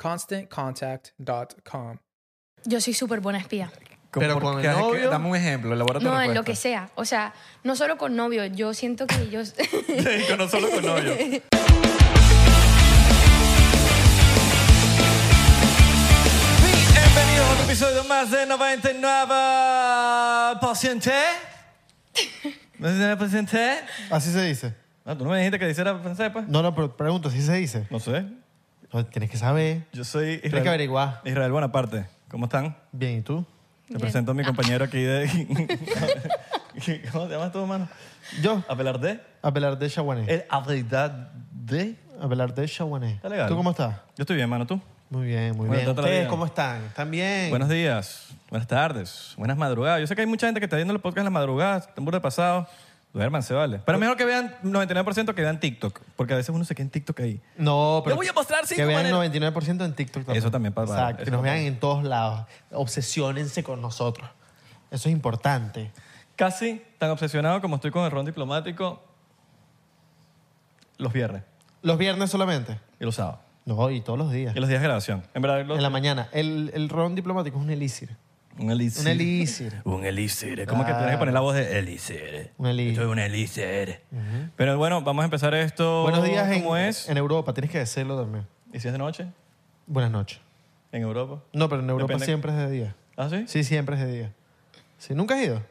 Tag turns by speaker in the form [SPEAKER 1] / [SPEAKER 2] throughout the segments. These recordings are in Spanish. [SPEAKER 1] ConstantContact.com.
[SPEAKER 2] Yo soy súper buena espía.
[SPEAKER 3] Pero
[SPEAKER 4] por
[SPEAKER 3] con
[SPEAKER 4] qué?
[SPEAKER 3] el pues, novio.
[SPEAKER 4] Dame un ejemplo, elabora tu
[SPEAKER 2] No, en
[SPEAKER 4] respuesta.
[SPEAKER 2] lo que sea. O sea, no solo con novio. Yo siento que ellos...
[SPEAKER 4] Sí, con- no solo con novio. Bienvenidos a un episodio más de 99 paciente. ¿99 paciente?
[SPEAKER 3] Así se dice.
[SPEAKER 4] No, tú no me dijiste que dijera pensé, pues.
[SPEAKER 3] No, no, pero pregunto, ¿sí se dice?
[SPEAKER 4] No sé.
[SPEAKER 3] No, tienes que saber.
[SPEAKER 4] Yo soy Israel.
[SPEAKER 3] Tienes que averiguar.
[SPEAKER 4] Israel Bonaparte. ¿Cómo están?
[SPEAKER 3] Bien, ¿y tú?
[SPEAKER 4] Te presento
[SPEAKER 2] Ah.
[SPEAKER 4] a mi compañero aquí de. ¿Cómo te llamas tú, hermano?
[SPEAKER 3] Yo,
[SPEAKER 4] Apelarte.
[SPEAKER 3] Abelarde Chaguané.
[SPEAKER 4] Ah. El habilidad de.
[SPEAKER 3] Abelarde Chaguané.
[SPEAKER 4] Está legal.
[SPEAKER 3] ¿Tú cómo estás?
[SPEAKER 4] Yo estoy bien, mano, ¿tú?
[SPEAKER 3] Muy bien, muy
[SPEAKER 4] Bueno,
[SPEAKER 3] bien.
[SPEAKER 4] está otra
[SPEAKER 3] ¿Ustedes
[SPEAKER 4] vida.
[SPEAKER 3] cómo están? ¿Están bien?
[SPEAKER 4] Buenos días, buenas tardes, buenas madrugadas. Yo sé que hay mucha gente que está viendo los podcasts en las madrugadas, están burda de pasado. Duérmanse, vale. Pero mejor que vean 99% que vean TikTok, porque a veces uno se queda en TikTok ahí.
[SPEAKER 3] No, pero...
[SPEAKER 4] Le voy a mostrar cinco
[SPEAKER 3] Que vean
[SPEAKER 4] maneras.
[SPEAKER 3] 99% en TikTok también.
[SPEAKER 4] Eso también pasa.
[SPEAKER 3] Exacto,
[SPEAKER 4] Eso
[SPEAKER 3] que nos vean
[SPEAKER 4] también.
[SPEAKER 3] en todos lados. Obsesiónense con nosotros. Eso es importante.
[SPEAKER 4] Casi tan obsesionado como estoy con el ron diplomático los viernes
[SPEAKER 3] ¿Los viernes solamente?
[SPEAKER 4] y los sábados
[SPEAKER 3] No, y todos los días.
[SPEAKER 4] y los días de grabación. En verdad, los-
[SPEAKER 3] En la mañana. El, el ron diplomático es un elixir.
[SPEAKER 4] un elixir.
[SPEAKER 3] Un elixir.
[SPEAKER 4] Un elixir. Es como que tienes que
[SPEAKER 3] Claro.
[SPEAKER 4] poner la voz de elixir.
[SPEAKER 3] Un elixir.
[SPEAKER 4] Esto es un elixir. Pero bueno, vamos a empezar esto.
[SPEAKER 3] Buenos días en,
[SPEAKER 4] ¿Cómo es?
[SPEAKER 3] en Europa. Tienes que decirlo también.
[SPEAKER 4] ¿Y si es de noche?
[SPEAKER 3] Buenas noches.
[SPEAKER 4] ¿En Europa?
[SPEAKER 3] No, pero en Europa
[SPEAKER 4] Depende-
[SPEAKER 3] siempre es de día.
[SPEAKER 4] ¿Ah, sí?
[SPEAKER 3] Sí, siempre es de día. Sí, ¿Nunca has ido?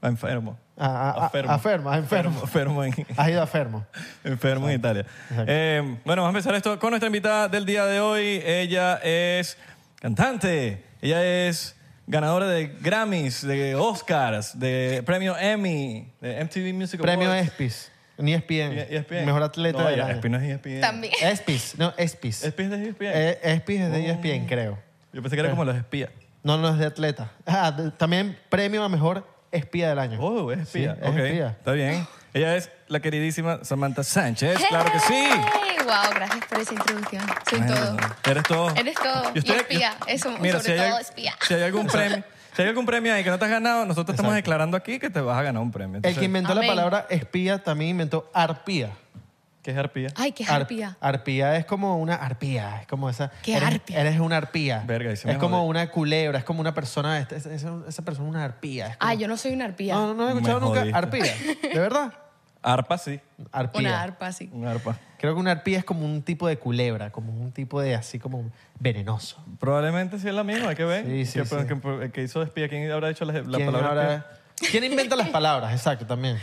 [SPEAKER 4] Ah, Enfermo.
[SPEAKER 3] A, a, a-
[SPEAKER 4] Afermo.
[SPEAKER 3] a Fermo, a enfermo.
[SPEAKER 4] Enfermo en,
[SPEAKER 3] Has ido a Fermo.
[SPEAKER 4] enfermo en Italia. Eh, bueno, vamos a empezar esto con nuestra invitada del día de hoy. Ella es cantante. Ella es ganadora de Grammys, de Oscars, de premio Emmy, de MTV Music
[SPEAKER 3] Premio E
[SPEAKER 4] Awards. E
[SPEAKER 3] ESPYs. Ni ESPN.
[SPEAKER 4] ESPN.
[SPEAKER 3] Mejor atleta
[SPEAKER 4] no, E
[SPEAKER 3] del
[SPEAKER 4] ya,
[SPEAKER 3] año.
[SPEAKER 4] ESPN no es ESPN.
[SPEAKER 2] También.
[SPEAKER 3] ESPYs. No, ESPYs.
[SPEAKER 4] ESPN es de E ESPN.
[SPEAKER 3] Eh, ESPYs
[SPEAKER 4] Oh.
[SPEAKER 3] es de ESPN, creo.
[SPEAKER 4] Yo pensé que era como los espías.
[SPEAKER 3] No, no es de atleta. Ah, de- también premio a mejor espía del año.
[SPEAKER 4] Oh, es
[SPEAKER 3] Sí,
[SPEAKER 4] espía.
[SPEAKER 3] es
[SPEAKER 4] Ok,
[SPEAKER 3] espía.
[SPEAKER 4] Está bien. Ella es la queridísima Samantha Sánchez. Claro que sí.
[SPEAKER 2] Wow, gracias por esa introducción. Soy
[SPEAKER 4] Ay,
[SPEAKER 2] todo.
[SPEAKER 4] Eres todo.
[SPEAKER 2] Eres todo.
[SPEAKER 4] Yo estoy-
[SPEAKER 2] Y espía.
[SPEAKER 4] yo-
[SPEAKER 2] Eso, sobre
[SPEAKER 4] si hay-
[SPEAKER 2] todo espía.
[SPEAKER 4] Si hay algún premio, si hay algún premio ahí que no te has ganado, nosotros estamos declarando aquí que te vas a ganar un premio.
[SPEAKER 3] El que
[SPEAKER 4] Entonces,
[SPEAKER 3] inventó la
[SPEAKER 2] Amén.
[SPEAKER 3] palabra espía también inventó arpía.
[SPEAKER 4] ¿Qué es arpía?
[SPEAKER 2] Ay, qué
[SPEAKER 3] Ar-
[SPEAKER 2] harpía.
[SPEAKER 3] Arpía es como una arpía, es como esa.
[SPEAKER 2] ¿Qué
[SPEAKER 3] eres,
[SPEAKER 2] arpía?
[SPEAKER 3] Eres una arpía.
[SPEAKER 4] Verga, ahí se me
[SPEAKER 3] es como
[SPEAKER 4] jodí.
[SPEAKER 3] una culebra, es como una persona. es- es- es- esa persona es una arpía. es como-
[SPEAKER 2] Ay, yo no soy una arpía.
[SPEAKER 3] no, no, no he
[SPEAKER 4] Me
[SPEAKER 3] escuchado nunca.
[SPEAKER 4] jodiste.
[SPEAKER 3] Arpía. ¿De verdad?
[SPEAKER 4] Arpa, sí.
[SPEAKER 3] Arpía.
[SPEAKER 2] Una arpa, sí.
[SPEAKER 4] Un arpa.
[SPEAKER 3] Creo que una arpía es como un tipo de culebra, como un tipo de así como venenoso.
[SPEAKER 4] Probablemente sí es la misma, hay que ver.
[SPEAKER 3] Sí, sí,
[SPEAKER 4] Que-
[SPEAKER 3] sí.
[SPEAKER 4] que- que- El que hizo espía, ¿quién habrá dicho la, la
[SPEAKER 3] ¿Quién
[SPEAKER 4] palabra
[SPEAKER 3] ahora-
[SPEAKER 4] espía?
[SPEAKER 3] ¿Quién inventa las palabras? Exacto, también.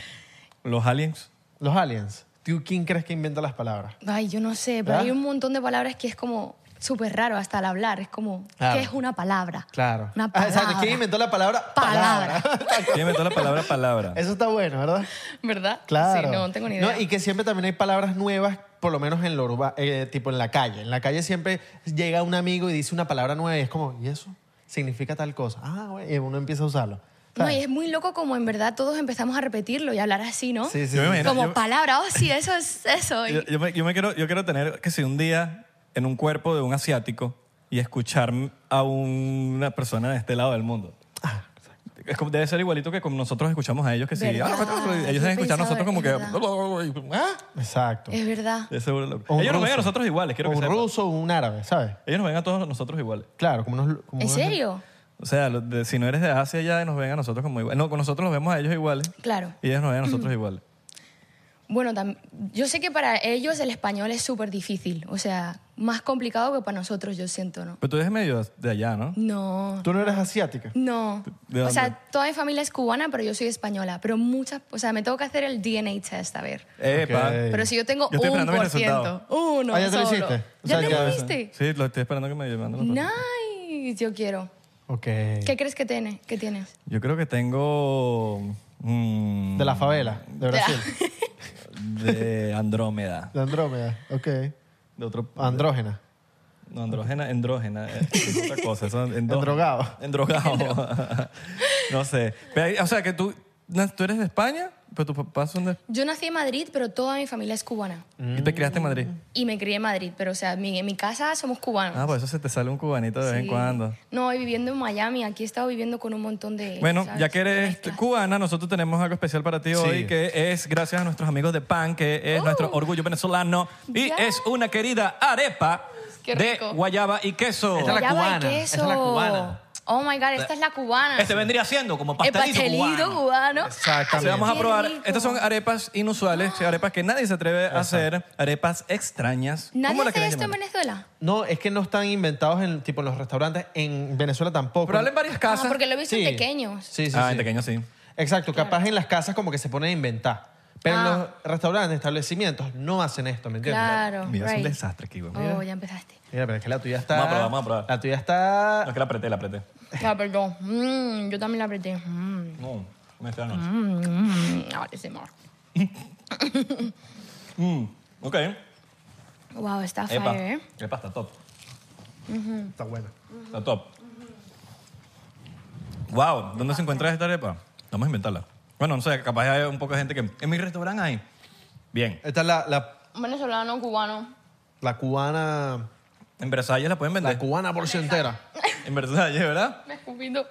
[SPEAKER 4] Los aliens.
[SPEAKER 3] Los aliens. ¿Tú quién crees que inventa las palabras?
[SPEAKER 2] Ay, yo no sé, pero
[SPEAKER 3] ¿Verdad?
[SPEAKER 2] hay un montón de palabras que es como súper raro hasta al hablar. Es como,
[SPEAKER 3] Claro.
[SPEAKER 2] ¿qué es una palabra?
[SPEAKER 3] Claro.
[SPEAKER 2] Una
[SPEAKER 3] Ah,
[SPEAKER 2] palabra.
[SPEAKER 3] exacto. ¿Quién inventó la palabra?
[SPEAKER 2] Palabra.
[SPEAKER 4] ¿Quién inventó la palabra palabra?
[SPEAKER 3] Eso está bueno, ¿verdad?
[SPEAKER 2] ¿Verdad?
[SPEAKER 3] Claro.
[SPEAKER 2] Sí, no, no tengo ni idea.
[SPEAKER 3] y que siempre también hay palabras nuevas, por lo menos en lo urba- eh, tipo en la calle. En la calle siempre llega un amigo y dice una palabra nueva y es como, ¿y eso? Significa tal cosa. Ah, güey, y uno empieza a usarlo.
[SPEAKER 2] No,
[SPEAKER 3] ¿sabes?
[SPEAKER 2] y es muy loco como en verdad todos empezamos a repetirlo y hablar así, ¿no?
[SPEAKER 3] Sí, sí,
[SPEAKER 4] Yo me
[SPEAKER 3] sí.
[SPEAKER 4] imagino-
[SPEAKER 2] como
[SPEAKER 4] yo-
[SPEAKER 2] palabra, oh sí, eso es eso. Y-
[SPEAKER 4] Yo, yo me, yo me quiero, yo quiero tener que si un día en un cuerpo de un asiático y escuchar a una persona de este lado del mundo.
[SPEAKER 3] Ah,
[SPEAKER 4] Es como- debe ser igualito que como nosotros escuchamos a ellos que sí.
[SPEAKER 2] ¿Verdad? Yo
[SPEAKER 4] ellos deben escuchar
[SPEAKER 2] pensaba,
[SPEAKER 4] a nosotros como que.
[SPEAKER 2] es
[SPEAKER 4] ¿Ah?
[SPEAKER 3] Exacto.
[SPEAKER 2] Es verdad.
[SPEAKER 4] De seguro lo-
[SPEAKER 3] O un
[SPEAKER 4] Ellos nos ven
[SPEAKER 3] ruso.
[SPEAKER 4] a nosotros iguales, quiero
[SPEAKER 3] O
[SPEAKER 4] que
[SPEAKER 3] un
[SPEAKER 4] sepan.
[SPEAKER 3] ruso o un árabe, ¿sabes?
[SPEAKER 4] Ellos nos ven a todos nosotros iguales.
[SPEAKER 3] Claro, como unos... como
[SPEAKER 2] ¿En
[SPEAKER 3] unos-
[SPEAKER 2] serio?
[SPEAKER 4] O sea, lo de- si no eres de Asia ya nos ven a nosotros como iguales. No, con nosotros nos vemos a ellos iguales.
[SPEAKER 2] Claro.
[SPEAKER 4] Y ellos nos ven a nosotros iguales.
[SPEAKER 2] Bueno, tam- yo sé que para ellos el español es súper difícil, o sea, más complicado que para nosotros, yo siento, ¿no?
[SPEAKER 4] Pero tú eres medio de allá, ¿no?
[SPEAKER 2] No,
[SPEAKER 3] Tú no eres asiática.
[SPEAKER 2] no.
[SPEAKER 4] ¿De
[SPEAKER 2] O sea,
[SPEAKER 4] dónde?
[SPEAKER 2] toda mi familia es cubana, pero yo soy española, pero muchas, o sea, me tengo que hacer el DNA test, a ver.
[SPEAKER 4] Epa.
[SPEAKER 3] Ok.
[SPEAKER 2] Pero si yo tengo
[SPEAKER 4] Yo estoy
[SPEAKER 2] un
[SPEAKER 4] esperando mis
[SPEAKER 2] por ciento, uno
[SPEAKER 3] Ah, ¿ya te lo
[SPEAKER 2] solo.
[SPEAKER 3] hiciste? O
[SPEAKER 2] ¿Ya
[SPEAKER 3] sea,
[SPEAKER 2] te
[SPEAKER 3] ya-
[SPEAKER 2] lo hiciste?
[SPEAKER 4] Sí, lo estoy esperando que me llamen.
[SPEAKER 2] Nice, yo quiero.
[SPEAKER 3] Ok.
[SPEAKER 2] ¿Qué crees que, tiene, que tienes?
[SPEAKER 4] Yo creo que tengo. mm,
[SPEAKER 3] De la favela, de Brasil.
[SPEAKER 4] De Andrómeda.
[SPEAKER 3] De Andrómeda, ok.
[SPEAKER 4] De otro.
[SPEAKER 3] Ah. Andrógena.
[SPEAKER 4] No, andrógena, endrógena. eh, es otra cosa. Eso, endrógeno.
[SPEAKER 3] Endrogado.
[SPEAKER 4] Endrogado. no sé. Pero hay- o sea, que tú. na- Tú eres de España, pero tus papás son de.
[SPEAKER 2] Yo nací en Madrid, pero toda mi familia es cubana.
[SPEAKER 4] Y
[SPEAKER 3] Mm.
[SPEAKER 4] te criaste en Madrid.
[SPEAKER 2] Y me crié en Madrid, pero o sea, mi- en mi casa somos cubanos.
[SPEAKER 4] Ah, por eso se te sale un cubanito de vez en
[SPEAKER 2] Sí.
[SPEAKER 4] cuando.
[SPEAKER 2] No, y viviendo en Miami, aquí he estado viviendo con un montón de.
[SPEAKER 4] Bueno,
[SPEAKER 2] ¿sabes?
[SPEAKER 4] ya que eres
[SPEAKER 2] Mezclas.
[SPEAKER 4] cubana, nosotros tenemos algo especial para ti
[SPEAKER 3] Sí.
[SPEAKER 4] hoy, que es gracias a nuestros amigos de PAN, que es nuestro orgullo venezolano, y
[SPEAKER 2] Oh. Ya.
[SPEAKER 4] es una querida arepa
[SPEAKER 2] Qué
[SPEAKER 4] de
[SPEAKER 2] rico.
[SPEAKER 4] guayaba y queso.
[SPEAKER 3] Esta es la
[SPEAKER 2] Guayaba y
[SPEAKER 3] cubana,
[SPEAKER 2] queso.
[SPEAKER 3] esta es la cubana.
[SPEAKER 2] Oh my god, esta es la cubana.
[SPEAKER 4] Este vendría siendo como
[SPEAKER 2] El
[SPEAKER 4] pastelito
[SPEAKER 2] pastelito
[SPEAKER 4] cubano.
[SPEAKER 2] cubano.
[SPEAKER 4] Así
[SPEAKER 3] Exactamente.
[SPEAKER 4] vamos a
[SPEAKER 2] Qué
[SPEAKER 4] probar.
[SPEAKER 2] rico. Ah.
[SPEAKER 4] Estas son arepas inusuales, arepas que nadie se atreve a hacer, arepas extrañas.
[SPEAKER 2] ¿Nadie
[SPEAKER 4] ¿Cómo las
[SPEAKER 2] hace
[SPEAKER 4] quieres
[SPEAKER 2] esto en
[SPEAKER 4] llamar?
[SPEAKER 2] Venezuela? Ah,
[SPEAKER 3] No, es que no están inventados en, tipo, en los restaurantes. En Venezuela tampoco.
[SPEAKER 4] Pero habla en varias
[SPEAKER 2] Ah,
[SPEAKER 4] casas.
[SPEAKER 2] porque lo he visto
[SPEAKER 3] Sí.
[SPEAKER 2] en pequeños.
[SPEAKER 3] Sí, sí,
[SPEAKER 4] ah,
[SPEAKER 3] sí.
[SPEAKER 4] en pequeño sí.
[SPEAKER 3] Exacto, capaz en las casas como que se ponen a inventar. Pero en
[SPEAKER 2] Ah.
[SPEAKER 3] los restaurantes, establecimientos, no hacen esto, ¿me entiendes?
[SPEAKER 2] Claro.
[SPEAKER 4] Mira, es un
[SPEAKER 2] right.
[SPEAKER 4] desastre aquí, güey.
[SPEAKER 2] Oh, ya empezaste.
[SPEAKER 3] Mira, pero es que la tuya está...
[SPEAKER 4] Vamos a probar, vamos a probar.
[SPEAKER 3] La tuya está...
[SPEAKER 4] No, es que la apreté, la apreté.
[SPEAKER 2] Ah, perdón. Mm, yo también la apreté. Mm,
[SPEAKER 4] No, me está no.
[SPEAKER 2] mm, ahora se me-
[SPEAKER 4] Mm, ok.
[SPEAKER 2] Wow, está
[SPEAKER 4] Epa,
[SPEAKER 2] fire, ¿eh?
[SPEAKER 4] epa, está top.
[SPEAKER 3] Está buena.
[SPEAKER 4] Está top. Wow, ¿dónde se encuentra esta arepa? Vamos a inventarla. Bueno, no sé, capaz hay un poco de gente que... En mi restaurante hay. Bien.
[SPEAKER 3] Esta es la, la,
[SPEAKER 2] Venezolano, cubano.
[SPEAKER 3] la cubana...
[SPEAKER 4] En Versalles la pueden
[SPEAKER 3] La
[SPEAKER 4] vender.
[SPEAKER 3] cubana por si entera.
[SPEAKER 4] En Versalles, ¿verdad?
[SPEAKER 2] Me escupido.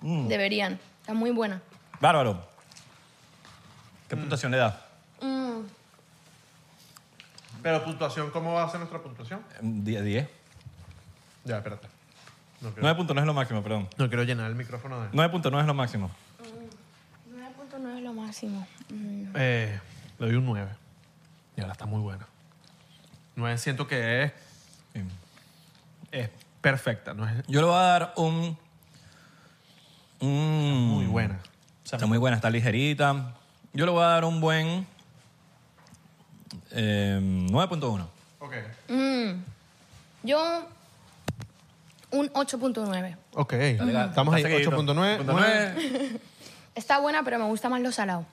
[SPEAKER 4] Mm.
[SPEAKER 2] Deberían. Está muy buena.
[SPEAKER 4] Bárbaro. ¿Qué puntuación le da?
[SPEAKER 2] Mm.
[SPEAKER 3] Pero puntuación, ¿cómo va a ser nuestra puntuación?
[SPEAKER 4] 10. 10.
[SPEAKER 3] Ya, espérate. No quiero,
[SPEAKER 4] 9.9 es lo máximo, perdón.
[SPEAKER 3] no quiero llenar el micrófono de...
[SPEAKER 4] 9.9 es lo máximo.
[SPEAKER 2] 9.9 es lo máximo. Mm.
[SPEAKER 3] Eh, le doy un 9. Y ahora está muy buena. 9 siento que es,
[SPEAKER 4] Sí.
[SPEAKER 3] es perfecta, no es
[SPEAKER 4] Yo le voy a dar un... un-
[SPEAKER 3] muy buena.
[SPEAKER 4] Está muy buena, está ligerita. Yo le voy a dar un buen eh, 9.1.
[SPEAKER 3] Ok.
[SPEAKER 2] Mm. Yo un 8.9.
[SPEAKER 3] Ok.
[SPEAKER 4] legal.
[SPEAKER 3] Estamos ahí,
[SPEAKER 4] Está seguidito.
[SPEAKER 3] 8.9. 9.
[SPEAKER 2] Está buena, pero me gusta más lo salado.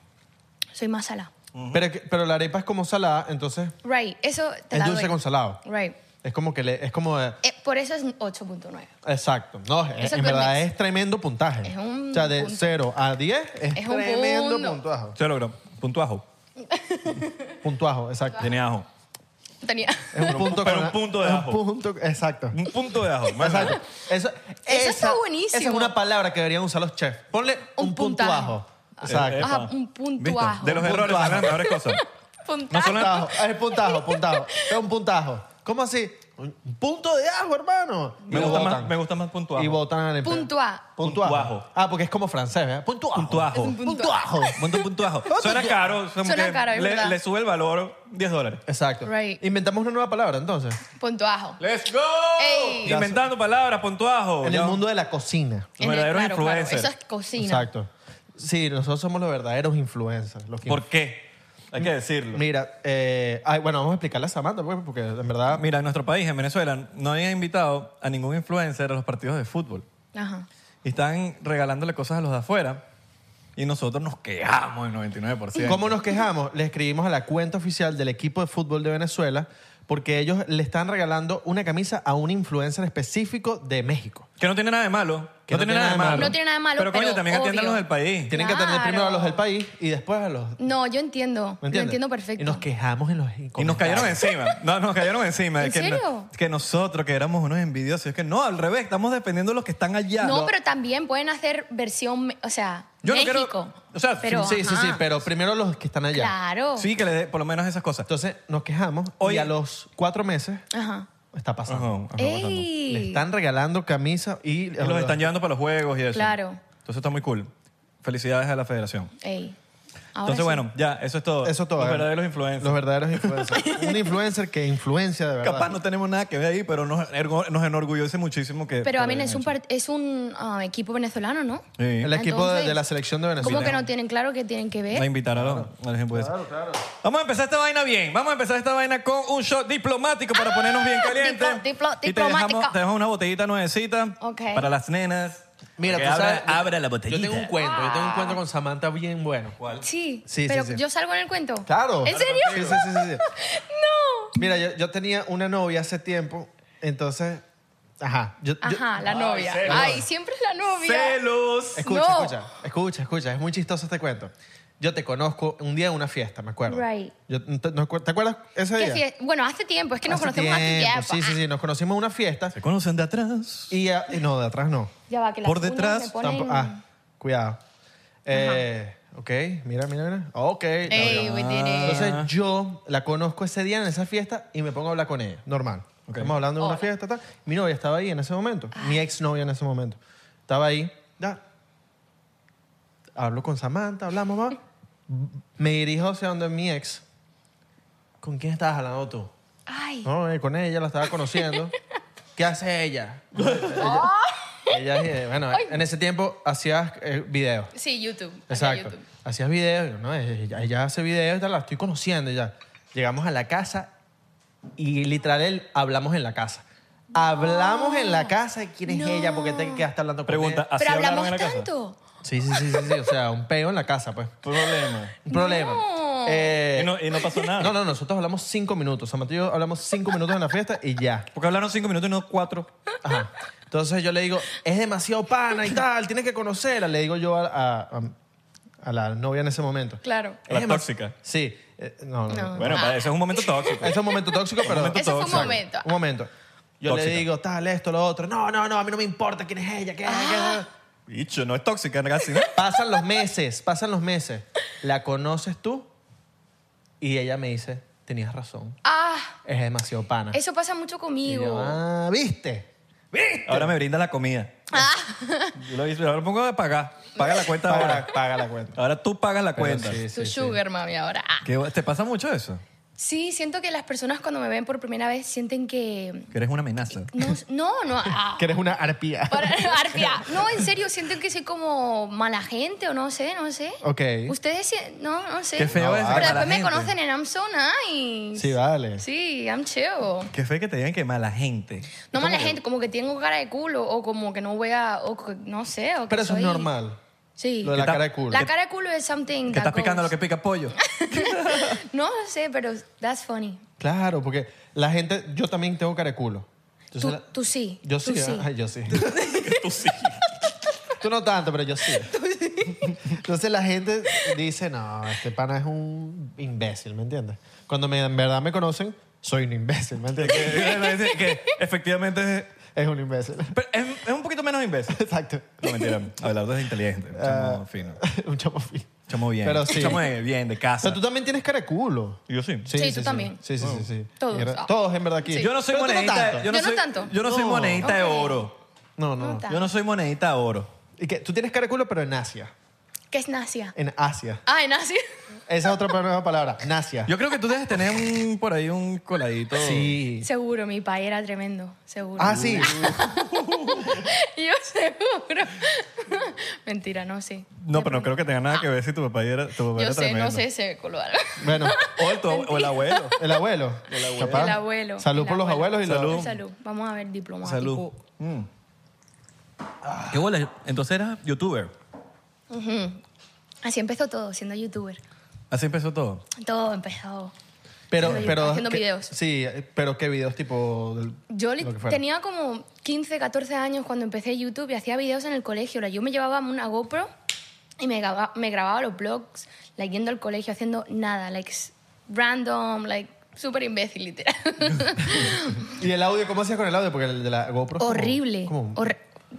[SPEAKER 2] Soy más salado.
[SPEAKER 3] Pero, que- pero la arepa es como salada, entonces
[SPEAKER 2] Right, eso te
[SPEAKER 3] es
[SPEAKER 2] la
[SPEAKER 3] dulce
[SPEAKER 2] doy.
[SPEAKER 3] con salado.
[SPEAKER 2] Right.
[SPEAKER 3] Es como que le, es como... eh,
[SPEAKER 2] Eh, por eso es un 8.9.
[SPEAKER 3] Exacto. No, eh,
[SPEAKER 2] Es el
[SPEAKER 3] en verdad
[SPEAKER 2] gourmet.
[SPEAKER 3] es tremendo puntaje.
[SPEAKER 2] Es un
[SPEAKER 3] o sea, de
[SPEAKER 2] punto.
[SPEAKER 3] 0 a 10 es,
[SPEAKER 2] Es un
[SPEAKER 3] tremendo
[SPEAKER 2] punto.
[SPEAKER 3] puntaje.
[SPEAKER 4] Se logró. Puntuajo.
[SPEAKER 3] Puntuajo, exacto.
[SPEAKER 4] Tiene ajo.
[SPEAKER 2] Tenía.
[SPEAKER 3] Es un
[SPEAKER 4] Pero un-
[SPEAKER 3] punto
[SPEAKER 4] pero
[SPEAKER 3] con-
[SPEAKER 4] un punto de
[SPEAKER 3] un
[SPEAKER 4] ajo.
[SPEAKER 3] punto- exacto.
[SPEAKER 4] Un punto de ajo. Bueno,
[SPEAKER 3] Exacto. Eso,
[SPEAKER 2] Eso está
[SPEAKER 3] esa-
[SPEAKER 2] buenísimo.
[SPEAKER 3] Esa es una palabra que deberían usar los chefs. Ponle un,
[SPEAKER 2] Un
[SPEAKER 3] punto
[SPEAKER 2] puntaje.
[SPEAKER 3] ajo.
[SPEAKER 4] Eh,
[SPEAKER 3] Exacto.
[SPEAKER 4] epa.
[SPEAKER 2] Ajá, un punto
[SPEAKER 4] ¿Viste?
[SPEAKER 2] ajo.
[SPEAKER 4] De los
[SPEAKER 3] Un
[SPEAKER 4] errores
[SPEAKER 3] punto
[SPEAKER 4] salen las
[SPEAKER 3] ajo.
[SPEAKER 4] mejores cosas.
[SPEAKER 2] Punta-
[SPEAKER 4] No son las-
[SPEAKER 3] Puntajo, Es puntajo, puntajo. Es un puntajo. ¿Cómo así? Un punto de ajo, hermano. Y
[SPEAKER 4] me,
[SPEAKER 3] lo
[SPEAKER 4] gusta más,
[SPEAKER 3] botan.
[SPEAKER 4] me gusta más puntuajo.
[SPEAKER 3] Y votan al empleo.
[SPEAKER 2] Punto A.
[SPEAKER 3] Puntuajo.
[SPEAKER 4] Puntuajo.
[SPEAKER 3] Ah, porque es como francés, ¿verdad? Puntuajo.
[SPEAKER 4] Puntuajo. Es un
[SPEAKER 3] Puntuajo.
[SPEAKER 4] Punto puntuajo. Suena caro. o sea, como
[SPEAKER 2] Suena
[SPEAKER 4] que
[SPEAKER 2] caro, es
[SPEAKER 4] le,
[SPEAKER 2] verdad.
[SPEAKER 4] le sube el valor 10 dólares.
[SPEAKER 3] Exacto.
[SPEAKER 2] Right.
[SPEAKER 3] Inventamos una nueva palabra, entonces.
[SPEAKER 2] Punto ajo.
[SPEAKER 4] ¡Let's go!
[SPEAKER 2] Ey.
[SPEAKER 4] Inventando palabras, puntuajo.
[SPEAKER 3] En
[SPEAKER 4] Oh, Ya.
[SPEAKER 3] el mundo de la cocina.
[SPEAKER 4] Los verdaderos
[SPEAKER 2] claro, claro,
[SPEAKER 4] influencers.
[SPEAKER 2] Eso es cocina.
[SPEAKER 3] Exacto. Sí, nosotros somos los verdaderos influencers. Los que
[SPEAKER 4] ¿Por qué? Hay que decirlo.
[SPEAKER 3] Mira, eh, ay, bueno, vamos a explicarle a Samantha, pues, porque en verdad.
[SPEAKER 4] Mira, en nuestro país, en Venezuela, no habían invitado a ningún influencer a los partidos de fútbol.
[SPEAKER 2] Ajá.
[SPEAKER 4] Y están regalándole cosas a los de afuera. Y nosotros nos quejamos el 99%.
[SPEAKER 3] ¿Cómo nos quejamos? Le escribimos a la cuenta oficial del equipo de fútbol de Venezuela porque ellos le están regalando una camisa a un influencer específico de México.
[SPEAKER 4] Que no tiene nada de malo.
[SPEAKER 3] Que no tiene nada de malo.
[SPEAKER 2] No tiene nada de malo,
[SPEAKER 4] Pero, coño,
[SPEAKER 2] pero
[SPEAKER 4] también atiendan
[SPEAKER 2] obvio.
[SPEAKER 4] los del país.
[SPEAKER 3] Tienen que atender
[SPEAKER 2] Claro.
[SPEAKER 3] primero a los del país y después a los... ¿me
[SPEAKER 2] No, yo entiendo. Lo
[SPEAKER 3] entiendes?
[SPEAKER 2] entiendo perfecto.
[SPEAKER 3] Y nos quejamos en los
[SPEAKER 4] Y nos cayeron encima. No, nos cayeron encima.
[SPEAKER 2] ¿En
[SPEAKER 4] que no-
[SPEAKER 2] serio?
[SPEAKER 4] que nosotros, que éramos unos envidiosos. Es que no, al revés, estamos defendiendo a los que están allá.
[SPEAKER 2] No, pero también pueden hacer versión, me- o sea,
[SPEAKER 4] Yo no
[SPEAKER 2] México.
[SPEAKER 4] quiero- o sea,
[SPEAKER 2] pero,
[SPEAKER 3] Sí, sí, sí,
[SPEAKER 2] ajá.
[SPEAKER 3] pero primero los que están allá.
[SPEAKER 2] Claro.
[SPEAKER 4] Sí, que le dé por lo menos esas cosas.
[SPEAKER 3] Entonces nos quejamos y
[SPEAKER 4] Oye.
[SPEAKER 3] a los cuatro meses
[SPEAKER 2] Ajá.
[SPEAKER 3] está
[SPEAKER 4] Ajá,
[SPEAKER 3] pasando.
[SPEAKER 4] ajá, pasando.
[SPEAKER 2] Ey.
[SPEAKER 3] Le están regalando camisas y...
[SPEAKER 4] Y los están llevando para los juegos y eso.
[SPEAKER 2] Claro.
[SPEAKER 4] Entonces está muy cool. Felicidades a la federación.
[SPEAKER 2] Ey. Ahora
[SPEAKER 4] Entonces,
[SPEAKER 2] sí.
[SPEAKER 4] bueno, ya, eso es todo.
[SPEAKER 3] Eso todo.
[SPEAKER 4] Los
[SPEAKER 3] ¿eh?
[SPEAKER 4] verdaderos influencers.
[SPEAKER 3] Los verdaderos influencers. Un influencer que influencia de verdad.
[SPEAKER 4] Capaz no tenemos nada que ver ahí, pero nos, ergo- nos enorgullece muchísimo que.
[SPEAKER 2] Pero a
[SPEAKER 4] que
[SPEAKER 3] eh,
[SPEAKER 2] mí
[SPEAKER 4] lo
[SPEAKER 2] es
[SPEAKER 4] hayan
[SPEAKER 2] un, par- es un ah, equipo venezolano, ¿no?
[SPEAKER 4] hecho. Sí.
[SPEAKER 3] El equipo de- de,
[SPEAKER 2] Entonces,
[SPEAKER 3] la selección de Venezuela.
[SPEAKER 2] ¿Cómo que no tienen claro que tienen que
[SPEAKER 4] A
[SPEAKER 2] ver?
[SPEAKER 4] invitar a los, a los influencers. Vamos a empezar esta vaina bien. Vamos a empezar esta vaina con un shot diplomático para ponernos bien calientes.
[SPEAKER 2] Ah, diplo- diplo-
[SPEAKER 4] y te
[SPEAKER 2] diplomático.
[SPEAKER 4] dejamos, te dejamos una botellita nuevecita
[SPEAKER 2] Ok.
[SPEAKER 4] para las nenas.
[SPEAKER 3] Mira,
[SPEAKER 4] Que
[SPEAKER 3] tú
[SPEAKER 4] abra,
[SPEAKER 3] sabes, yo-
[SPEAKER 4] abra la
[SPEAKER 3] Yo
[SPEAKER 4] botellita.
[SPEAKER 3] tengo un cuento, yo tengo un cuento con Samantha bien bueno. ¿Cuál?
[SPEAKER 2] Sí,
[SPEAKER 3] Sí, sí,
[SPEAKER 2] pero
[SPEAKER 3] sí.
[SPEAKER 2] yo salgo en el cuento.
[SPEAKER 3] Claro.
[SPEAKER 2] ¿En serio?
[SPEAKER 3] Sí, sí, sí, sí, sí.
[SPEAKER 2] No.
[SPEAKER 3] Mira, yo, yo tenía una novia hace tiempo, entonces, ajá, yo, yo-
[SPEAKER 2] Ajá, la novia.
[SPEAKER 4] celos.
[SPEAKER 2] Ay, siempre es la novia.
[SPEAKER 4] ¡Celos!
[SPEAKER 3] escucha,
[SPEAKER 2] No.
[SPEAKER 3] escucha, escucha, escucha, es muy chistoso este cuento. Yo te conozco un día en una fiesta, me acuerdo.
[SPEAKER 2] Right.
[SPEAKER 3] Yo- ¿te, no acuer- ¿te acuerdas ese
[SPEAKER 2] ¿Qué
[SPEAKER 3] día?
[SPEAKER 2] fie- Bueno, hace tiempo, es que nos
[SPEAKER 3] Hace
[SPEAKER 2] conocemos
[SPEAKER 3] tiempo,
[SPEAKER 2] hace
[SPEAKER 3] Sí,
[SPEAKER 2] tiempo. Ah,
[SPEAKER 3] sí, sí, nos conocimos en una fiesta
[SPEAKER 4] ¿Se conocen de atrás?
[SPEAKER 3] y, ah, y no, de atrás no.
[SPEAKER 2] Ah, Ya va, que las
[SPEAKER 4] Por
[SPEAKER 2] uñas me
[SPEAKER 4] detrás,
[SPEAKER 2] ponen-
[SPEAKER 3] Tampo- ah, cuidado. Eh, ok, mira, mira, mira. Ok. la
[SPEAKER 2] Ey,
[SPEAKER 3] veo.
[SPEAKER 2] güey, tiene-
[SPEAKER 3] Entonces yo la conozco ese día en esa fiesta y me pongo a hablar con ella, normal.
[SPEAKER 4] Ok.
[SPEAKER 3] Estamos hablando de una fiesta, tal. Mi novia estaba ahí en ese momento, mi ex novia en ese momento. Estaba ahí, ya. Hablo con Samantha, hablamos, va. Me dirijo hacia donde mi ex. ¿Con quién estabas hablando tú?
[SPEAKER 2] Ay,
[SPEAKER 3] No, eh, con ella la estaba conociendo. ¿Qué hace ella? ella, ella, eh, bueno, en ese tiempo hacías eh, videos.
[SPEAKER 2] sí, YouTube. hacia
[SPEAKER 3] Exacto.
[SPEAKER 2] YouTube.
[SPEAKER 3] Hacías videos, yo, ¿no? Ella, ella hace videos, ya la estoy conociendo ya. Llegamos a la casa y literal él, hablamos en la casa. Hablamos en
[SPEAKER 2] Ah,
[SPEAKER 3] la casa de quién es ella, porque te quedaste hablando con
[SPEAKER 4] Pregunta,
[SPEAKER 3] ella.
[SPEAKER 4] ¿así
[SPEAKER 2] Pero
[SPEAKER 4] hablaron
[SPEAKER 2] hablamos
[SPEAKER 4] en la casa?
[SPEAKER 2] tanto.
[SPEAKER 3] Sí, sí, sí, sí, sí, O sea, un peo en la casa, pues.
[SPEAKER 4] Problema.
[SPEAKER 3] Un problema.
[SPEAKER 2] No.
[SPEAKER 3] Eh,
[SPEAKER 4] Y no, y no pasó nada.
[SPEAKER 3] no, no, nosotros hablamos cinco minutos. Samantha y yo hablamos cinco minutos en la fiesta y ya.
[SPEAKER 4] Porque hablaron cinco minutos y no cuatro.
[SPEAKER 2] Ah.
[SPEAKER 3] Ajá. Entonces yo le digo, es demasiado pana y tal, tienes que conocerla. Le digo yo a, a- a- a la novia en ese momento.
[SPEAKER 2] Claro.
[SPEAKER 3] "Es
[SPEAKER 4] La
[SPEAKER 3] demasi-
[SPEAKER 4] tóxica.
[SPEAKER 3] Sí. Eh, no, no.
[SPEAKER 2] No.
[SPEAKER 4] Bueno, para eso es un momento tóxico.
[SPEAKER 3] Es un momento tóxico, pero...
[SPEAKER 4] momento
[SPEAKER 2] Ese fue un
[SPEAKER 4] Exacto.
[SPEAKER 2] momento.
[SPEAKER 3] Un momento. Yo le
[SPEAKER 4] Tóxica.
[SPEAKER 3] digo, tal, esto, lo otro. No, no, no, a mí no me importa quién es ella, qué es
[SPEAKER 2] Ah.
[SPEAKER 3] qué es".
[SPEAKER 4] Bicho, no es tóxica casi, ¿no?
[SPEAKER 3] Pasan los meses, pasan los meses. La conoces tú y ella me dice, tenías razón,
[SPEAKER 2] Ah,
[SPEAKER 3] es demasiado pana.
[SPEAKER 2] eso pasa mucho
[SPEAKER 3] Y yo,
[SPEAKER 2] conmigo.
[SPEAKER 3] "Ah, ¿viste?
[SPEAKER 4] Ahora me brinda la comida.
[SPEAKER 3] Ah.
[SPEAKER 4] Yo lo hice, ahora lo pongo a pagar. Paga la cuenta
[SPEAKER 3] Paga
[SPEAKER 4] ahora.
[SPEAKER 3] la- paga la cuenta.
[SPEAKER 4] Ahora tú pagas la
[SPEAKER 3] Pero
[SPEAKER 4] cuenta.
[SPEAKER 3] sí,
[SPEAKER 2] Tu
[SPEAKER 3] sí, sí.
[SPEAKER 2] sugar, mami, ahora. Ah.
[SPEAKER 4] ¿Qué va- ¿Te pasa mucho eso?
[SPEAKER 2] Sí, siento que las personas cuando me ven por primera vez sienten que...
[SPEAKER 4] Que eres una amenaza.
[SPEAKER 2] No, no, no. ah.
[SPEAKER 3] Que eres una arpía.
[SPEAKER 2] Para- Arpia. No, en serio, sienten que soy como mala gente o no sé, no sé.
[SPEAKER 3] Ok.
[SPEAKER 2] Ustedes, si- no, no sé.
[SPEAKER 4] Qué feo
[SPEAKER 3] es
[SPEAKER 2] Pero
[SPEAKER 4] mala
[SPEAKER 2] después me
[SPEAKER 4] gente.
[SPEAKER 2] conocen en I'm so nice.
[SPEAKER 3] Sí, vale.
[SPEAKER 2] Sí, I'm chill.
[SPEAKER 4] Qué fe que te digan que mala gente.
[SPEAKER 2] No mala gente, como que tengo cara de culo o como que no voy a, o que- no sé. O que
[SPEAKER 3] Pero eso
[SPEAKER 2] soy-
[SPEAKER 3] es normal.
[SPEAKER 2] Sí.
[SPEAKER 3] Lo de la
[SPEAKER 4] ¿Qué tal?
[SPEAKER 3] cara de culo.
[SPEAKER 2] La cara de culo es something
[SPEAKER 4] Que
[SPEAKER 2] that
[SPEAKER 4] estás picando lo
[SPEAKER 2] goes-
[SPEAKER 4] que pica pollo.
[SPEAKER 2] No sé, pero that's funny.
[SPEAKER 3] Claro, porque la gente, yo también tengo cara de culo. Entonces
[SPEAKER 2] Tú,
[SPEAKER 3] la-
[SPEAKER 2] tú sí.
[SPEAKER 3] yo sí,
[SPEAKER 2] tú sí.
[SPEAKER 3] Ay, yo sí. Tú sí. Tú no tanto, pero yo sí. Entonces la gente dice, no, este pana es un imbécil, ¿me entiendes? Cuando me- en verdad me conocen, soy un imbécil, ¿me
[SPEAKER 4] que,
[SPEAKER 3] entiendes?
[SPEAKER 4] que- que efectivamente es,
[SPEAKER 3] es un imbécil.
[SPEAKER 4] pero es, es un poquito menos imbécil.
[SPEAKER 3] Exacto.
[SPEAKER 4] No, mentira. Abelardo es inteligente. Chamo fino.
[SPEAKER 3] un chamo fino.
[SPEAKER 4] Chamo bien.
[SPEAKER 3] Ah. Pero sí.
[SPEAKER 4] Chamo de- bien, de
[SPEAKER 3] O sea,
[SPEAKER 4] casa.
[SPEAKER 3] tú también tienes cara de culo.
[SPEAKER 4] Yo sí.
[SPEAKER 2] Sí, tú también.
[SPEAKER 3] Sí, sí, sí, sí.
[SPEAKER 2] Todos.
[SPEAKER 3] Mira,
[SPEAKER 2] Ah.
[SPEAKER 3] Todos, en verdad, aquí.
[SPEAKER 4] Yo no soy
[SPEAKER 3] Pero tú
[SPEAKER 4] monedita.
[SPEAKER 3] tanto.
[SPEAKER 4] yo, no
[SPEAKER 2] Yo no
[SPEAKER 4] soy,
[SPEAKER 2] tanto.
[SPEAKER 4] Yo no, soy
[SPEAKER 3] No.
[SPEAKER 4] monedita de
[SPEAKER 2] Ok.
[SPEAKER 4] oro.
[SPEAKER 3] No, no.
[SPEAKER 2] No tanto.
[SPEAKER 4] Yo no soy monedita de oro.
[SPEAKER 3] ¿Y qué? Tú tienes cara de culo, pero en Asia.
[SPEAKER 2] ¿Qué es nasia?
[SPEAKER 3] En Asia.
[SPEAKER 2] Ah, en Asia.
[SPEAKER 3] Esa es otra nueva palabra. Nasia.
[SPEAKER 4] Yo creo que tú debes tener un, por ahí un coladito.
[SPEAKER 3] Sí.
[SPEAKER 2] Seguro, mi país era tremendo, seguro.
[SPEAKER 3] Oh. Ah, sí.
[SPEAKER 2] Yo seguro. Mentira, no, sí.
[SPEAKER 4] No, pero no creo que tenga nada que ver si tu papá era, tu
[SPEAKER 2] Ah.
[SPEAKER 4] papá
[SPEAKER 2] Yo
[SPEAKER 4] era
[SPEAKER 2] sé,
[SPEAKER 4] tremendo.
[SPEAKER 2] no sé, se coló algo.
[SPEAKER 3] Bueno,
[SPEAKER 4] O el, tu- o el abuelo.
[SPEAKER 3] el abuelo. El abuelo.
[SPEAKER 2] El abuelo.
[SPEAKER 3] Salud
[SPEAKER 2] el
[SPEAKER 3] por los abuelos y la-
[SPEAKER 4] Salud.
[SPEAKER 2] Salud. Vamos a ver diplomático.
[SPEAKER 4] Salud. Mm. Ah. ¿Qué bola? Entonces eras youtuber.
[SPEAKER 2] Así empezó todo, siendo youtuber.
[SPEAKER 4] Así empezó todo.
[SPEAKER 2] Todo empezó.
[SPEAKER 3] Pero,
[SPEAKER 2] Pero yo
[SPEAKER 3] pero
[SPEAKER 2] estaba haciendo
[SPEAKER 3] ¿qué-
[SPEAKER 2] videos.
[SPEAKER 3] Sí, pero qué videos tipo. del-
[SPEAKER 2] Yo li-
[SPEAKER 3] lo que fuera?
[SPEAKER 2] tenía como 15, 14 años cuando empecé YouTube y hacía videos en el colegio. Like, Yo me llevaba una GoPro y me grababa, me grababa los blogs, like, yendo al colegio haciendo nada, like s- random, like súper imbécil, literal.
[SPEAKER 3] ¿Y el audio? ¿Cómo hacías con el audio? Porque el de la GoPro. es Pues como-
[SPEAKER 2] horrible.
[SPEAKER 3] como-
[SPEAKER 2] Hor-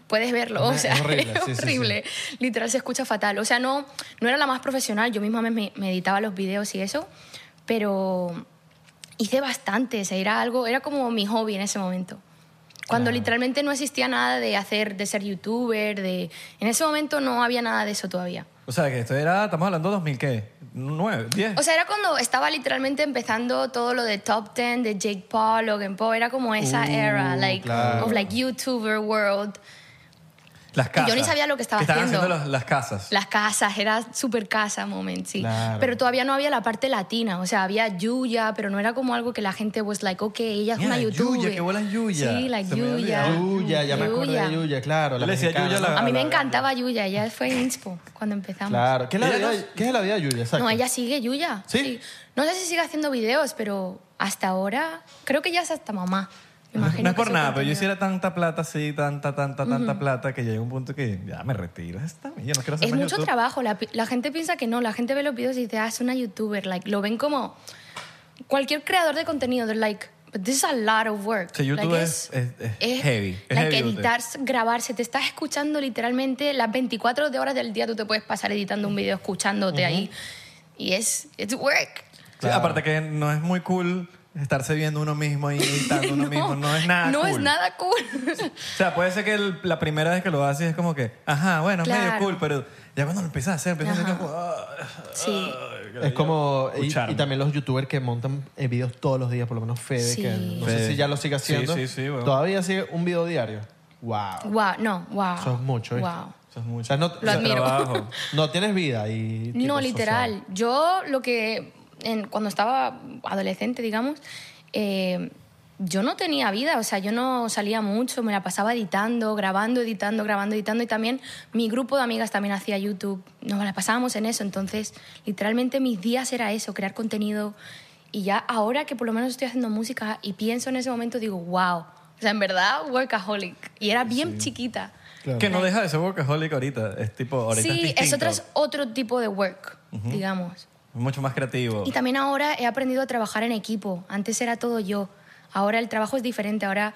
[SPEAKER 2] Puedes verlo,
[SPEAKER 3] Ajá,
[SPEAKER 2] o sea,
[SPEAKER 3] es
[SPEAKER 2] es
[SPEAKER 3] horrible,
[SPEAKER 2] horrible.
[SPEAKER 3] sí, sí, sí.
[SPEAKER 2] Literal se escucha fatal. O sea, no, no era la más profesional. Yo misma me, me editaba los videos y eso, pero hice bastante. O sea, era algo, era como mi hobby en ese momento. Cuando literalmente no existía nada de hacer, de ser youtuber, de. En ese momento no había nada de eso todavía.
[SPEAKER 4] O sea, que esto era, estamos hablando de 2000, ¿qué? ¿9? ¿10?
[SPEAKER 2] O sea, era cuando estaba literalmente empezando todo lo de Top Ten, de Jake Paul, Logan Paul. Era como esa
[SPEAKER 3] Uh,
[SPEAKER 2] era, like,
[SPEAKER 3] claro.
[SPEAKER 2] of like YouTuber world.
[SPEAKER 4] las casas.
[SPEAKER 2] yo ni sabía lo que estaba
[SPEAKER 4] estaban
[SPEAKER 2] haciendo.
[SPEAKER 4] haciendo las, las casas.
[SPEAKER 2] Las casas, era super casa moment, sí.
[SPEAKER 3] Claro.
[SPEAKER 2] Pero todavía no había la parte latina, o sea, había Yuya, pero no era como algo que la gente was like, ok, ella es una
[SPEAKER 4] Mierda,
[SPEAKER 2] youtuber.
[SPEAKER 4] Yuya, qué bola es Yuya.
[SPEAKER 2] Sí, like
[SPEAKER 4] Se me había
[SPEAKER 2] Yuya.
[SPEAKER 4] olvidado.
[SPEAKER 3] Yuya, ya me acordé de Yuya, claro.
[SPEAKER 4] Yo
[SPEAKER 3] la
[SPEAKER 4] le decía
[SPEAKER 3] mexicana,
[SPEAKER 4] Yuya
[SPEAKER 3] ¿no?
[SPEAKER 4] la-
[SPEAKER 2] A mí me encantaba Yuya, ella fue en Inspo cuando empezamos.
[SPEAKER 3] Claro. ¿Qué es la,
[SPEAKER 4] Ella
[SPEAKER 3] vida,
[SPEAKER 4] no-
[SPEAKER 3] ¿Qué es la vida de Yuya? Exacto.
[SPEAKER 2] No, ella sigue Yuya.
[SPEAKER 3] ¿Sí?
[SPEAKER 2] No sé si sigue haciendo videos, pero hasta ahora creo que ya es hasta mamá. Me
[SPEAKER 4] No,
[SPEAKER 2] imagino
[SPEAKER 4] es
[SPEAKER 2] que
[SPEAKER 4] por
[SPEAKER 2] su
[SPEAKER 4] nada, pero
[SPEAKER 2] contenido.
[SPEAKER 4] yo hiciera tanta plata, sí, tanta, tanta, tanta plata que llega un punto que ya me retiro. Esta, yo no quiero hacer
[SPEAKER 2] Es
[SPEAKER 4] más
[SPEAKER 2] mucho
[SPEAKER 4] YouTube.
[SPEAKER 2] trabajo. La, pi- la gente piensa que no. La gente ve los videos y dice, ah, es una youtuber. Like, lo ven como cualquier creador de contenido. They're like, but this is a lot of work.
[SPEAKER 4] Sí, YouTube
[SPEAKER 2] Like,
[SPEAKER 4] es- es- es heavy. Es
[SPEAKER 2] like,
[SPEAKER 4] heavy,
[SPEAKER 2] editar, grabarse. Te estás escuchando literalmente las 24 de horas del día. Tú te puedes pasar editando un video escuchándote ahí. Y es it's work.
[SPEAKER 4] Sí,
[SPEAKER 3] Claro.
[SPEAKER 4] aparte que no es muy cool estarse viendo uno mismo y editando uno mismo. No es nada
[SPEAKER 2] No
[SPEAKER 4] cool.
[SPEAKER 2] es nada cool.
[SPEAKER 4] O sea, puede ser que el- la primera vez que lo haces es como que, ajá, bueno, es medio
[SPEAKER 2] Claro.
[SPEAKER 4] cool, pero ya cuando lo empiezas a hacer, empiezas a hacer
[SPEAKER 2] Ajá.
[SPEAKER 4] como... ah,
[SPEAKER 2] sí.
[SPEAKER 3] Es como. Y,
[SPEAKER 4] Escucharme.
[SPEAKER 3] y también los youtubers que montan eh, videos todos los días, por lo menos Fede,
[SPEAKER 2] Sí.
[SPEAKER 3] que no sé
[SPEAKER 4] Fede.
[SPEAKER 3] si ya lo sigue
[SPEAKER 4] Sí,
[SPEAKER 3] haciendo.
[SPEAKER 4] sí, sí, bueno.
[SPEAKER 3] Todavía sigue un video diario. Wow.
[SPEAKER 2] Wow. No, wow.
[SPEAKER 3] Eso es mucho, ¿viste?
[SPEAKER 2] Wow.
[SPEAKER 4] Eso es mucho.
[SPEAKER 3] O sea, no,
[SPEAKER 2] Lo admiro.
[SPEAKER 4] Trabajo.
[SPEAKER 3] no tienes vida y. tipo
[SPEAKER 2] No,
[SPEAKER 3] social.
[SPEAKER 2] literal. Yo lo que, en- cuando estaba adolescente, digamos, eh, yo no tenía vida, o sea, yo no salía mucho, me la pasaba editando, grabando, editando, grabando, editando, y también mi grupo de amigas también hacía YouTube, nos la pasábamos en eso, entonces literalmente mis días era eso, crear contenido, y ya ahora que por lo menos estoy haciendo música y pienso en ese momento, digo, wow, o sea, en verdad, workaholic, y era bien chiquita.
[SPEAKER 3] Claro.
[SPEAKER 4] Que no deja de ser workaholic ahorita. Es tipo, ahorita es
[SPEAKER 2] Sí, es
[SPEAKER 4] distinto.
[SPEAKER 2] otro, es otro tipo de work, digamos.
[SPEAKER 4] Mucho más creativo.
[SPEAKER 2] Y también ahora he aprendido a trabajar en equipo. Antes era todo yo. Ahora el trabajo es diferente. Ahora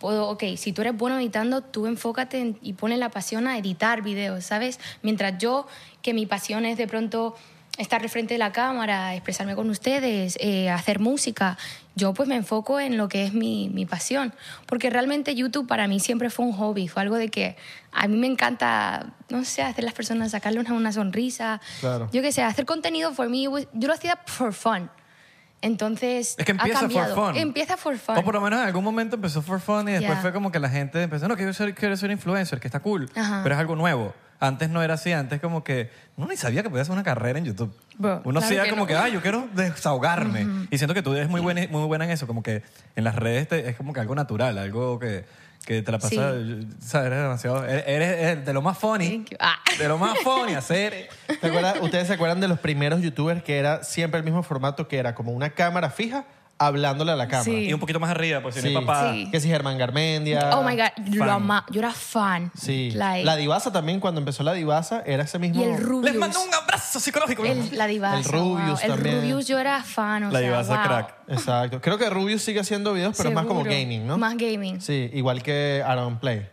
[SPEAKER 2] puedo, ok, si tú eres bueno editando, tú enfócate en- y pone la pasión a editar videos, ¿sabes? Mientras yo, que mi pasión es de pronto estar al frente de la cámara, expresarme con ustedes, eh, hacer música, yo pues me enfoco en lo que es mi, mi pasión. Porque realmente YouTube para mí siempre fue un hobby, fue algo de que a mí me encanta, no sé, hacer las personas sacarle una, una sonrisa.
[SPEAKER 3] Claro.
[SPEAKER 2] Yo qué sé, hacer contenido for me, was- yo lo hacía for fun. Entonces,
[SPEAKER 4] es que
[SPEAKER 2] ha
[SPEAKER 4] empieza for
[SPEAKER 2] cambiado.
[SPEAKER 4] fun.
[SPEAKER 2] Empieza for fun.
[SPEAKER 4] O por lo menos en algún momento empezó for fun y después
[SPEAKER 2] Ya.
[SPEAKER 4] fue como que la gente empezó, no, que yo soy- quiero ser influencer, que está cool,
[SPEAKER 2] Ajá.
[SPEAKER 4] pero es algo nuevo. Antes no era así, antes como que uno ni sabía que podía hacer una carrera en YouTube.
[SPEAKER 2] Bro,
[SPEAKER 4] uno
[SPEAKER 2] claro
[SPEAKER 4] hacía
[SPEAKER 2] que
[SPEAKER 4] como
[SPEAKER 2] no.
[SPEAKER 4] que, ay, yo quiero desahogarme. Y siento que tú eres muy buena, muy buena en eso, como que en las redes te- es como que algo natural, algo que, que te la pasa,
[SPEAKER 2] Sí.
[SPEAKER 4] yo- sabes, eres demasiado, e, eres, eres de lo más funny,
[SPEAKER 2] Thank you. Ah.
[SPEAKER 4] de lo más funny hacer.
[SPEAKER 3] ¿Te acuerdas- ¿Ustedes se acuerdan de los primeros youtubers que era siempre el mismo formato, que era como una cámara fija hablándole a la cámara?
[SPEAKER 2] Sí.
[SPEAKER 4] Y un poquito más arriba, pues si no
[SPEAKER 3] Sí.
[SPEAKER 4] hay papá.
[SPEAKER 2] Sí.
[SPEAKER 3] Que si Germán Garmendia.
[SPEAKER 2] oh my God, yo
[SPEAKER 3] fan.
[SPEAKER 2] lo amaba. Yo era fan.
[SPEAKER 3] Sí.
[SPEAKER 2] Like,
[SPEAKER 3] La divasa también, cuando empezó la divasa, era ese mismo.
[SPEAKER 2] y el Rubius.
[SPEAKER 4] Les mando un abrazo psicológico.
[SPEAKER 2] El- la Divasa.
[SPEAKER 3] El Rubius
[SPEAKER 2] wow.
[SPEAKER 3] también.
[SPEAKER 2] El Rubius yo era fan, o
[SPEAKER 4] La
[SPEAKER 2] sea,
[SPEAKER 4] divasa
[SPEAKER 2] wow.
[SPEAKER 4] crack.
[SPEAKER 3] Exacto. Creo que Rubius sigue haciendo videos, pero es más como
[SPEAKER 2] Seguro.
[SPEAKER 3] gaming, ¿no?
[SPEAKER 2] Más gaming.
[SPEAKER 3] Sí, igual que Aaron Play.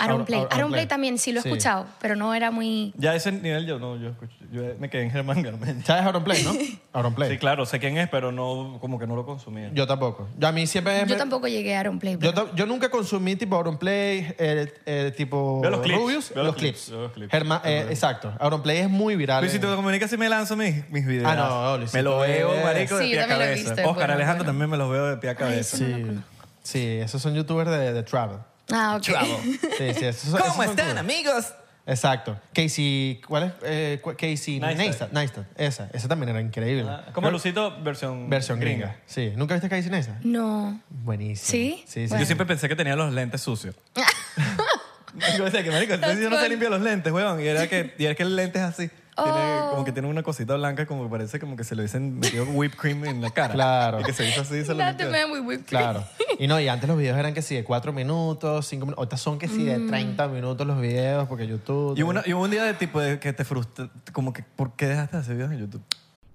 [SPEAKER 2] Aaron
[SPEAKER 3] Aaron-
[SPEAKER 2] Play.
[SPEAKER 3] Aaron
[SPEAKER 2] Aaron
[SPEAKER 3] Play.
[SPEAKER 2] Play también, sí lo he
[SPEAKER 3] Sí.
[SPEAKER 2] escuchado, pero no era muy...
[SPEAKER 4] Ya a ese nivel yo no, yo, escucho- yo me quedé en Germán Garmendia.
[SPEAKER 3] ¿Sabes Auron Play, no? Auron Play.
[SPEAKER 4] Sí, claro, sé quién es, pero no, como que no lo consumía.
[SPEAKER 3] Yo tampoco. Yo a mí siempre me-
[SPEAKER 2] Yo tampoco llegué a Aaron Play.
[SPEAKER 3] Yo,
[SPEAKER 2] pero-
[SPEAKER 3] ta- yo nunca consumí tipo Auronplay, eh, eh, tipo
[SPEAKER 4] Veo los clips,
[SPEAKER 3] Rubius,
[SPEAKER 4] veo
[SPEAKER 3] los
[SPEAKER 4] los
[SPEAKER 3] clips.
[SPEAKER 4] clips, veo los clips.
[SPEAKER 3] Germa- eh, exacto. Auronplay es muy viral.
[SPEAKER 4] Luisito Comunica si me lanzo mis, mis videos.
[SPEAKER 3] Ah, no, Luisito
[SPEAKER 4] Me lo veo,
[SPEAKER 3] es-
[SPEAKER 4] marico, de
[SPEAKER 2] Sí, yo
[SPEAKER 4] pie a
[SPEAKER 2] también lo he
[SPEAKER 4] cabeza.
[SPEAKER 2] visto, es
[SPEAKER 4] Oscar
[SPEAKER 2] bueno,
[SPEAKER 4] Alejandro
[SPEAKER 2] bueno.
[SPEAKER 4] también me los veo de pie a cabeza.
[SPEAKER 3] sí. sí, esos son youtubers de, de travel.
[SPEAKER 2] Ah, ok.
[SPEAKER 3] Sí, sí, esos, esos son cool.
[SPEAKER 4] amigos?
[SPEAKER 3] Exacto. Casey, ¿cuál es? Eh, cu- Casey
[SPEAKER 4] Neistat. Ah,
[SPEAKER 3] Neistat. Neistat. Esa, esa también era increíble.
[SPEAKER 4] Como Lucito, versión,
[SPEAKER 3] Versión gringa. Sí. ¿Nunca viste Casey Neistat?
[SPEAKER 2] No.
[SPEAKER 3] Buenísimo.
[SPEAKER 2] ¿Sí?
[SPEAKER 3] Sí, sí.
[SPEAKER 2] Bueno.
[SPEAKER 4] Yo siempre pensé que tenía los lentes sucios. Yo decía que, marico, entonces yo no se
[SPEAKER 2] cool.
[SPEAKER 4] limpia los lentes, weón. Y era que, y era que el lente es así. Tiene,
[SPEAKER 2] Oh.
[SPEAKER 4] como que tiene una cosita blanca, como que parece como que se le dicen metido whipped cream en la cara.
[SPEAKER 3] Claro.
[SPEAKER 4] Y que se hizo así, se lo
[SPEAKER 2] No te
[SPEAKER 4] limpió.
[SPEAKER 2] me muy whipped cream.
[SPEAKER 3] Claro. Y no, y antes los videos eran que sí de 4 minutos, 5 minutos. Ahorita son que sí de
[SPEAKER 2] Mm.
[SPEAKER 3] 30 minutos los videos porque YouTube.
[SPEAKER 4] Y hubo, una- y hubo un día de tipo de que te frustra, como que, ¿por qué dejaste de hacer videos en YouTube?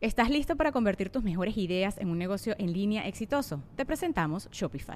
[SPEAKER 5] ¿Estás listo para convertir tus mejores ideas en un negocio en línea exitoso? Te presentamos Shopify.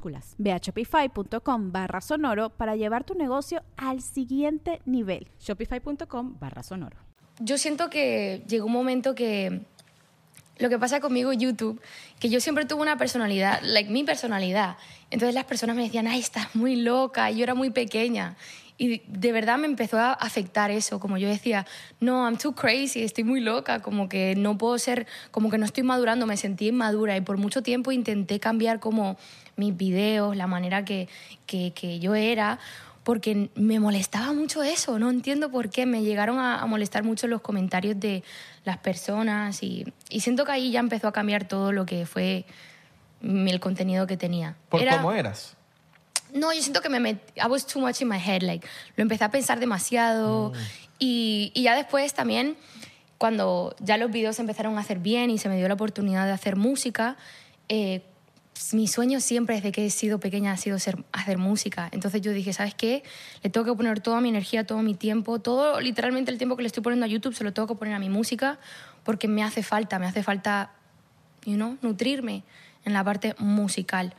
[SPEAKER 6] Ve a shopify.com barra sonoro para llevar tu negocio al siguiente nivel.
[SPEAKER 5] Shopify.com barra sonoro.
[SPEAKER 2] Yo siento que llegó un momento que lo que pasa conmigo en YouTube, que yo siempre tuve una personalidad, like mi personalidad. Entonces las personas me decían, ay, estás muy loca, y yo era muy pequeña. Y de verdad me empezó a afectar eso, como yo decía, no, I'm too crazy, estoy muy loca, como que no puedo ser, como que no estoy madurando, me sentí inmadura y por mucho tiempo intenté cambiar como mis videos, la manera que, que, que yo era, porque me molestaba mucho eso, no entiendo por qué, me llegaron a, a molestar mucho los comentarios de las personas y, y siento que ahí ya empezó a cambiar todo lo que fue mm, el contenido que tenía.
[SPEAKER 3] ¿Por
[SPEAKER 2] Era-
[SPEAKER 3] cómo eras?
[SPEAKER 2] no, yo siento que me metí, I was too much in my head, like, lo empecé a pensar demasiado y, y ya después también, cuando ya los videos se empezaron a hacer bien y se me dio la oportunidad de hacer música, eh, pues, mi sueño siempre desde que he sido pequeña ha sido ser, hacer música. Entonces yo dije, ¿sabes qué? Le tengo que poner toda mi energía, todo mi tiempo, todo literalmente el tiempo que le estoy poniendo a YouTube se lo tengo que poner a mi música porque me hace falta, me hace falta you know, nutrirme en la parte musical.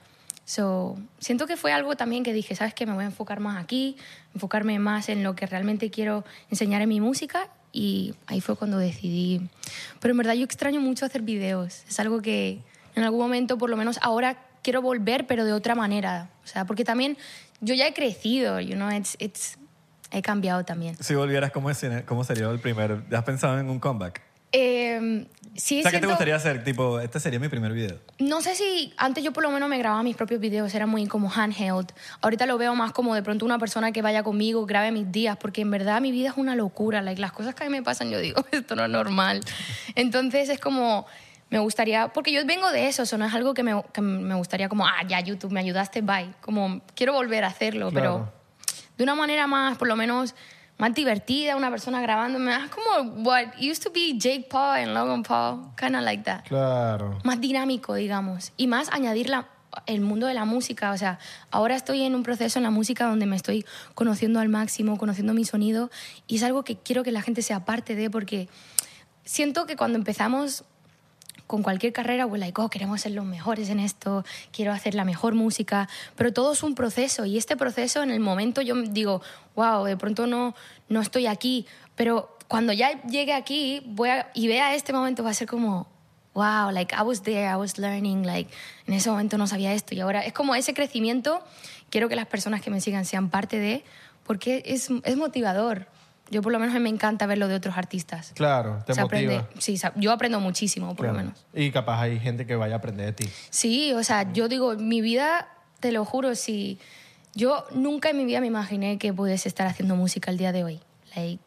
[SPEAKER 2] So, siento que fue algo también que dije, ¿sabes qué? Me voy a enfocar más aquí, enfocarme más en lo que realmente quiero enseñar en mi música y ahí fue cuando decidí. Pero en verdad yo extraño mucho hacer videos. Es algo que en algún momento, por lo menos ahora, quiero volver, pero de otra manera. O sea, porque también yo ya he crecido, you know, it's, it's- he cambiado también.
[SPEAKER 4] Si volvieras, ¿cómo, es- cómo sería el primero? ¿Has pensado en un comeback?
[SPEAKER 2] Eh, sí,
[SPEAKER 4] O sea, ¿qué te
[SPEAKER 2] siento-
[SPEAKER 4] gustaría hacer? Tipo, este sería mi primer video.
[SPEAKER 2] No sé si antes yo por lo menos me grababa mis propios videos, era muy como handheld. Ahorita lo veo más como de pronto una persona que vaya conmigo, grabe mis días, porque en verdad mi vida es una locura. like, las cosas que a mí me pasan, yo digo, esto no es normal. Entonces es como, me gustaría, porque yo vengo de eso, eso no es algo que me, que me gustaría como, ah, ya YouTube, me ayudaste, bye. Como, quiero volver a hacerlo,
[SPEAKER 3] Claro.
[SPEAKER 2] pero de una manera más, por lo menos, más divertida, una persona grabándome. Ah, como, what used to be Jake Paul and Logan Paul, kind of like that
[SPEAKER 3] Claro.
[SPEAKER 2] más dinámico, digamos, y más añadir la- el mundo de la música. O sea, ahora estoy en un proceso en la música donde me estoy conociendo al máximo, conociendo mi sonido, y es algo que quiero que la gente sea parte de, porque siento que cuando empezamos con cualquier carrera, we're like, oh, queremos ser los mejores en esto, quiero hacer la mejor música, pero todo es un proceso y este proceso en el momento yo digo, wow, de pronto no, no estoy aquí, pero cuando ya llegue aquí voy a- y vea este momento va a ser como, wow, like I was there, I was learning, like en ese momento no sabía esto y ahora es como ese crecimiento, quiero que las personas que me sigan sean parte de, porque es, es motivador. Yo por lo menos a mí me encanta verlo de otros artistas.
[SPEAKER 3] Claro, te
[SPEAKER 2] Se aprende-
[SPEAKER 3] motiva.
[SPEAKER 2] sí, sa- yo aprendo muchísimo, por
[SPEAKER 3] Claro.
[SPEAKER 2] lo menos.
[SPEAKER 3] Y capaz hay gente que vaya a aprender de ti.
[SPEAKER 2] Sí, o sea, yo digo, mi vida, te lo juro, si Yo nunca en mi vida me imaginé que pudiese estar haciendo música el día de hoy. Like,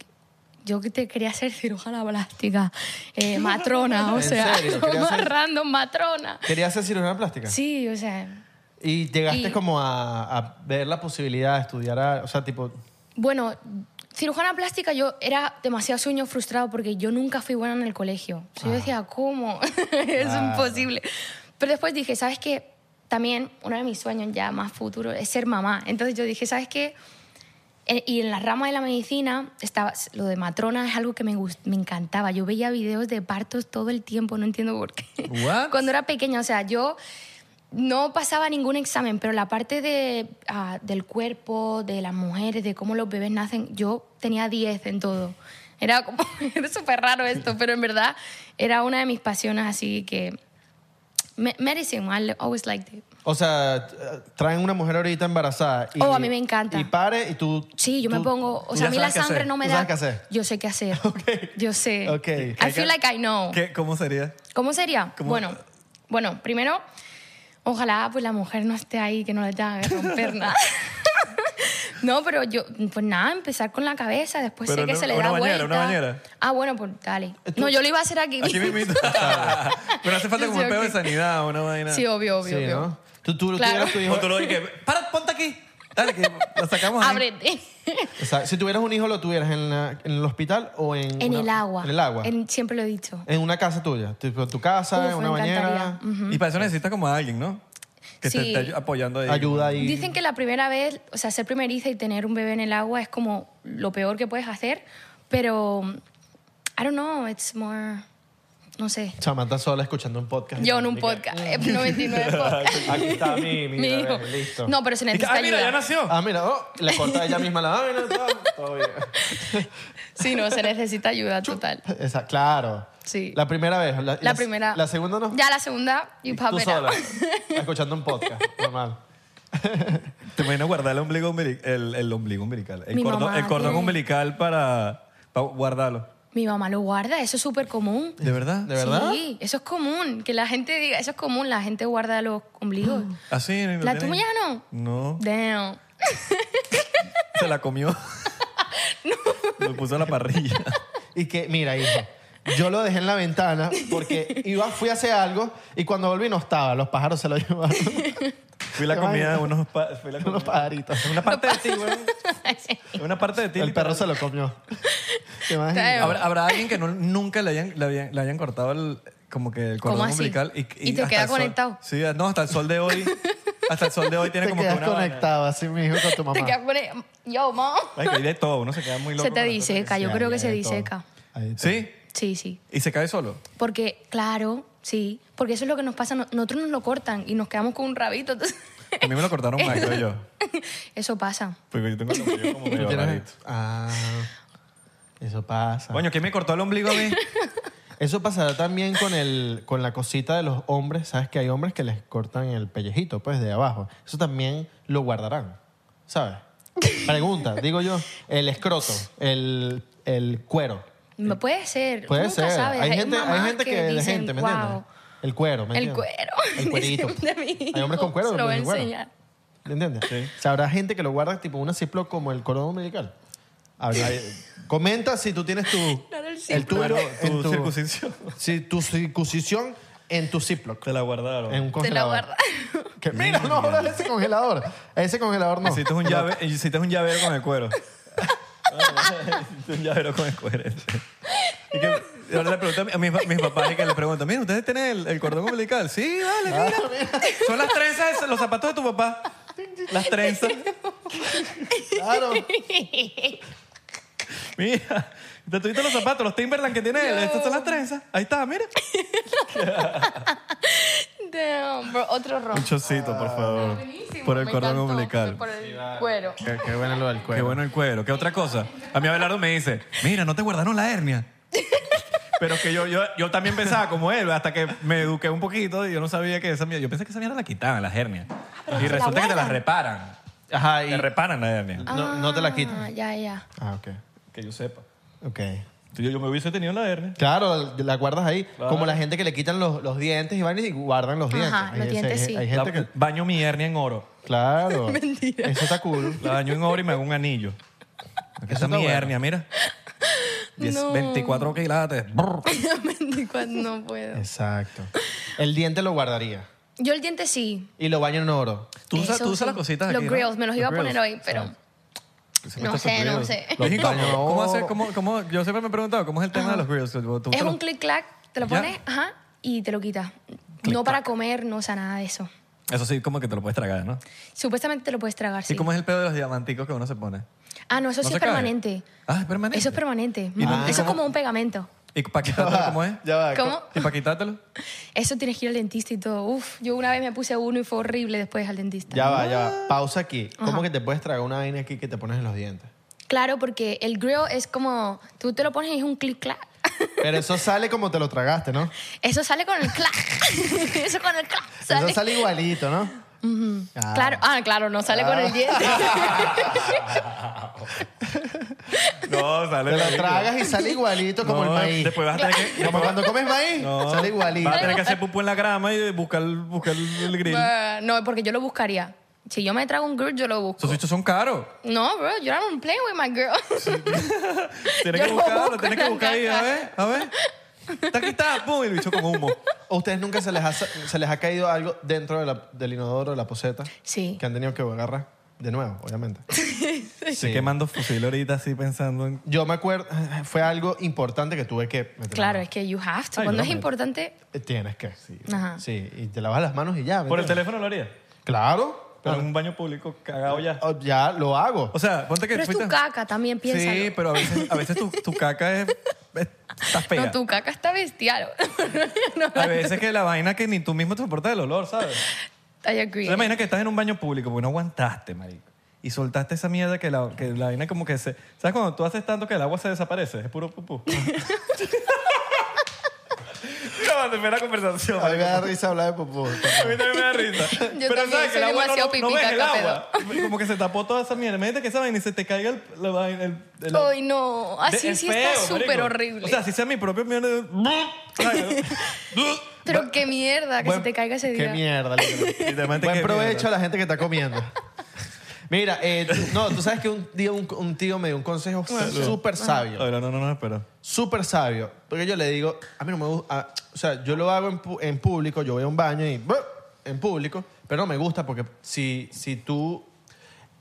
[SPEAKER 2] yo que te quería ser cirujana plástica, eh, matrona, o
[SPEAKER 3] ¿En
[SPEAKER 2] sea,
[SPEAKER 3] serio?
[SPEAKER 2] lo
[SPEAKER 3] ¿Querías
[SPEAKER 2] más
[SPEAKER 3] ser-
[SPEAKER 2] random, matrona.
[SPEAKER 3] ¿Querías hacer cirugía plástica?
[SPEAKER 2] Sí, o sea,
[SPEAKER 3] Y llegaste
[SPEAKER 2] Y-
[SPEAKER 3] como a, a ver la posibilidad de estudiar, a- o sea, tipo,
[SPEAKER 2] Bueno, cirujana plástica yo era demasiado sueño frustrado porque yo nunca fui buena en el colegio. O sea, Yo decía, ¿cómo? es
[SPEAKER 3] Claro.
[SPEAKER 2] imposible. Pero después dije, ¿sabes qué? También uno de mis sueños ya más futuro es ser mamá. Entonces yo dije, ¿sabes qué? E- Y en la rama de la medicina, estaba, lo de matrona es algo que me, gust- me encantaba. Yo veía videos de partos todo el tiempo, no entiendo por qué.
[SPEAKER 4] What?
[SPEAKER 2] Cuando era pequeña, o sea, yo no pasaba ningún examen, pero la parte de, ah, del cuerpo, de las mujeres, de cómo los bebés nacen, yo tenía 10 en todo. Era como, era súper raro esto, pero en verdad era una de mis pasiones, así que... me- Medicine, I always liked it.
[SPEAKER 3] o sea, t- traen una mujer ahorita embarazada. Y,
[SPEAKER 2] Oh, a mí me encanta.
[SPEAKER 3] Y pare y tú...
[SPEAKER 2] Sí, yo me
[SPEAKER 3] tú-
[SPEAKER 2] pongo.
[SPEAKER 3] tú
[SPEAKER 2] O sea,
[SPEAKER 3] ya
[SPEAKER 2] a mí la
[SPEAKER 3] sabes qué hacer.
[SPEAKER 2] sangre no me
[SPEAKER 3] ¿Tú
[SPEAKER 2] da.
[SPEAKER 3] sabes qué hacer?
[SPEAKER 2] Yo sé qué hacer. Yo sé.
[SPEAKER 3] Ok.
[SPEAKER 2] I feel like I know.
[SPEAKER 4] ¿Qué, ¿Cómo sería?
[SPEAKER 2] ¿Cómo sería?
[SPEAKER 4] ¿Cómo?
[SPEAKER 2] Bueno, bueno, primero, ojalá pues la mujer no esté ahí, que no le tenga que romper nada. No, pero yo, pues nada, empezar con la cabeza, después
[SPEAKER 4] Pero
[SPEAKER 2] sé que
[SPEAKER 4] no-
[SPEAKER 2] se le da
[SPEAKER 4] una bañera,
[SPEAKER 2] vuelta.
[SPEAKER 4] una bañera.
[SPEAKER 2] Ah, bueno, pues dale.
[SPEAKER 3] Eh,
[SPEAKER 2] No, yo lo iba a hacer aquí.
[SPEAKER 4] Aquí mismito. Pero hace falta como un
[SPEAKER 2] Sí,
[SPEAKER 4] pedo de
[SPEAKER 2] ok.
[SPEAKER 4] sanidad o una vaina.
[SPEAKER 2] Sí, obvio, obvio,
[SPEAKER 3] Sí,
[SPEAKER 2] obvio.
[SPEAKER 3] ¿no? Tú, tú, tú
[SPEAKER 2] Claro.
[SPEAKER 3] tuvieras tu hijo...
[SPEAKER 4] O tú lo dices, para, ponte aquí. Dale, que la sacamos ahí.
[SPEAKER 2] Ábrete.
[SPEAKER 3] O sea, si tuvieras un hijo, ¿lo tuvieras en, la- en el hospital o en...
[SPEAKER 2] En
[SPEAKER 3] una-
[SPEAKER 2] el agua.
[SPEAKER 3] En el agua. En,
[SPEAKER 2] En- siempre lo he dicho.
[SPEAKER 3] una casa tuya. Tipo, en tu casa,
[SPEAKER 2] Uf,
[SPEAKER 3] en
[SPEAKER 2] me
[SPEAKER 3] una bañera.
[SPEAKER 2] encantaría. Ujú.
[SPEAKER 4] Y para eso necesitas como a alguien, ¿no? Que
[SPEAKER 2] Sí.
[SPEAKER 4] te esté apoyando ahí.
[SPEAKER 3] Ayuda ahí.
[SPEAKER 2] Dicen que la primera vez, o sea, ser primeriza y tener un bebé en el agua es como lo peor que puedes hacer, pero I don't know, it's more no sé.
[SPEAKER 3] Samantha sola escuchando un podcast.
[SPEAKER 2] Yo en un podcast, eh, 99 podcast.
[SPEAKER 3] Aquí está mi, mi,
[SPEAKER 2] Mi
[SPEAKER 3] bebé,
[SPEAKER 2] hijo.
[SPEAKER 3] listo.
[SPEAKER 2] No, pero se
[SPEAKER 4] Y que,
[SPEAKER 2] necesita
[SPEAKER 4] ah, mira, ya
[SPEAKER 2] ayuda.
[SPEAKER 4] nació.
[SPEAKER 3] Ah, mira, oh, le corta ella misma la vaina. todo, todo bien.
[SPEAKER 2] Sí, no, se necesita ayuda total.
[SPEAKER 3] Esa, claro.
[SPEAKER 2] Sí.
[SPEAKER 3] La primera vez. La,
[SPEAKER 2] La primera.
[SPEAKER 3] La segunda no.
[SPEAKER 2] Ya la segunda, you
[SPEAKER 3] Tú
[SPEAKER 2] pop it
[SPEAKER 3] sola.
[SPEAKER 2] out.
[SPEAKER 3] escuchando un podcast. Normal.
[SPEAKER 4] Te imaginas guardar el ombligo, umbili- el, el ombligo umbilical. El
[SPEAKER 2] Mi
[SPEAKER 4] cordón,
[SPEAKER 2] mamá
[SPEAKER 4] el cordón
[SPEAKER 2] tiene-
[SPEAKER 4] umbilical para, para guardarlo.
[SPEAKER 2] Mi mamá lo guarda, eso es súper común.
[SPEAKER 4] ¿De verdad?
[SPEAKER 3] ¿De verdad?
[SPEAKER 2] Sí, eso es común, que la gente diga, eso es común, la gente guarda los ombligos.
[SPEAKER 4] ¿Así? ¿no
[SPEAKER 2] ¿La
[SPEAKER 4] tiene?
[SPEAKER 2] tuya no?
[SPEAKER 4] No,
[SPEAKER 2] Damn.
[SPEAKER 4] se la comió. Lo puso en la parrilla.
[SPEAKER 3] Y que, mira, hijo, yo lo dejé en la ventana porque iba, fui a hacer algo y cuando volví no estaba. Los pájaros se lo llevaron.
[SPEAKER 4] Fui la
[SPEAKER 3] Qué
[SPEAKER 4] comida de
[SPEAKER 3] vaina.
[SPEAKER 4] unos, pa- fui la comida-
[SPEAKER 3] Los pajaritos.
[SPEAKER 4] Una parte de ti, güey. Una parte de ti.
[SPEAKER 3] El perro
[SPEAKER 4] literal.
[SPEAKER 3] se lo comió. ¿Te imaginas?
[SPEAKER 2] Damn.
[SPEAKER 4] ¿Habrá, habrá alguien que no- nunca le hayan, le, hayan, le hayan cortado el, como que el cordón
[SPEAKER 2] ¿Cómo así?
[SPEAKER 4] umbilical y,
[SPEAKER 2] ¿Y te
[SPEAKER 4] hasta
[SPEAKER 2] queda
[SPEAKER 4] el sol-
[SPEAKER 2] conectado?
[SPEAKER 4] sí, no, hasta el sol de hoy. hasta el sol de hoy tiene
[SPEAKER 3] Te
[SPEAKER 4] como que
[SPEAKER 3] quedas
[SPEAKER 4] una vaina.
[SPEAKER 3] conectado así, mi hijo, con tu
[SPEAKER 2] Te
[SPEAKER 3] mamá.
[SPEAKER 2] quedas con el- Yo, mom.
[SPEAKER 4] Ay, que hay de todo, uno se queda muy loco.
[SPEAKER 2] Se te
[SPEAKER 4] con las cosas
[SPEAKER 2] diseca, yo
[SPEAKER 3] Sí,
[SPEAKER 2] creo que
[SPEAKER 3] ahí
[SPEAKER 2] se
[SPEAKER 3] hay todo.
[SPEAKER 2] diseca.
[SPEAKER 3] Ahí hay
[SPEAKER 4] que- ¿Sí?
[SPEAKER 2] Sí, sí.
[SPEAKER 4] ¿Y se cae solo?
[SPEAKER 2] Porque, claro, sí. Porque eso es lo que nos pasa. No- Nosotros nos lo cortan y nos quedamos con un rabito. entonces-
[SPEAKER 4] A mí me lo cortaron mal, creo yo.
[SPEAKER 2] eso pasa.
[SPEAKER 4] Porque yo tengo el ombligo como
[SPEAKER 3] ¿Tú
[SPEAKER 4] medio
[SPEAKER 3] tienes-
[SPEAKER 4] rarito.
[SPEAKER 3] Ah, eso pasa.
[SPEAKER 4] Coño, ¿quién me cortó el ombligo a mí?
[SPEAKER 3] Eso pasará también con, el, con la cosita de los hombres. Sabes que hay hombres que les cortan el pellejito, pues, de abajo. Eso también lo guardarán, ¿sabes? Pregunta, digo yo, el escroto, el, el cuero.
[SPEAKER 2] No Puede ser.
[SPEAKER 3] Puede
[SPEAKER 2] Tú nunca
[SPEAKER 3] ser.
[SPEAKER 2] sabes.
[SPEAKER 3] Hay, gente, hay
[SPEAKER 2] mamás
[SPEAKER 3] gente que, de
[SPEAKER 2] dicen,
[SPEAKER 3] gente, ¿me
[SPEAKER 2] "Wow,
[SPEAKER 3] entiendes? El cuero, ¿me
[SPEAKER 2] El
[SPEAKER 3] entiendes?
[SPEAKER 2] cuero.
[SPEAKER 3] El cuerito.
[SPEAKER 2] Dicen de mi
[SPEAKER 3] Hay hombres
[SPEAKER 2] hijo,
[SPEAKER 3] con cuero,
[SPEAKER 2] se
[SPEAKER 3] pues,
[SPEAKER 2] lo
[SPEAKER 3] pero
[SPEAKER 2] voy a
[SPEAKER 3] sin cuero.
[SPEAKER 2] enseñar.
[SPEAKER 3] ¿Me entiendes?
[SPEAKER 4] Sí.
[SPEAKER 3] O sea, habrá gente que lo guarda tipo una ciplo como el cordón umbilical. Habrá- Comenta si tú tienes tu
[SPEAKER 2] era el
[SPEAKER 3] el
[SPEAKER 4] Tu,
[SPEAKER 3] tuyo en
[SPEAKER 4] tu circuncisión.
[SPEAKER 3] Sí, tu circuncisión en tu Ziploc.
[SPEAKER 4] Te la guardaron.
[SPEAKER 3] En un
[SPEAKER 2] Te la
[SPEAKER 3] congelador.
[SPEAKER 2] guarda.
[SPEAKER 3] Que- mira, no habla de ese congelador. A ese congelador no.
[SPEAKER 4] Hiciste un, llave, hiciste un llavero con el cuero. Hiciste un llavero con el cuero. Y que, y ahora le pregunto a mis, mis papás y que les pregunto, mira, ¿ustedes tienen el, el cordón umbilical? Sí, vale, Ah, mira. Son las trenzas, de- los zapatos de tu papá. Las trenzas.
[SPEAKER 3] Claro.
[SPEAKER 4] Mira, te tuviste los zapatos, los Timberland que tiene él. Estas son las trenzas. Ahí está, mira.
[SPEAKER 2] Damn, bro, otro ron.
[SPEAKER 4] Un chocito, por favor.
[SPEAKER 2] Buenísimo,
[SPEAKER 4] Por el
[SPEAKER 2] me
[SPEAKER 4] cordón
[SPEAKER 2] encantó,
[SPEAKER 4] umbilical.
[SPEAKER 2] Por el cuero.
[SPEAKER 3] Qué, qué bueno lo del cuero.
[SPEAKER 4] Qué bueno el cuero. ¿Qué otra cosa? A mí Abelardo me dice, mira, no te guardaron la hernia. Pero es que yo, yo, yo también pensaba como él, hasta que me eduqué un poquito y yo no sabía que esa mierda. Yo pensé que esa mierda la quitaban, las hernias. y
[SPEAKER 2] se Ah, la
[SPEAKER 4] resulta que te las
[SPEAKER 2] guardan.
[SPEAKER 4] reparan.
[SPEAKER 3] Ajá, y
[SPEAKER 4] Te reparan la hernia.
[SPEAKER 3] no, no te la quitan.
[SPEAKER 2] Ah, ya, ya.
[SPEAKER 3] Ah, ok.
[SPEAKER 4] Que yo sepa.
[SPEAKER 3] Ok.
[SPEAKER 4] Yo, yo me hubiese tenido la hernia.
[SPEAKER 3] Claro, la guardas ahí.
[SPEAKER 4] Claro.
[SPEAKER 3] Como la gente que le quitan los, los dientes y van y guardan los
[SPEAKER 2] Ajá,
[SPEAKER 3] dientes.
[SPEAKER 2] los
[SPEAKER 3] Hay-
[SPEAKER 2] dientes
[SPEAKER 3] hay-
[SPEAKER 2] sí.
[SPEAKER 3] Hay gente
[SPEAKER 4] La-
[SPEAKER 3] que...
[SPEAKER 4] Baño mi hernia en oro.
[SPEAKER 3] Claro. Eso está cool.
[SPEAKER 4] La daño en oro y me hago un anillo. Aquí
[SPEAKER 3] Eso
[SPEAKER 4] está
[SPEAKER 3] está
[SPEAKER 4] mi
[SPEAKER 3] bueno.
[SPEAKER 4] hernia, mira. Diez-
[SPEAKER 2] No.
[SPEAKER 4] 24 quilates. Brr.
[SPEAKER 2] Cuando no puedo.
[SPEAKER 3] Exacto. El diente lo guardaría.
[SPEAKER 2] Yo el diente sí.
[SPEAKER 3] Y lo baño en oro.
[SPEAKER 4] Tú usas,
[SPEAKER 2] Eso
[SPEAKER 4] tú usas
[SPEAKER 2] sí.
[SPEAKER 4] las cositas
[SPEAKER 2] Los
[SPEAKER 4] aquí, ¿no?
[SPEAKER 2] grills, me los iba a
[SPEAKER 3] grills.
[SPEAKER 2] poner hoy, pero...
[SPEAKER 4] Se
[SPEAKER 2] No
[SPEAKER 4] me está
[SPEAKER 2] sé, no
[SPEAKER 4] sorprendiendo.
[SPEAKER 2] sé.
[SPEAKER 3] Los
[SPEAKER 4] ¿Y cómo-
[SPEAKER 3] baño en
[SPEAKER 4] cómo hace-
[SPEAKER 3] oro.
[SPEAKER 4] cómo- cómo- yo siempre me he preguntado, ¿cómo es el tema de los grills? ¿Tú- tú
[SPEAKER 2] Es
[SPEAKER 4] te los-
[SPEAKER 2] un clic-clac, te lo
[SPEAKER 4] Ya.
[SPEAKER 2] pones, ajá, y te lo quitas. no para comer, no, o sea, nada de eso.
[SPEAKER 4] Eso sí, como que te lo puedes tragar, ¿no?
[SPEAKER 2] Supuestamente te lo puedes tragar, sí.
[SPEAKER 4] ¿Y cómo es el pedo de los diamanticos que uno se pone?
[SPEAKER 2] Ah, no, eso
[SPEAKER 4] ¿No
[SPEAKER 2] sí
[SPEAKER 4] se
[SPEAKER 2] es
[SPEAKER 4] cae?
[SPEAKER 2] permanente.
[SPEAKER 4] Ah, es permanente.
[SPEAKER 2] Eso es permanente.
[SPEAKER 4] ¿Y no-
[SPEAKER 2] Mm, eso
[SPEAKER 4] y
[SPEAKER 2] es
[SPEAKER 4] cómo-
[SPEAKER 2] como un pegamento.
[SPEAKER 4] ¿Y para quitártelo cómo es?
[SPEAKER 3] Ya va.
[SPEAKER 2] ¿Cómo?
[SPEAKER 4] ¿Y para quitártelo?
[SPEAKER 2] Eso tienes que ir al dentista y todo. Uf, yo una vez me puse uno y fue horrible después al dentista.
[SPEAKER 3] Ya va, ya
[SPEAKER 4] Ah.
[SPEAKER 3] va. Pausa aquí. ¿Cómo que te puedes tragar una vaina aquí que te pones en los dientes?
[SPEAKER 2] Claro, porque el grill es como... Tú te lo pones y es un clic-clac.
[SPEAKER 3] Pero eso sale como te lo tragaste, ¿no?
[SPEAKER 2] Eso sale con el clac. Eso con el clac sale.
[SPEAKER 3] Eso sale igualito, ¿no? Ah.
[SPEAKER 2] Claro, ah, claro, no sale con el diente.
[SPEAKER 4] No, sale.
[SPEAKER 3] Te lo
[SPEAKER 4] rico.
[SPEAKER 3] tragas y sale igualito como
[SPEAKER 4] No,
[SPEAKER 3] el maíz.
[SPEAKER 4] Después vas a tener que.
[SPEAKER 3] Como cuando comes maíz,
[SPEAKER 4] No,
[SPEAKER 3] sale igualito.
[SPEAKER 4] Vas a tener que hacer pupú en la grama y buscar, buscar el grill.
[SPEAKER 2] Bah, Ah, no, porque yo lo buscaría. Si yo me trago un grill, yo lo busco.
[SPEAKER 4] Esos bichos son caros.
[SPEAKER 2] No, bro, yo I'm playing with my girl.
[SPEAKER 4] Tienes
[SPEAKER 2] Yo
[SPEAKER 4] que
[SPEAKER 2] lo
[SPEAKER 4] buscarlo,
[SPEAKER 2] busco en
[SPEAKER 4] tienes que
[SPEAKER 2] la
[SPEAKER 4] buscar ahí, a
[SPEAKER 2] caja.
[SPEAKER 4] ver, a ver. Está aquí, está, pum, y el bicho con humo.
[SPEAKER 3] ¿A ustedes nunca se les ha, se les ha caído algo dentro de la- del inodoro, de la poseta?
[SPEAKER 2] Sí.
[SPEAKER 3] Que han tenido que agarrar de nuevo, obviamente.
[SPEAKER 4] Estoy quemando fusil ahorita así pensando en.
[SPEAKER 3] Yo me acuerdo, fue algo importante que tuve que... meter
[SPEAKER 2] Claro,
[SPEAKER 3] la
[SPEAKER 2] es que you have to.
[SPEAKER 4] Ay,
[SPEAKER 2] Cuando
[SPEAKER 4] no,
[SPEAKER 2] es
[SPEAKER 4] me-
[SPEAKER 2] importante,
[SPEAKER 3] mano. Tienes que, sí.
[SPEAKER 2] Ajá.
[SPEAKER 3] Sí, y te lavas las manos y ya. ¿me
[SPEAKER 4] Por el
[SPEAKER 3] entiendes?
[SPEAKER 4] teléfono lo haría.
[SPEAKER 3] Claro.
[SPEAKER 4] Pero en un baño público cagado ya.
[SPEAKER 3] Oh, Ya lo hago.
[SPEAKER 4] Ah. O sea, ponte que
[SPEAKER 2] pero es tu
[SPEAKER 4] fuiste-
[SPEAKER 2] caca también, piensa.
[SPEAKER 4] Sí, pero a veces, a veces tu, tu caca es. es- Estás fea.
[SPEAKER 2] No, tu caca está bestial. No,
[SPEAKER 4] pues, A veces que la vaina que ni tú mismo te soportas el olor, ¿sabes?
[SPEAKER 2] I agree.
[SPEAKER 4] Entonces, imagina que estás en un baño público porque no aguantaste, marico. Y soltaste esa mierda que la, que la vaina como que se... ¿Sabes cuando tú haces tanto que el agua se desaparece? Es puro pupú. no, te fue la conversación.
[SPEAKER 3] a mí me
[SPEAKER 4] marico.
[SPEAKER 3] da risa hablar de popó.
[SPEAKER 4] A mí también me da risa. Pero
[SPEAKER 2] también
[SPEAKER 4] sabes que
[SPEAKER 2] soy
[SPEAKER 4] el agua no,
[SPEAKER 2] demasiado
[SPEAKER 4] no, no ves
[SPEAKER 2] pipica,
[SPEAKER 4] el agua. Como que se tapó toda esa mierda. Imagínate que esa vaina y se te caiga el... La, vaina- el, el-
[SPEAKER 2] Ay, no. Así
[SPEAKER 4] es
[SPEAKER 2] sí
[SPEAKER 4] feo,
[SPEAKER 2] está súper
[SPEAKER 4] marico.
[SPEAKER 2] horrible.
[SPEAKER 4] O sea, si sea mi propio mierda...
[SPEAKER 2] pero qué mierda que
[SPEAKER 3] Buen-
[SPEAKER 2] se te caiga ese
[SPEAKER 3] Qué
[SPEAKER 2] día.
[SPEAKER 3] mierda. Lito.
[SPEAKER 4] Literalmente,
[SPEAKER 3] Buen
[SPEAKER 4] qué
[SPEAKER 3] provecho
[SPEAKER 4] mierda.
[SPEAKER 3] a la gente que está comiendo. Mira, eh, tú- no, tú sabes que un día un, un tío me dio un consejo súper sabio.
[SPEAKER 4] Ay, no, no, no, no, espera.
[SPEAKER 3] súper sabio. Porque yo le digo, a mí no me gusta. ah, O sea, yo lo hago en, pu- en público, yo voy a un baño y. ¡bup! En público, pero no me gusta porque si, si tú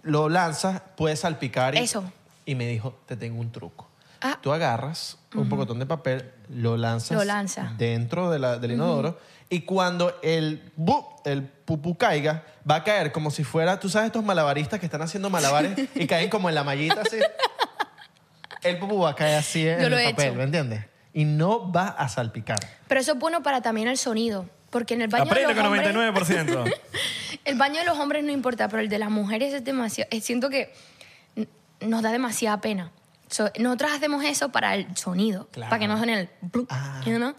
[SPEAKER 3] lo lanzas, puedes salpicar. Y,
[SPEAKER 2] Eso.
[SPEAKER 3] Y me dijo, te tengo un truco.
[SPEAKER 2] Ah.
[SPEAKER 3] Tú agarras un pocotón de papel, lo lanzas
[SPEAKER 2] Lo lanza.
[SPEAKER 3] dentro de la- del inodoro y cuando el, ¡bup! el pupú caiga, va a caer como si fuera, tú sabes, estos malabaristas que están haciendo malabares y caen como en la mallita así. El pupú va a caer así en
[SPEAKER 2] Yo lo
[SPEAKER 3] el
[SPEAKER 2] he
[SPEAKER 3] papel,
[SPEAKER 2] hecho.
[SPEAKER 3] ¿me entiendes? Y no va a salpicar.
[SPEAKER 2] Pero eso es bueno para también el sonido. Porque en el baño
[SPEAKER 4] Aprende
[SPEAKER 2] de
[SPEAKER 4] con
[SPEAKER 2] los hombres...
[SPEAKER 4] 99%.
[SPEAKER 2] El baño de los hombres no importa, pero el de las mujeres es demasiado. eh, Siento que n- nos da demasiada pena. So, nosotras hacemos eso para el sonido, para que no suene el. blup,
[SPEAKER 4] Ah.
[SPEAKER 2] you know?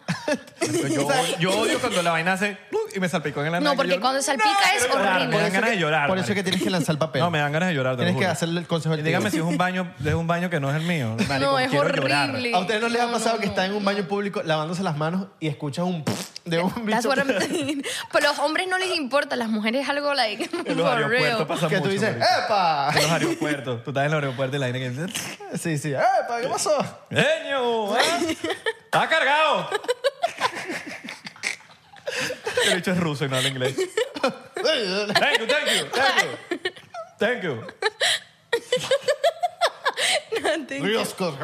[SPEAKER 4] Yo, yo odio cuando la vaina hace ¡pluc! y me salpicó en la nariz.
[SPEAKER 2] No, porque
[SPEAKER 4] Yo-
[SPEAKER 2] cuando salpica es
[SPEAKER 4] quiero llorar,
[SPEAKER 2] horrible.
[SPEAKER 4] Me dan
[SPEAKER 3] Por eso
[SPEAKER 4] ganas
[SPEAKER 3] que-
[SPEAKER 4] de llorar.
[SPEAKER 3] Por eso es que
[SPEAKER 4] marico.
[SPEAKER 3] tienes que lanzar papel.
[SPEAKER 4] No, me dan ganas de llorar. te lo
[SPEAKER 3] Tienes que
[SPEAKER 4] juro.
[SPEAKER 3] hacerle el consejo al
[SPEAKER 4] Y
[SPEAKER 3] tío.
[SPEAKER 4] dígame si es un baño, es un baño que no es el mío. marico,
[SPEAKER 2] No, es
[SPEAKER 4] quiero llorar.
[SPEAKER 2] horrible.
[SPEAKER 3] ¿A ustedes no les ha
[SPEAKER 2] No,
[SPEAKER 3] pasado
[SPEAKER 2] no,
[SPEAKER 3] que
[SPEAKER 2] no. Eh,
[SPEAKER 3] están en un baño público lavándose las manos y escuchan un de un bicho?
[SPEAKER 2] That's what I'm saying. Pero a los hombres no les importa, las mujeres es algo like.
[SPEAKER 4] En los
[SPEAKER 2] For
[SPEAKER 4] aeropuertos
[SPEAKER 2] real.
[SPEAKER 4] pasa
[SPEAKER 3] que
[SPEAKER 4] mucho.
[SPEAKER 3] tú dices,
[SPEAKER 4] marico.
[SPEAKER 3] ¡epa!
[SPEAKER 4] En los aeropuertos. Tú estás en el aeropuerto y la vaina que...
[SPEAKER 3] Sí, sí, ¡epa! ¿Qué pasó?
[SPEAKER 4] ¡Eño! ¿eh? ¡Está cargado! El bicho es ruso y no habla inglés. Thank you, thank you, thank you. Thank you.
[SPEAKER 3] Ríos cos-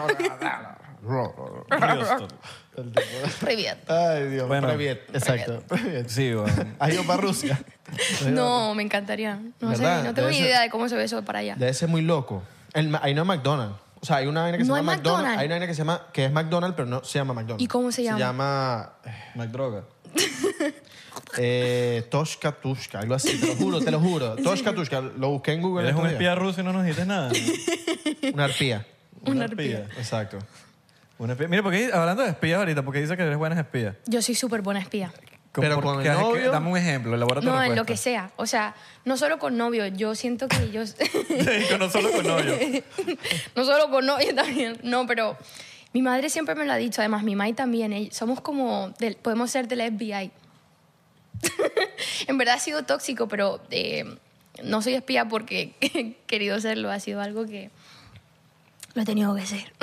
[SPEAKER 4] Houston.
[SPEAKER 2] Privet.
[SPEAKER 3] Ay, Dios,
[SPEAKER 4] Bueno.
[SPEAKER 3] Previet, exacto. Previet.
[SPEAKER 4] Sí, bueno.
[SPEAKER 3] Has ido para Rusia.
[SPEAKER 2] No, me encantaría. No sé,
[SPEAKER 3] ¿Verdad?
[SPEAKER 2] no tengo
[SPEAKER 3] Debe
[SPEAKER 2] ni
[SPEAKER 3] ser-
[SPEAKER 2] idea de cómo se ve eso para allá.
[SPEAKER 3] Debe ser muy loco. El ma- hay no McDonald's. O sea, hay una vaina que
[SPEAKER 2] ¿No
[SPEAKER 3] se
[SPEAKER 2] hay
[SPEAKER 3] llama McDonald's.
[SPEAKER 2] McDonald's?
[SPEAKER 3] Hay una vaina que se llama, que es McDonald's, pero no se llama McDonald's.
[SPEAKER 2] ¿Y cómo se llama?
[SPEAKER 3] Se llama eh,
[SPEAKER 4] McDroga.
[SPEAKER 3] eh, Toshka Tushka, algo así. Te lo juro, te lo juro. Toshka Tushka, lo busqué en Google.
[SPEAKER 4] Eres un
[SPEAKER 3] estos
[SPEAKER 4] espía
[SPEAKER 3] días.
[SPEAKER 4] ruso y no nos dijiste nada.
[SPEAKER 3] Una arpía.
[SPEAKER 4] Una arpía.
[SPEAKER 3] Exacto.
[SPEAKER 4] Una espía. Mira, porque hablando de espías ahorita, porque dice que eres buena espía.
[SPEAKER 2] Yo soy súper buena espía.
[SPEAKER 4] Como
[SPEAKER 3] Pero
[SPEAKER 4] por-
[SPEAKER 3] con el
[SPEAKER 4] que- que-
[SPEAKER 3] novio-
[SPEAKER 4] Dame un ejemplo, elabora tu
[SPEAKER 2] No, en lo que
[SPEAKER 4] respuesta.
[SPEAKER 2] sea. O sea, no solo con novio. Yo siento que yo.
[SPEAKER 4] Sí, con- no solo con novio.
[SPEAKER 2] no solo con novio también. No, pero Mi madre siempre me lo ha dicho, además mi mai también, eh, somos como, del- podemos ser del FBI. en verdad ha sido tóxico, pero eh, no soy espía porque he querido serlo, ha sido algo que lo he tenido que ser.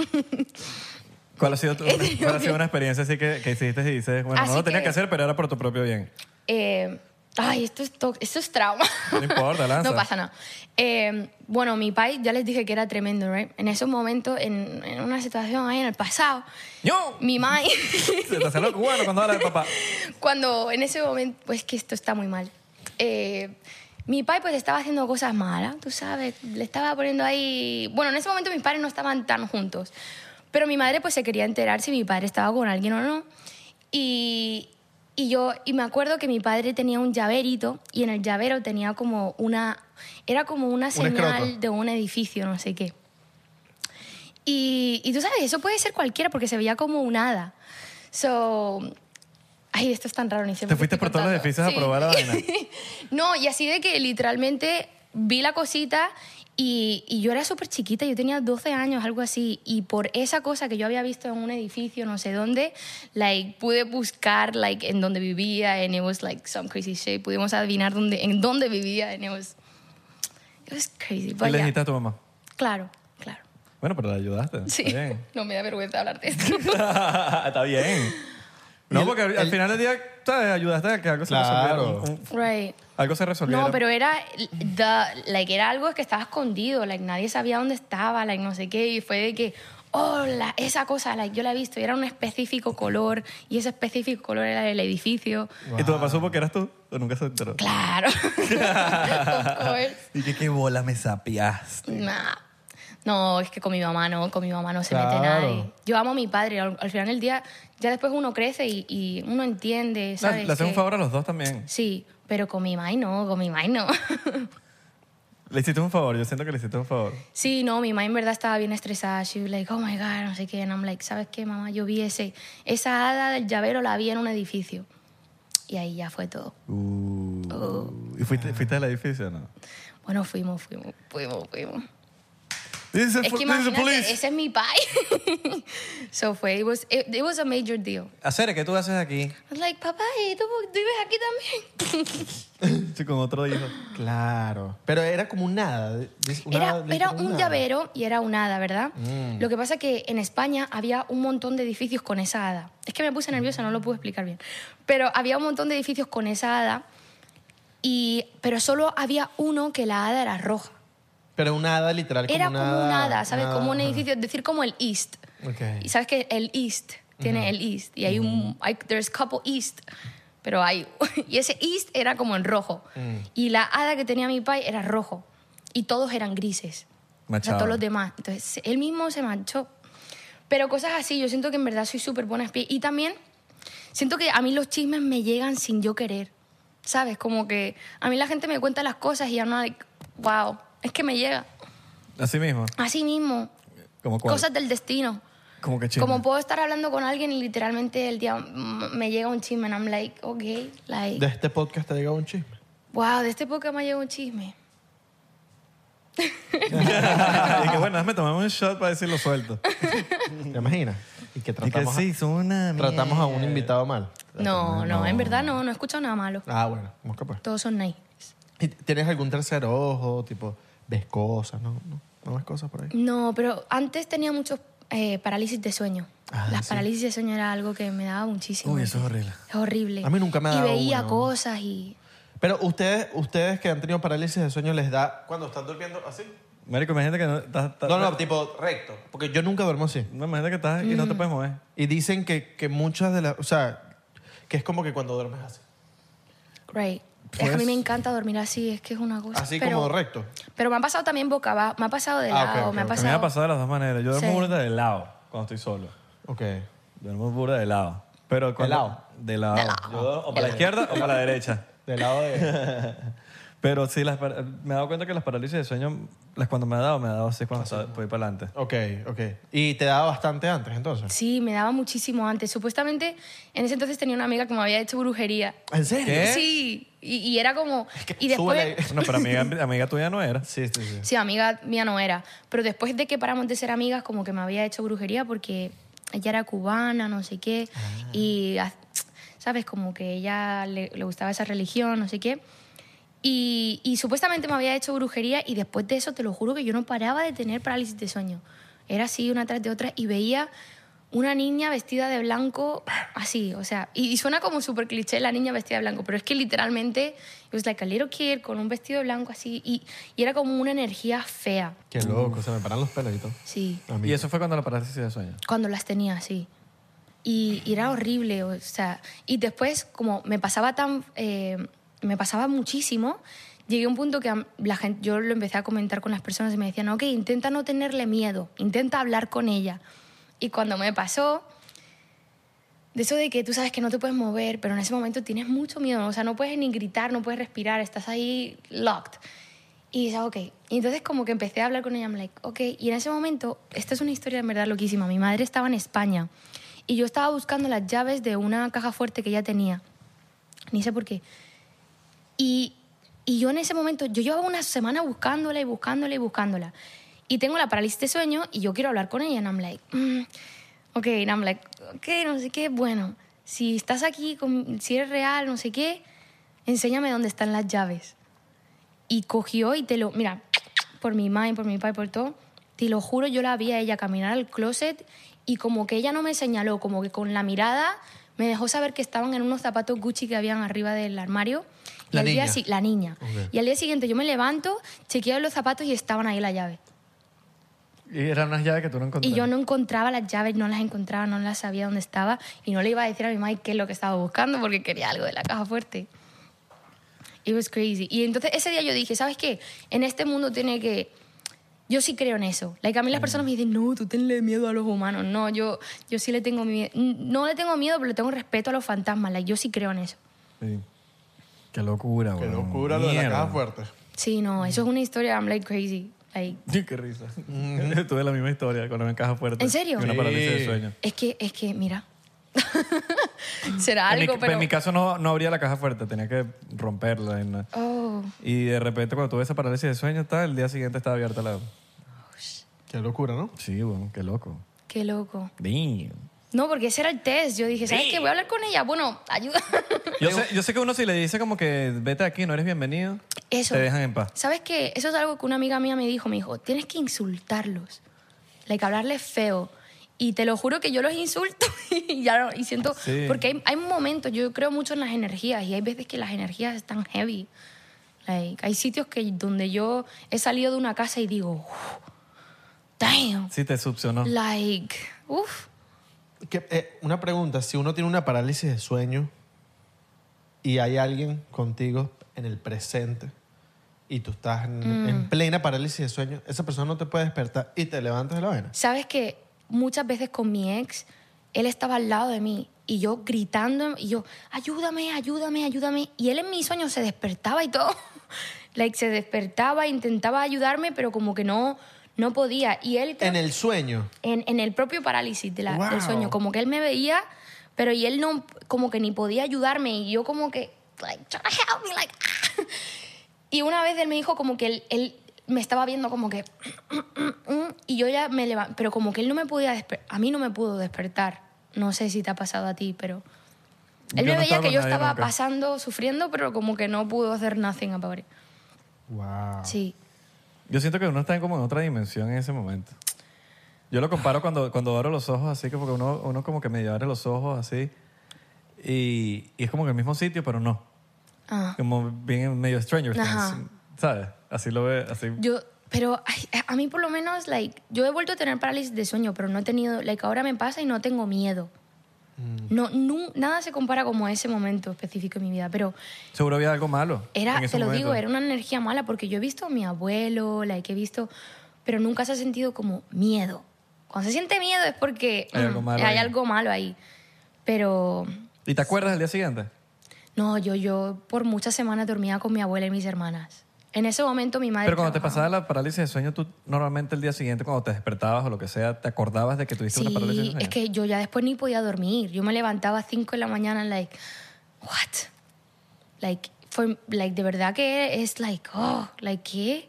[SPEAKER 4] ¿Cuál ha sido, tu- cuál ha sido una experiencia así que, que hiciste y dices, bueno,
[SPEAKER 2] Así
[SPEAKER 4] no lo tenías
[SPEAKER 2] que-
[SPEAKER 4] que hacer, pero era por tu propio bien?
[SPEAKER 2] Eh, ay, esto es, to- esto es trauma.
[SPEAKER 4] No importa, lanza.
[SPEAKER 2] No pasa nada. Eh, bueno, mi país ya les dije que era tremendo, ¿right? En esos momentos, en, en una situación ahí en el pasado,
[SPEAKER 4] ¡Yo!
[SPEAKER 2] mi mai,
[SPEAKER 4] Se te salió cubano cuando habla de papá.
[SPEAKER 2] cuando en ese momento, pues que esto está muy mal. Eh, mi pai pues estaba haciendo cosas malas, tú sabes, le estaba poniendo ahí... Bueno, en ese momento mis padres no estaban tan juntos, pero mi madre pues se quería enterar si mi padre estaba con alguien o no. Y, y yo, y me acuerdo que mi padre tenía un llaverito y en el llavero tenía como una... Era como una señal
[SPEAKER 3] escroto.
[SPEAKER 2] de un edificio, no sé qué. Y, y tú sabes, eso puede ser cualquiera porque se veía como un hada. So, ay, esto es tan raro. Ni sé
[SPEAKER 4] Te
[SPEAKER 2] qué
[SPEAKER 4] fuiste
[SPEAKER 2] estoy
[SPEAKER 4] por todos los
[SPEAKER 2] contando.
[SPEAKER 4] edificios a probar la vaina.
[SPEAKER 2] no, y así de que literalmente vi la cosita y, y yo era súper chiquita, yo tenía 12 años, algo así, y por esa cosa que yo había visto en un edificio, no sé dónde, like, pude buscar, like, en dónde vivía, and it was, like, some crazy shit. Pudimos adivinar dónde, en dónde vivía, and it was... It was crazy, but
[SPEAKER 4] Y
[SPEAKER 2] yeah.
[SPEAKER 4] le dijiste a tu mamá.
[SPEAKER 2] Claro, claro.
[SPEAKER 4] Bueno, pero la ayudaste.
[SPEAKER 2] Sí,
[SPEAKER 4] Está bien.
[SPEAKER 2] no me da vergüenza hablar de esto.
[SPEAKER 4] Está bien.
[SPEAKER 3] Y
[SPEAKER 4] No,
[SPEAKER 3] el-
[SPEAKER 4] porque al-
[SPEAKER 3] el-
[SPEAKER 4] al final del día, ¿sabes? Ayudaste a que algo se
[SPEAKER 3] Claro.
[SPEAKER 4] resolviera. un- un-
[SPEAKER 2] right.
[SPEAKER 4] algo se resolviera.
[SPEAKER 2] No, pero era, the- like, era algo que estaba escondido, like, nadie sabía dónde estaba, like, no sé qué, y fue de que, oh, la- esa cosa, like, yo la he visto, y era un específico color, y ese específico color era el edificio.
[SPEAKER 4] ¿Y tu papá supo que eras tú? ¿O nunca se enteró?
[SPEAKER 2] Claro. Of course.
[SPEAKER 4] Y que qué bola me sapias.
[SPEAKER 2] Nah. No, es que con mi mamá no, con mi mamá no se
[SPEAKER 3] Claro.
[SPEAKER 2] mete nadie. Yo amo a mi padre, al, al final del día, ya después uno crece y, y uno entiende,
[SPEAKER 4] No,
[SPEAKER 2] ¿sabes?
[SPEAKER 4] le haces un
[SPEAKER 2] Que-
[SPEAKER 4] favor a los dos también.
[SPEAKER 2] Sí, pero con mi mai no, con mi mai no.
[SPEAKER 4] Le hiciste un favor, yo siento que le hiciste un favor.
[SPEAKER 2] Sí, no, mi mamá en verdad estaba bien estresada. She was like, oh my God, no sé qué. And I'm like, ¿sabes qué, mamá? Yo vi ese, esa hada del llavero, la vi en un edificio. Y ahí ya fue todo.
[SPEAKER 4] ¿Y fuiste, fuiste al edificio no?
[SPEAKER 2] Bueno, fuimos, fuimos, fuimos, fuimos.
[SPEAKER 4] This is a
[SPEAKER 2] Es
[SPEAKER 4] fu-
[SPEAKER 2] que
[SPEAKER 4] this is a
[SPEAKER 2] imagínate,
[SPEAKER 4] police.
[SPEAKER 2] ese es mi pai. so fue, it was, it, it was a major deal.
[SPEAKER 4] Acere, ¿qué tú haces aquí?
[SPEAKER 2] I was like, papá, ¿y ¿tú, tú vives aquí también?
[SPEAKER 4] Sí, con otro hijo.
[SPEAKER 3] Claro. Pero era como un nada. dice- un
[SPEAKER 2] Era,
[SPEAKER 3] nada, le
[SPEAKER 2] era
[SPEAKER 3] dijeron
[SPEAKER 2] un
[SPEAKER 3] nada.
[SPEAKER 2] llavero y era un hada, ¿verdad? Lo que pasa es que en España había un montón de edificios con esa hada. Es que me puse nerviosa, no lo pude explicar bien. Pero había un montón de edificios con esa hada, y, pero solo había uno que la hada era roja.
[SPEAKER 3] Pero un hada literal.
[SPEAKER 2] Era como un hada, ¿sabes? como un
[SPEAKER 3] ajá.
[SPEAKER 2] edificio, es decir, como el East.
[SPEAKER 3] Ok.
[SPEAKER 2] Y sabes que el East tiene el East, y hay un. hay- there's couple East, pero hay. Y ese East era como en rojo. Y la hada que tenía mi pai era rojo. Y todos eran grises. O sea,
[SPEAKER 4] Machado.
[SPEAKER 2] todos los demás. Entonces, él mismo se manchó. Pero cosas así, yo siento que en verdad soy súper buena espía. Y también siento que a mí los chismes me llegan sin yo querer. ¿Sabes? Como que a mí la gente me cuenta las cosas y ya no, like, wow, es que me llega.
[SPEAKER 4] Así mismo.
[SPEAKER 2] Así mismo,
[SPEAKER 4] Como cuál?
[SPEAKER 2] cosas del destino.
[SPEAKER 4] Como que chisme.
[SPEAKER 2] Como puedo estar hablando con alguien y literalmente el día mm, me llega un chisme and I'm like, ok, like,
[SPEAKER 3] De este podcast te ha llegado un chisme.
[SPEAKER 2] wow, de este podcast me llega un chisme.
[SPEAKER 4] y que bueno, déjame tomarme un shot para decirlo suelto.
[SPEAKER 3] ¿Te imaginas? Y que
[SPEAKER 4] y que
[SPEAKER 3] tratamos,
[SPEAKER 4] sí, son una
[SPEAKER 3] a, tratamos a un invitado mal.
[SPEAKER 2] No, no, en verdad no, no he escuchado nada malo.
[SPEAKER 3] Ah, bueno. ¿Cómo que pues?
[SPEAKER 2] Todos son nice.
[SPEAKER 3] ¿Y ¿Tienes algún tercer ojo? Tipo, ves cosas, ¿no? ¿No, ¿No ves cosas por ahí?
[SPEAKER 2] No, pero antes tenía muchos eh, parálisis de sueño.
[SPEAKER 3] Ah,
[SPEAKER 2] Las
[SPEAKER 3] sí.
[SPEAKER 2] parálisis de sueño era algo que me daba muchísimo.
[SPEAKER 4] Uy, eso es horrible.
[SPEAKER 2] Es horrible.
[SPEAKER 3] A mí nunca me ha dado
[SPEAKER 2] Y veía
[SPEAKER 3] una, ¿no?
[SPEAKER 2] cosas y...
[SPEAKER 3] Pero ustedes, ustedes que han tenido parálisis de sueño, ¿les da cuando están durmiendo así?
[SPEAKER 4] Marico, imagínate que no estás... estás-
[SPEAKER 3] No, no, tipo recto. Porque yo nunca duermo así.
[SPEAKER 4] No, imagínate que estás y no
[SPEAKER 2] Mm.
[SPEAKER 4] te puedes mover.
[SPEAKER 3] Y dicen que, que muchas de las... O sea, que es como que cuando duermes así.
[SPEAKER 2] Right. Es que a mí
[SPEAKER 3] Pues-
[SPEAKER 2] me encanta dormir así, es que es una cosa.
[SPEAKER 3] Así
[SPEAKER 2] pero,
[SPEAKER 3] como recto.
[SPEAKER 2] Pero me ha pasado también boca abajo, me ha pasado de
[SPEAKER 3] Ah, ok,
[SPEAKER 2] lado,
[SPEAKER 3] ok,
[SPEAKER 2] me ha
[SPEAKER 3] ok.
[SPEAKER 4] A mí me
[SPEAKER 2] pasado...
[SPEAKER 4] ha pasado de las dos maneras. Yo duermo
[SPEAKER 2] Sí.
[SPEAKER 4] burda de lado cuando estoy solo.
[SPEAKER 3] Ok.
[SPEAKER 4] Duermo burda de lado. Pero cuando-
[SPEAKER 3] lado?
[SPEAKER 4] De lado.
[SPEAKER 2] lado.
[SPEAKER 4] Yo duermo o para la izquierda o para la derecha.
[SPEAKER 3] Del lado de...
[SPEAKER 4] Pero sí, las, par- me he dado cuenta que las parálisis de sueño, las cuando me ha dado, me ha dado así cuando estaba- voy para adelante.
[SPEAKER 3] ok, ok. Y te daba bastante antes, entonces.
[SPEAKER 2] Sí, me daba muchísimo antes. Supuestamente, en ese entonces tenía una amiga que me había hecho brujería.
[SPEAKER 3] ¿En serio?
[SPEAKER 4] ¿Qué?
[SPEAKER 2] Sí, y, y era como...
[SPEAKER 3] que
[SPEAKER 2] y después...
[SPEAKER 3] súbele
[SPEAKER 4] No, pero amiga, amiga tuya no era.
[SPEAKER 3] Sí, sí, sí.
[SPEAKER 2] Sí, amiga mía no era. Pero después de que paramos de ser amigas, como que me había hecho brujería porque ella era cubana, no sé qué,
[SPEAKER 3] Ah.
[SPEAKER 2] y, ha- ¿sabes? Como que ella le, le gustaba esa religión, no sé qué. Y, y supuestamente me había hecho brujería y después de eso te lo juro que yo no paraba de tener parálisis de sueño. Era así una tras de otra y veía una niña vestida de blanco así, o sea, y, y suena como súper cliché la niña vestida de blanco, pero es que literalmente it was like a little kid con un vestido de blanco así y, y era como una energía fea.
[SPEAKER 3] Qué loco, se me paran los pelos y todo.
[SPEAKER 2] Sí,
[SPEAKER 3] A mí.
[SPEAKER 4] Y eso fue cuando la parálisis de sueño.
[SPEAKER 2] cuando las tenía así. Y, y era horrible, o sea, y después como me pasaba tan, eh, me pasaba muchísimo, llegué a un punto que a m- la gente, yo lo empecé a comentar con las personas y me decían, ok, intenta no tenerle miedo, intenta hablar con ella. Y cuando me pasó, de eso de que tú sabes que no te puedes mover, pero en ese momento tienes mucho miedo, o sea, no puedes ni gritar, no puedes respirar, estás ahí locked. Y dice, ok. Y entonces como que empecé a hablar con ella, I'm like, ok. Y en ese momento, esta es una historia en verdad loquísima. Mi madre estaba en España y yo estaba buscando las llaves de una caja fuerte que ella tenía. Ni sé por qué. Y, y yo en ese momento, yo llevaba una semana buscándola y buscándola y buscándola. Y tengo la parálisis de sueño y yo quiero hablar con ella. And I'm like, mm, ok, and I'm like, ok, no sé qué. Bueno, si estás aquí, con- si eres real, no sé qué, enséñame dónde están las llaves y cogió y te lo, mira, por mi mind, por mi pai, por todo, te lo juro, yo la vi a ella caminar al closet y como que ella no me señaló, como que con la mirada me dejó saber que estaban en unos zapatos Gucci que habían arriba del armario. Y
[SPEAKER 3] La
[SPEAKER 2] al día
[SPEAKER 3] niña.
[SPEAKER 2] si- la niña.
[SPEAKER 3] Ok.
[SPEAKER 2] Y al día siguiente yo me levanto, chequeo los zapatos y estaban ahí la llave.
[SPEAKER 4] Y eran unas llaves que tú no encontraste.
[SPEAKER 2] Y yo no encontraba las llaves, no las encontraba, no las sabía dónde estaba y no le iba a decir a mi mamá qué es lo que estaba buscando porque quería algo de la caja fuerte. It was crazy. Y entonces ese día yo dije, ¿sabes qué? En este mundo tiene que... Yo sí creo en eso. Like, a mí las personas me dicen, no, tú tenle miedo a los humanos. No, yo, yo sí le tengo miedo. No le tengo miedo, pero le tengo respeto a los fantasmas. Like, yo sí creo en eso.
[SPEAKER 4] Sí. Qué locura,
[SPEAKER 3] Qué
[SPEAKER 4] weón.
[SPEAKER 3] locura lo de la
[SPEAKER 4] Mierda.
[SPEAKER 3] caja fuerte.
[SPEAKER 2] Sí, no, eso es una historia, I'm like crazy. Like,
[SPEAKER 4] Sí, qué risa. Tuve la misma historia con la caja fuerte.
[SPEAKER 2] ¿En serio?
[SPEAKER 4] Y una
[SPEAKER 3] Sí.
[SPEAKER 4] parálisis de sueño.
[SPEAKER 2] es que, es que, mira. Será
[SPEAKER 4] en mi,
[SPEAKER 2] algo, pero...
[SPEAKER 4] en mi caso no, no abría la caja fuerte, tenía que romperla. Y, no-
[SPEAKER 2] Oh.
[SPEAKER 4] y de repente cuando tuve esa parálisis de sueño, tal, el día siguiente estaba abierta la...
[SPEAKER 3] Qué locura, ¿no?
[SPEAKER 4] Sí, bueno, qué loco.
[SPEAKER 2] Qué loco.
[SPEAKER 4] Damn.
[SPEAKER 2] No, porque ese era el test. Yo dije, ¿sabes qué? Voy a hablar con ella. Bueno, ayuda.
[SPEAKER 4] Yo sé, yo sé que uno si le dice como que vete de aquí, no eres bienvenido,
[SPEAKER 2] Eso.
[SPEAKER 4] te dejan en paz.
[SPEAKER 2] ¿Sabes qué? Eso es algo que una amiga mía me dijo. Me dijo, tienes que insultarlos. Like, hablarles feo. Y te lo juro que yo los insulto y ya no- y siento...
[SPEAKER 4] Sí.
[SPEAKER 2] Porque hay, hay momentos, yo creo mucho en las energías y hay veces que las energías están heavy. Like, hay sitios que donde yo he salido de una casa y digo, "Uf, damn.
[SPEAKER 4] Sí, te succionó.
[SPEAKER 2] Like, uff.
[SPEAKER 3] Que, eh, una pregunta, si uno tiene una parálisis de sueño y hay alguien contigo en el presente y tú estás en, en plena parálisis de sueño, esa persona no te puede despertar y te levantas de la vaina.
[SPEAKER 2] Sabes que muchas veces con mi ex, él estaba al lado de mí y yo gritando, y yo, ayúdame, ayúdame, ayúdame. Y él en mi sueño se despertaba y todo. like, se despertaba, intentaba ayudarme, pero como que no, no podía. Y él creo
[SPEAKER 3] En el sueño.
[SPEAKER 2] en, en el propio parálisis de la-
[SPEAKER 3] Wow.
[SPEAKER 2] del sueño. Como que él me veía, pero y él no, como que ni podía ayudarme. Y yo como que, like, try to help me, like, ah. Y una vez él me dijo como que él, él me estaba viendo como que, y yo ya me levanté, pero como que él no me podía despertar, a mí no me pudo despertar. No sé si te ha pasado a ti, pero... Él
[SPEAKER 4] Yo
[SPEAKER 2] me
[SPEAKER 4] no
[SPEAKER 2] veía
[SPEAKER 4] estaba
[SPEAKER 2] que
[SPEAKER 4] con
[SPEAKER 2] yo
[SPEAKER 4] nadie
[SPEAKER 2] estaba
[SPEAKER 4] nunca.
[SPEAKER 2] pasando, sufriendo, pero como que no pudo hacer nothing about it.
[SPEAKER 3] Wow.
[SPEAKER 2] Sí.
[SPEAKER 4] Yo siento que uno está como en otra dimensión en ese momento. Yo lo comparo cuando, cuando abro los ojos así, que porque uno, uno como que medio abre los ojos así y, y es como que el mismo sitio, pero no.
[SPEAKER 2] Ah.
[SPEAKER 4] Como bien medio Stranger Things,
[SPEAKER 2] Ajá.
[SPEAKER 4] ¿sabes? Así lo ve, así...
[SPEAKER 2] Yo, pero ay, a mí por lo menos, like, yo he vuelto a tener parálisis de sueño, pero no he tenido, like, ahora me pasa y no tengo miedo.
[SPEAKER 4] Mm.
[SPEAKER 2] No, nu- nada se compara como a ese momento específico en mi vida, pero
[SPEAKER 4] Seguro había algo malo.
[SPEAKER 2] era,
[SPEAKER 4] en ese
[SPEAKER 2] te lo
[SPEAKER 4] momento.
[SPEAKER 2] digo, era una energía mala porque yo he visto a mi abuelo, like, he visto, pero nunca se ha sentido como miedo. Cuando se siente miedo es porque mm,
[SPEAKER 4] Hay algo malo
[SPEAKER 2] hay
[SPEAKER 4] ahí.
[SPEAKER 2] algo malo ahí. Pero
[SPEAKER 4] ¿Y te acuerdas del día siguiente?
[SPEAKER 2] no, yo, yo por muchas semanas dormía con mi abuela y mis hermanas. En ese momento mi madre...
[SPEAKER 4] Pero cuando te
[SPEAKER 2] trabajaba.
[SPEAKER 4] pasaba la parálisis de sueño, tú normalmente el día siguiente, cuando te despertabas o lo que sea, ¿te acordabas de que tuviste una parálisis de
[SPEAKER 2] Sí,
[SPEAKER 4] sueño?
[SPEAKER 2] es que yo ya después ni podía dormir. Yo me levantaba a 5 de la mañana, like, what? Like, for- like, de verdad que es, like, oh, like, ¿qué?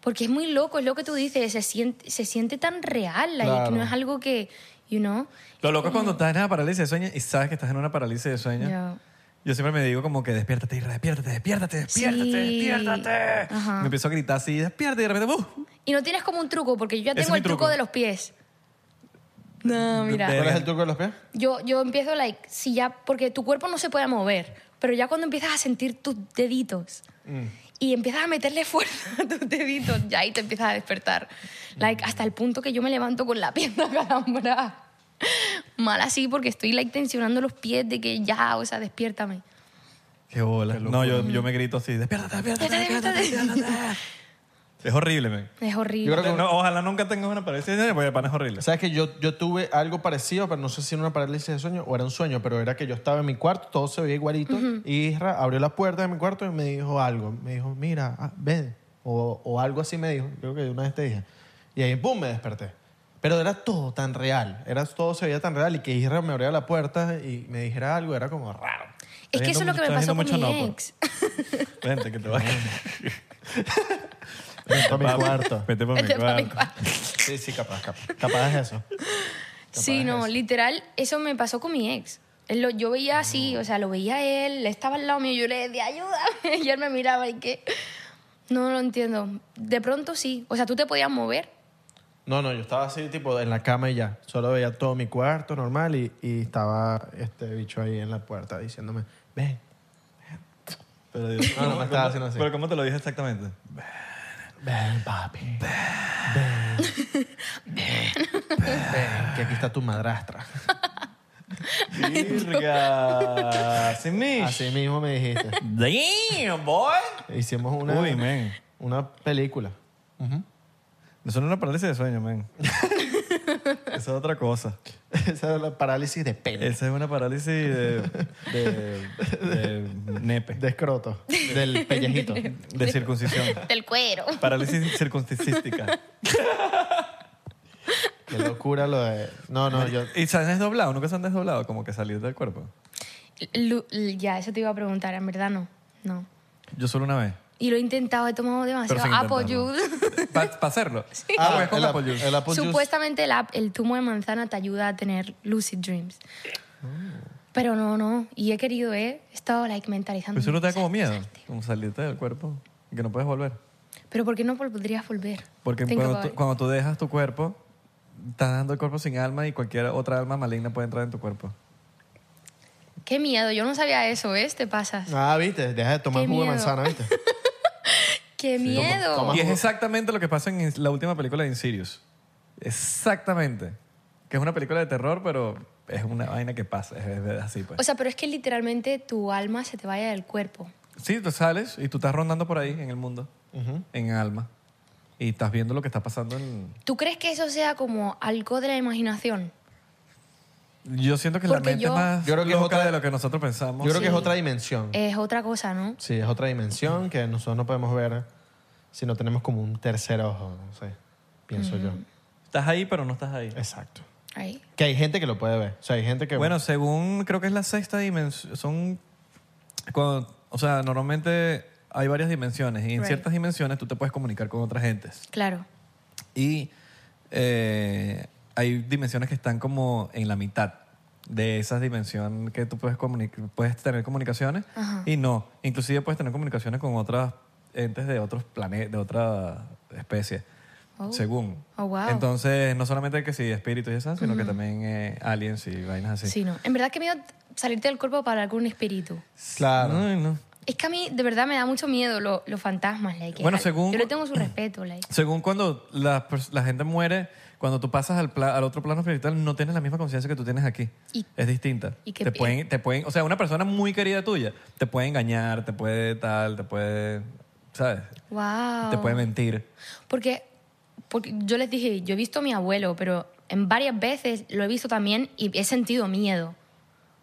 [SPEAKER 2] Porque es muy loco, es lo que tú dices, se siente, se siente tan real, like,
[SPEAKER 3] Claro.
[SPEAKER 2] no es algo que, you know.
[SPEAKER 4] Lo loco es cuando estás en una parálisis de sueño y sabes que estás en una parálisis de sueño.
[SPEAKER 2] Ya.
[SPEAKER 4] Yo siempre me digo como que despiértate, Isra, despiértate, despiértate, despiértate,
[SPEAKER 2] Sí.
[SPEAKER 4] despiértate.
[SPEAKER 2] Ajá.
[SPEAKER 4] Me empiezo a gritar así, despiérate y de repente, ¡uh! ¡buf!
[SPEAKER 2] Y no tienes como un truco, porque yo ya
[SPEAKER 4] Ese es
[SPEAKER 2] tengo
[SPEAKER 4] mi
[SPEAKER 2] el truco.
[SPEAKER 4] truco.
[SPEAKER 2] de los pies. No, mira.
[SPEAKER 4] de-
[SPEAKER 3] ¿Cuál es el truco de los pies?
[SPEAKER 2] Yo, yo empiezo, like, si ya, porque tu cuerpo no se puede mover, pero ya cuando empiezas a sentir tus deditos
[SPEAKER 4] Mm.
[SPEAKER 2] y empiezas a meterle fuerza a tus deditos, ya ahí te empiezas a despertar. Like, hasta el punto que yo me levanto con la pierna calambrada. Mal así, porque estoy, like, tensionando los pies de que ya, o sea, despiértame.
[SPEAKER 4] Qué bola. no, yo, yo me grito así, despiértate, despiértate, despiértate, despiértate. es horrible, man.
[SPEAKER 2] Es
[SPEAKER 3] Yo
[SPEAKER 2] horrible.
[SPEAKER 3] creo que-
[SPEAKER 4] No, ojalá nunca tengas una parálisis de sueño porque el pan es horrible.
[SPEAKER 3] Sabes que yo, yo tuve algo parecido, pero no sé si era una parálisis de sueño o era un sueño, pero era que yo estaba en mi cuarto, todo se veía igualito, y Isra abrió la puerta de mi cuarto y me dijo algo. Me dijo, mira, ah, ven, o, o algo así me dijo, creo que una vez te dije. Y ahí, ¡pum!, me desperté. Pero era todo tan real, era, todo se veía tan real, y que Isra me abriera la puerta y me dijera algo, era como raro.
[SPEAKER 2] es que eso es lo que me
[SPEAKER 4] Estás
[SPEAKER 2] pasó
[SPEAKER 4] haciendo
[SPEAKER 2] con
[SPEAKER 4] mucho
[SPEAKER 2] mi
[SPEAKER 4] no, pues.
[SPEAKER 2] ex.
[SPEAKER 4] Vente, que te vas.
[SPEAKER 3] Vente a mi cuarto.
[SPEAKER 4] Vete para mi
[SPEAKER 2] Vete pa' mi
[SPEAKER 4] cuarto.
[SPEAKER 3] Sí, sí, capaz, capaz, capaz es eso.
[SPEAKER 2] Sí, no, literal, eso me pasó con mi ex. Él lo- yo veía
[SPEAKER 4] Ah.
[SPEAKER 2] así, o sea, lo veía a él, estaba al lado mío, yo le decía, ayúdame, y él me miraba y que... No lo entiendo. De pronto sí, o sea, tú te podías mover.
[SPEAKER 3] No, no, yo estaba así, tipo, en la cama y ya. Solo veía todo mi cuarto normal y, y estaba este bicho ahí en la puerta diciéndome, ven.
[SPEAKER 4] Pero Dios,
[SPEAKER 3] No, no, me estaba haciendo así.
[SPEAKER 4] Pero ¿cómo te lo dije exactamente?
[SPEAKER 3] Ven, papi. Ven. Ven. Ven, que aquí está tu madrastra.
[SPEAKER 4] Virga. Sin mí.
[SPEAKER 3] Así mismo me dijiste.
[SPEAKER 4] Damn, boy.
[SPEAKER 3] Hicimos una,
[SPEAKER 4] Uy, men.
[SPEAKER 3] una película.
[SPEAKER 4] Eso no es una parálisis de sueño, men. Esa es otra cosa.
[SPEAKER 3] Esa es la parálisis de pelo.
[SPEAKER 4] Esa es una parálisis de, de, de nepe,
[SPEAKER 3] De escroto. Del pellejito.
[SPEAKER 4] de circuncisión.
[SPEAKER 2] Del cuero.
[SPEAKER 4] Parálisis circuncisística.
[SPEAKER 3] Qué locura lo de... No, no, yo...
[SPEAKER 4] ¿Y se han desdoblado? ¿Nunca se han desdoblado? Como que salir del cuerpo.
[SPEAKER 2] Lu- ya, eso te iba a preguntar, en verdad no, no.
[SPEAKER 4] Yo solo una vez.
[SPEAKER 2] Y lo he intentado, he tomado demasiado
[SPEAKER 4] sin
[SPEAKER 2] apple
[SPEAKER 4] intentarlo.
[SPEAKER 2] juice.
[SPEAKER 4] ¿Para hacerlo? Sí.
[SPEAKER 3] Ah,
[SPEAKER 4] es con
[SPEAKER 3] el,
[SPEAKER 4] Apple
[SPEAKER 3] ap-
[SPEAKER 4] Juice.
[SPEAKER 3] el apple juice.
[SPEAKER 2] Supuestamente el, ap- el zumo de manzana te ayuda a tener lucid dreams.
[SPEAKER 4] Oh.
[SPEAKER 2] Pero no, no, y he querido, eh, he estado, like, mentalizando.
[SPEAKER 4] Pero eso no Pues te da
[SPEAKER 2] mucho.
[SPEAKER 4] como miedo, como salirte del cuerpo, y que no puedes volver.
[SPEAKER 2] Pero ¿por qué no podrías volver?
[SPEAKER 4] Porque
[SPEAKER 2] Think
[SPEAKER 4] cuando
[SPEAKER 2] about
[SPEAKER 4] tú,
[SPEAKER 2] it.
[SPEAKER 4] cuando tú dejas tu cuerpo, estás dejando el cuerpo sin alma y cualquier otra alma maligna puede entrar en tu cuerpo.
[SPEAKER 2] Qué miedo, yo no sabía eso, ¿ves? Te pasas.
[SPEAKER 3] Ah, viste, deja de tomar
[SPEAKER 2] Qué
[SPEAKER 3] jugo de
[SPEAKER 2] miedo.
[SPEAKER 3] manzana, viste.
[SPEAKER 2] ¡Qué miedo!
[SPEAKER 3] toma.
[SPEAKER 4] Y es exactamente lo que pasa en In- la última película de Insidious. Exactamente. Que es una película de terror, pero es una vaina que pasa, es, es así pues.
[SPEAKER 2] O sea, pero es que literalmente tu alma se te vaya del cuerpo.
[SPEAKER 4] sí, tú sales y tú estás rondando por ahí en el mundo, en alma, y estás viendo lo que está pasando en...
[SPEAKER 2] ¿Tú crees que eso sea como algo de la imaginación?
[SPEAKER 4] Yo siento que
[SPEAKER 2] Porque
[SPEAKER 4] la mente
[SPEAKER 2] yo-
[SPEAKER 4] es más
[SPEAKER 3] Yo creo que es
[SPEAKER 4] loca
[SPEAKER 3] otra-
[SPEAKER 4] de lo que nosotros pensamos.
[SPEAKER 3] Yo creo que es
[SPEAKER 2] Sí.
[SPEAKER 3] otra dimensión.
[SPEAKER 2] Es otra cosa, ¿no?
[SPEAKER 3] Sí, es otra dimensión que nosotros no podemos ver si no tenemos como un tercer ojo, no sé, pienso yo.
[SPEAKER 2] Mm.
[SPEAKER 4] Estás ahí, pero no estás ahí.
[SPEAKER 3] Exacto.
[SPEAKER 2] Ahí.
[SPEAKER 3] Que hay gente que lo puede ver. O sea, hay gente que...
[SPEAKER 4] Bueno, según creo que es la sexta dimensión, son... cuando- o sea, normalmente hay varias dimensiones y en
[SPEAKER 2] Right.
[SPEAKER 4] ciertas dimensiones tú te puedes comunicar con otras gentes.
[SPEAKER 2] Claro.
[SPEAKER 4] Y eh, hay dimensiones que están como en la mitad de esas dimensiones que tú puedes, comuni- puedes tener comunicaciones y no. Inclusive puedes tener comunicaciones con otras entes de otros planetas, de otra especie.
[SPEAKER 2] Oh.
[SPEAKER 4] Según.
[SPEAKER 2] Oh, wow.
[SPEAKER 4] Entonces, no solamente que sí, espíritus y esas, sino que también eh, aliens y vainas así.
[SPEAKER 2] Sí. no. En verdad que miedo salirte del cuerpo para algún espíritu.
[SPEAKER 3] Claro.
[SPEAKER 4] Ay, no.
[SPEAKER 2] Es que a mí de verdad me da mucho miedo lo- los fantasmas, like.
[SPEAKER 4] Bueno,
[SPEAKER 2] Al-
[SPEAKER 4] según-
[SPEAKER 2] Yo le tengo su respeto, like.
[SPEAKER 4] Según cuando la, pers- la gente muere, cuando tú pasas al, pla- al otro plano espiritual, no tienes la misma conciencia que tú tienes aquí.
[SPEAKER 2] Y-
[SPEAKER 4] es distinta.
[SPEAKER 2] y que
[SPEAKER 4] te,
[SPEAKER 2] pi-
[SPEAKER 4] pueden, te pueden, o sea, una persona muy querida tuya te puede engañar, te puede tal, te puede, ¿sabes?
[SPEAKER 2] Wow.
[SPEAKER 4] Te puede mentir.
[SPEAKER 2] Porque, porque yo les dije, yo he visto a mi abuelo, pero en varias veces lo he visto también y he sentido miedo.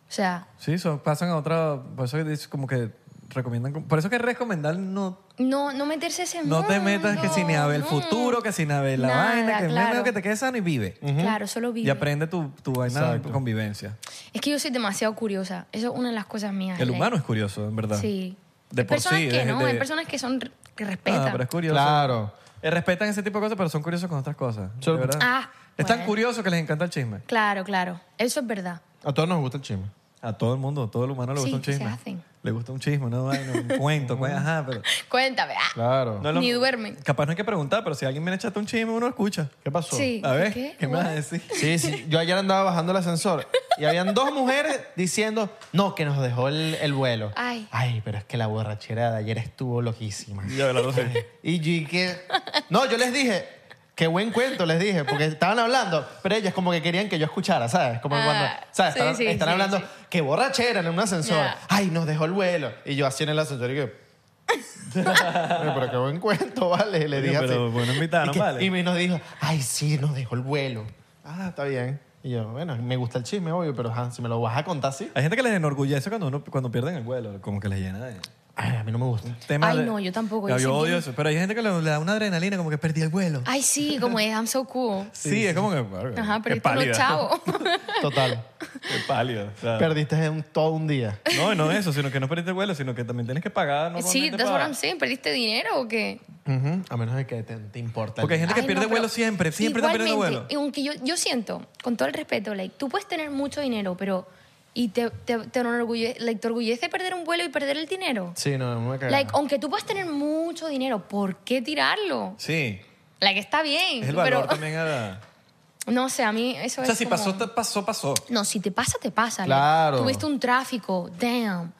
[SPEAKER 2] O sea,
[SPEAKER 4] Sí, eso pasan a otra, por eso que dices como que recomiendan, por eso que es recomendar no,
[SPEAKER 2] no, no meterse ese
[SPEAKER 4] no te metas que si ni a ver el
[SPEAKER 2] Mm, no.
[SPEAKER 4] futuro, que si ni a ver la
[SPEAKER 2] Nada,
[SPEAKER 4] vaina, que es
[SPEAKER 2] claro.
[SPEAKER 4] mejor que te quedes sano y vive.
[SPEAKER 2] Claro, solo vive.
[SPEAKER 4] Y aprende tu, tu vaina de
[SPEAKER 3] Exacto.
[SPEAKER 4] convivencia.
[SPEAKER 2] Es que yo soy demasiado curiosa. Eso es una de las cosas mías.
[SPEAKER 4] El
[SPEAKER 2] like.
[SPEAKER 4] humano es curioso, en verdad.
[SPEAKER 2] Sí.
[SPEAKER 4] De
[SPEAKER 2] Hay
[SPEAKER 4] por
[SPEAKER 2] personas
[SPEAKER 4] sí.
[SPEAKER 2] que
[SPEAKER 4] de-
[SPEAKER 2] no,
[SPEAKER 4] de-
[SPEAKER 2] hay personas que son re- que
[SPEAKER 4] Ah,
[SPEAKER 2] respetan.
[SPEAKER 4] pero es curioso.
[SPEAKER 3] Claro.
[SPEAKER 4] Eh, Respetan ese tipo de cosas, pero son curiosos con otras cosas.
[SPEAKER 3] Solo-
[SPEAKER 4] de verdad.
[SPEAKER 2] Ah,
[SPEAKER 4] Es tan
[SPEAKER 2] Bueno.
[SPEAKER 4] curioso que les encanta el chisme.
[SPEAKER 2] Claro, claro. Eso es verdad.
[SPEAKER 3] A todos nos gusta el chisme.
[SPEAKER 4] A todo el mundo, a todo el humano le
[SPEAKER 2] Sí,
[SPEAKER 4] gusta un
[SPEAKER 2] que se
[SPEAKER 4] chisme.
[SPEAKER 2] hacen.
[SPEAKER 4] Le gusta un chisme, una vaina, un cuento, cuen- ajá, pero...
[SPEAKER 2] Cuéntame. ah.
[SPEAKER 3] Claro.
[SPEAKER 4] no es lo-
[SPEAKER 2] Ni duermen.
[SPEAKER 4] Capaz no hay que preguntar, pero si alguien viene a echarte un chisme, uno escucha.
[SPEAKER 3] ¿Qué pasó?
[SPEAKER 2] Sí.
[SPEAKER 4] A ver,
[SPEAKER 2] ¿Qué?
[SPEAKER 4] ¿qué, me vas a decir?
[SPEAKER 3] Sí, sí. Yo ayer andaba bajando el ascensor y habían dos mujeres diciendo, no, que nos dejó el, el vuelo.
[SPEAKER 2] Ay.
[SPEAKER 3] pero es que la borrachera de ayer estuvo loquísima.
[SPEAKER 4] Y yo, la dos, sí.
[SPEAKER 3] Y yo, ¿y qué? No, yo les dije, qué buen cuento, les dije, porque estaban hablando, pero ellas como que querían que yo escuchara, ¿sabes? Como
[SPEAKER 2] Ah,
[SPEAKER 3] cuando, ¿sabes?
[SPEAKER 2] sí,
[SPEAKER 3] están
[SPEAKER 2] sí,
[SPEAKER 3] están
[SPEAKER 2] sí,
[SPEAKER 3] hablando,
[SPEAKER 2] sí.
[SPEAKER 3] qué borrachera en un ascensor.
[SPEAKER 2] Ya.
[SPEAKER 3] Ay, nos dejó el vuelo. Y yo así en el ascensor y que... "Oye, pero qué buen cuento, vale. Le
[SPEAKER 4] Oye,
[SPEAKER 3] dije
[SPEAKER 4] pero
[SPEAKER 3] así.
[SPEAKER 4] bueno, invitaron,
[SPEAKER 3] y que-
[SPEAKER 4] vale.
[SPEAKER 3] Y me nos dijo, ay, sí, nos dejó el vuelo. Ah, está bien. Y yo, bueno, me gusta el chisme, obvio, pero ajá, si me lo vas a contar así,
[SPEAKER 4] Hay gente que les enorgullece cuando, uno, cuando pierden el vuelo, como que les llena de...
[SPEAKER 3] ay, a mí no me gusta.
[SPEAKER 4] tema
[SPEAKER 2] Ay,
[SPEAKER 4] de-
[SPEAKER 2] no, yo tampoco,
[SPEAKER 4] Yo,
[SPEAKER 2] yo
[SPEAKER 4] yo
[SPEAKER 2] sentí-
[SPEAKER 4] odio eso, pero hay gente que le, le da una adrenalina, como que perdí el vuelo.
[SPEAKER 2] Ay, sí, como es, I'm so cool.
[SPEAKER 4] sí, es como que... verga,
[SPEAKER 2] Ajá,
[SPEAKER 4] qué
[SPEAKER 2] pero esto
[SPEAKER 4] pálida.
[SPEAKER 2] los chavos.
[SPEAKER 3] Total.
[SPEAKER 4] Qué pálido. o sea.
[SPEAKER 3] Perdiste un- todo un día.
[SPEAKER 4] No, y no eso, sino que no perdiste el vuelo, sino que también tienes que pagar normalmente
[SPEAKER 2] sí, that's what
[SPEAKER 4] para-
[SPEAKER 2] I'm saying. ¿Perdiste dinero o qué?
[SPEAKER 3] Ujú, A menos de que te, te importa. el
[SPEAKER 4] Porque hay gente que
[SPEAKER 2] Ay,
[SPEAKER 4] pierde
[SPEAKER 2] no, pero-
[SPEAKER 4] vuelo siempre, siempre está perdiendo vuelo.
[SPEAKER 2] Igualmente, Aunque yo, yo siento, con todo el respeto, like, tú puedes tener mucho dinero, pero... Y te, te, te, enorgulle- like, te orgullece perder un vuelo y perder el dinero.
[SPEAKER 3] Sí, no, me cago.
[SPEAKER 2] Like, aunque tú puedas tener mucho dinero, ¿por qué tirarlo?
[SPEAKER 4] Sí,
[SPEAKER 2] Like, está bien.
[SPEAKER 4] es el valor
[SPEAKER 2] pero,
[SPEAKER 4] también a la...
[SPEAKER 2] No sé, a mí eso
[SPEAKER 4] O
[SPEAKER 2] es.
[SPEAKER 4] sea, si
[SPEAKER 2] como-
[SPEAKER 4] pasó, te- pasó, pasó.
[SPEAKER 2] No, si te pasa, te pasa. like,
[SPEAKER 3] Claro.
[SPEAKER 2] Tuviste un tráfico, damn.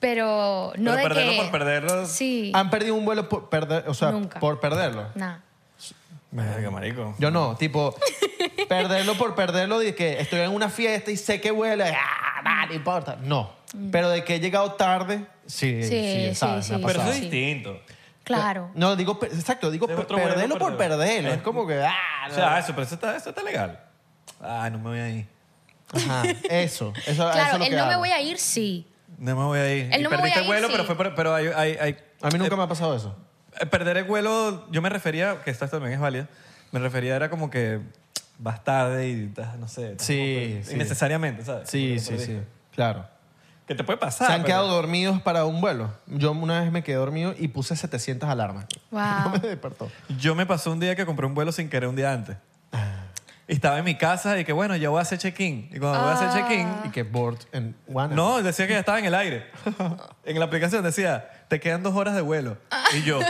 [SPEAKER 2] Pero no
[SPEAKER 4] Pero
[SPEAKER 2] de
[SPEAKER 4] perderlo
[SPEAKER 2] que.
[SPEAKER 4] por perderlo.
[SPEAKER 2] Sí.
[SPEAKER 3] ¿Han perdido un vuelo por, perder, o sea,
[SPEAKER 2] Nunca.
[SPEAKER 3] por perderlo?
[SPEAKER 2] Nah.
[SPEAKER 4] Verga, marico.
[SPEAKER 3] Yo no, tipo, perderlo por perderlo de que estoy en una fiesta y sé que vuela, ah, nah, no importa. No, pero de que he llegado tarde,
[SPEAKER 2] Mm.
[SPEAKER 3] sí, sí,
[SPEAKER 2] Sí, sí,
[SPEAKER 3] sabes, me ha
[SPEAKER 2] sí.
[SPEAKER 4] Pero eso
[SPEAKER 3] pasado.
[SPEAKER 4] es
[SPEAKER 2] Sí.
[SPEAKER 4] distinto.
[SPEAKER 2] Claro.
[SPEAKER 3] No, digo, per- exacto, digo
[SPEAKER 4] Es
[SPEAKER 3] per-
[SPEAKER 4] otro vuelo
[SPEAKER 3] perderlo
[SPEAKER 4] por
[SPEAKER 3] por
[SPEAKER 4] perderlo.
[SPEAKER 3] perderlo.
[SPEAKER 4] Es-
[SPEAKER 3] Es como que, ah,
[SPEAKER 4] O
[SPEAKER 3] no.
[SPEAKER 4] sea, eso, pero eso está, eso está legal. Ah, no me voy a ir.
[SPEAKER 3] Ajá, eso, eso, eso es
[SPEAKER 2] claro,
[SPEAKER 3] lo
[SPEAKER 2] el
[SPEAKER 3] que
[SPEAKER 2] no me
[SPEAKER 3] hago.
[SPEAKER 2] voy a ir, sí.
[SPEAKER 4] No me voy a ir.
[SPEAKER 2] El
[SPEAKER 4] Y
[SPEAKER 2] no me
[SPEAKER 4] perdiste
[SPEAKER 2] voy a ir,
[SPEAKER 4] el vuelo,
[SPEAKER 2] sí.
[SPEAKER 4] pero fue, pero, pero hay, hay, hay-
[SPEAKER 3] A mí nunca
[SPEAKER 4] eh,
[SPEAKER 3] me ha pasado eso.
[SPEAKER 4] eh, Perder el vuelo, yo me refería, que esta también es válida, me refería era como que vas tarde y estás, no sé. estás
[SPEAKER 3] Sí,
[SPEAKER 4] como que-
[SPEAKER 3] sí.
[SPEAKER 4] Innecesariamente, ¿sabes? Como
[SPEAKER 3] Sí,
[SPEAKER 4] que
[SPEAKER 3] sí,
[SPEAKER 4] perdí.
[SPEAKER 3] sí, claro.
[SPEAKER 4] Que te puede pasar.
[SPEAKER 3] Se han
[SPEAKER 4] Ah, pero-
[SPEAKER 3] quedado dormidos para un vuelo. Yo una vez me quedé dormido y puse 700 alarmas. No
[SPEAKER 2] Wow.
[SPEAKER 3] me despertó.
[SPEAKER 4] Yo me pasó un día que compré un vuelo sin querer un día antes. Ah. Y estaba en mi casa y que bueno, ya voy a hacer check-in. Y cuando voy a hacer
[SPEAKER 2] Ah.
[SPEAKER 4] check-in,
[SPEAKER 3] Y que board en one.
[SPEAKER 4] no, decía que ya estaba en el aire. En la aplicación decía, te quedan dos horas de vuelo.
[SPEAKER 2] Ah.
[SPEAKER 4] Y yo,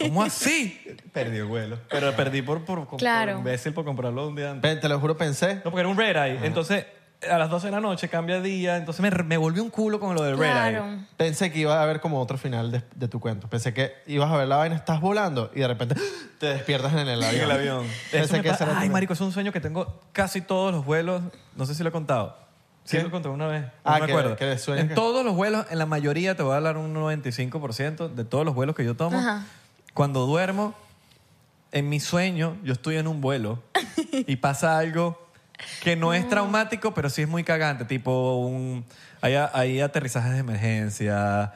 [SPEAKER 4] ¿cómo así? Perdí el vuelo. Pero perdí por, por, por
[SPEAKER 2] Claro.
[SPEAKER 4] imbécil por comprarlo un día antes.
[SPEAKER 3] Pe- Te lo juro, pensé.
[SPEAKER 4] No, porque era un red eye. Entonces, a las 12 de la noche cambia de día. Entonces me, me volví un culo con lo del red eye.
[SPEAKER 2] Claro.
[SPEAKER 3] Pensé que iba a haber como otro final de, de tu cuento. Pensé que ibas a ver la vaina, estás volando y de repente te despiertas en el avión.
[SPEAKER 4] en el avión. Eso
[SPEAKER 3] Pensé
[SPEAKER 4] me
[SPEAKER 3] que
[SPEAKER 4] pa-
[SPEAKER 3] ese era tu
[SPEAKER 4] Ay,
[SPEAKER 3] cuento.
[SPEAKER 4] marico, es un sueño que tengo casi todos los vuelos. No sé si lo he contado. Sí,
[SPEAKER 3] ¿Qué?
[SPEAKER 4] lo conté una vez. No
[SPEAKER 3] Ah,
[SPEAKER 4] me
[SPEAKER 3] que-
[SPEAKER 4] acuerdo.
[SPEAKER 3] que sueñas
[SPEAKER 4] en
[SPEAKER 3] que-
[SPEAKER 4] todos los vuelos, en la mayoría, te voy a hablar un 95% de todos los vuelos que yo tomo.
[SPEAKER 2] Ajá.
[SPEAKER 4] Cuando duermo, en mi sueño, yo estoy en un vuelo y pasa algo que no es traumático, pero sí es muy cagante. Tipo, un, hay, a- hay aterrizajes de emergencia.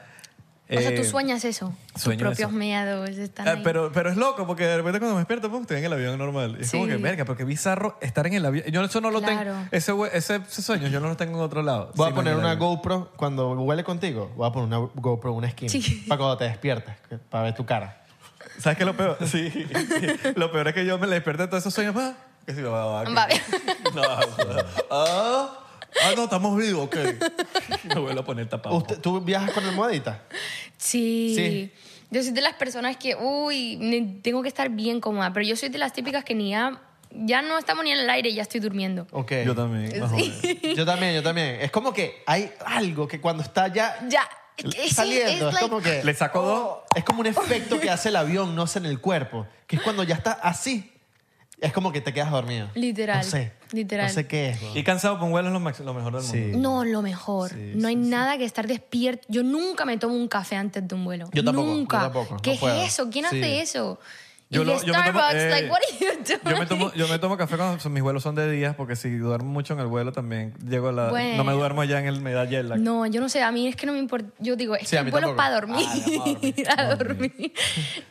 [SPEAKER 2] O sea,
[SPEAKER 4] eh,
[SPEAKER 2] tú sueñas eso.
[SPEAKER 4] sueño
[SPEAKER 2] Tus propios
[SPEAKER 4] eso.
[SPEAKER 2] meados están.
[SPEAKER 4] Ah,
[SPEAKER 2] ahí.
[SPEAKER 4] pero, pero es loco, porque de repente cuando me despierto, pum, estoy en el avión normal. Y es como
[SPEAKER 2] Sí.
[SPEAKER 4] que, verga, pero qué bizarro estar en el avión. Yo eso no lo
[SPEAKER 2] Claro.
[SPEAKER 4] tengo. Ese, hue- ese, ese sueño yo no lo tengo en otro lado.
[SPEAKER 3] Voy
[SPEAKER 4] sino
[SPEAKER 3] a
[SPEAKER 4] en
[SPEAKER 3] poner
[SPEAKER 4] el
[SPEAKER 3] una
[SPEAKER 4] avión.
[SPEAKER 3] GoPro cuando huele contigo. Voy a poner una GoPro en una esquina
[SPEAKER 2] Sí.
[SPEAKER 3] para cuando te despiertes, que- para ver tu cara.
[SPEAKER 4] ¿Sabes qué es lo peor? Sí, sí. Lo peor es que yo me despierto de todos esos sueños. Ah, que sí, va, va, que-
[SPEAKER 2] Va.
[SPEAKER 4] No, va. ah, ah, no, estamos vivos, ok. Me vuelvo a poner tapado.
[SPEAKER 3] Usted- ¿Tú viajas con almohadita?
[SPEAKER 2] Sí.
[SPEAKER 3] Sí.
[SPEAKER 2] Yo soy de las personas que, uy, ne- tengo que estar bien cómoda, pero yo soy de las típicas que ni ya, ya no estamos ni en el aire, ya estoy durmiendo.
[SPEAKER 3] Ok.
[SPEAKER 4] Yo también. no joder.
[SPEAKER 3] Yo también, yo también. Es como que hay algo que cuando está ya
[SPEAKER 2] Ya. Sí,
[SPEAKER 3] saliendo, es
[SPEAKER 2] like-
[SPEAKER 3] como que...
[SPEAKER 4] Le saco dos.
[SPEAKER 3] Es como un efecto que hace el avión, no hace en el cuerpo. Que es cuando ya está así. Es como que te quedas dormido.
[SPEAKER 2] Literal,
[SPEAKER 3] No sé.
[SPEAKER 2] literal.
[SPEAKER 3] No sé qué es.
[SPEAKER 4] Y cansado con vuelo es lo, max- lo mejor del
[SPEAKER 3] Sí.
[SPEAKER 4] mundo.
[SPEAKER 2] No, lo mejor. no hay nada que estar despierto. Yo nunca me tomo un café antes de un vuelo.
[SPEAKER 3] Yo tampoco, yo
[SPEAKER 2] Nunca.
[SPEAKER 3] tampoco, no
[SPEAKER 2] ¿Qué
[SPEAKER 3] puedo.
[SPEAKER 2] es eso? ¿Quién
[SPEAKER 3] Sí.
[SPEAKER 2] hace eso?
[SPEAKER 4] Yo
[SPEAKER 2] y
[SPEAKER 4] lo-
[SPEAKER 2] de
[SPEAKER 4] yo me tomo-
[SPEAKER 2] Starbucks,
[SPEAKER 4] eh,
[SPEAKER 2] like, what are you doing?
[SPEAKER 4] Yo me, tomo, yo me tomo café cuando mis vuelos son de días, porque si duermo mucho en el vuelo también llego a la... No me
[SPEAKER 2] Bueno.
[SPEAKER 4] duermo ya en el medalla.
[SPEAKER 2] No, yo no sé, a mí es que no me importa. Yo digo, es
[SPEAKER 3] Sí,
[SPEAKER 2] que
[SPEAKER 3] a
[SPEAKER 2] el
[SPEAKER 3] mí
[SPEAKER 2] vuelo es para
[SPEAKER 3] tampoco.
[SPEAKER 2] dormir.
[SPEAKER 3] Ah, vamos
[SPEAKER 2] a
[SPEAKER 3] a dormir,
[SPEAKER 2] dormir.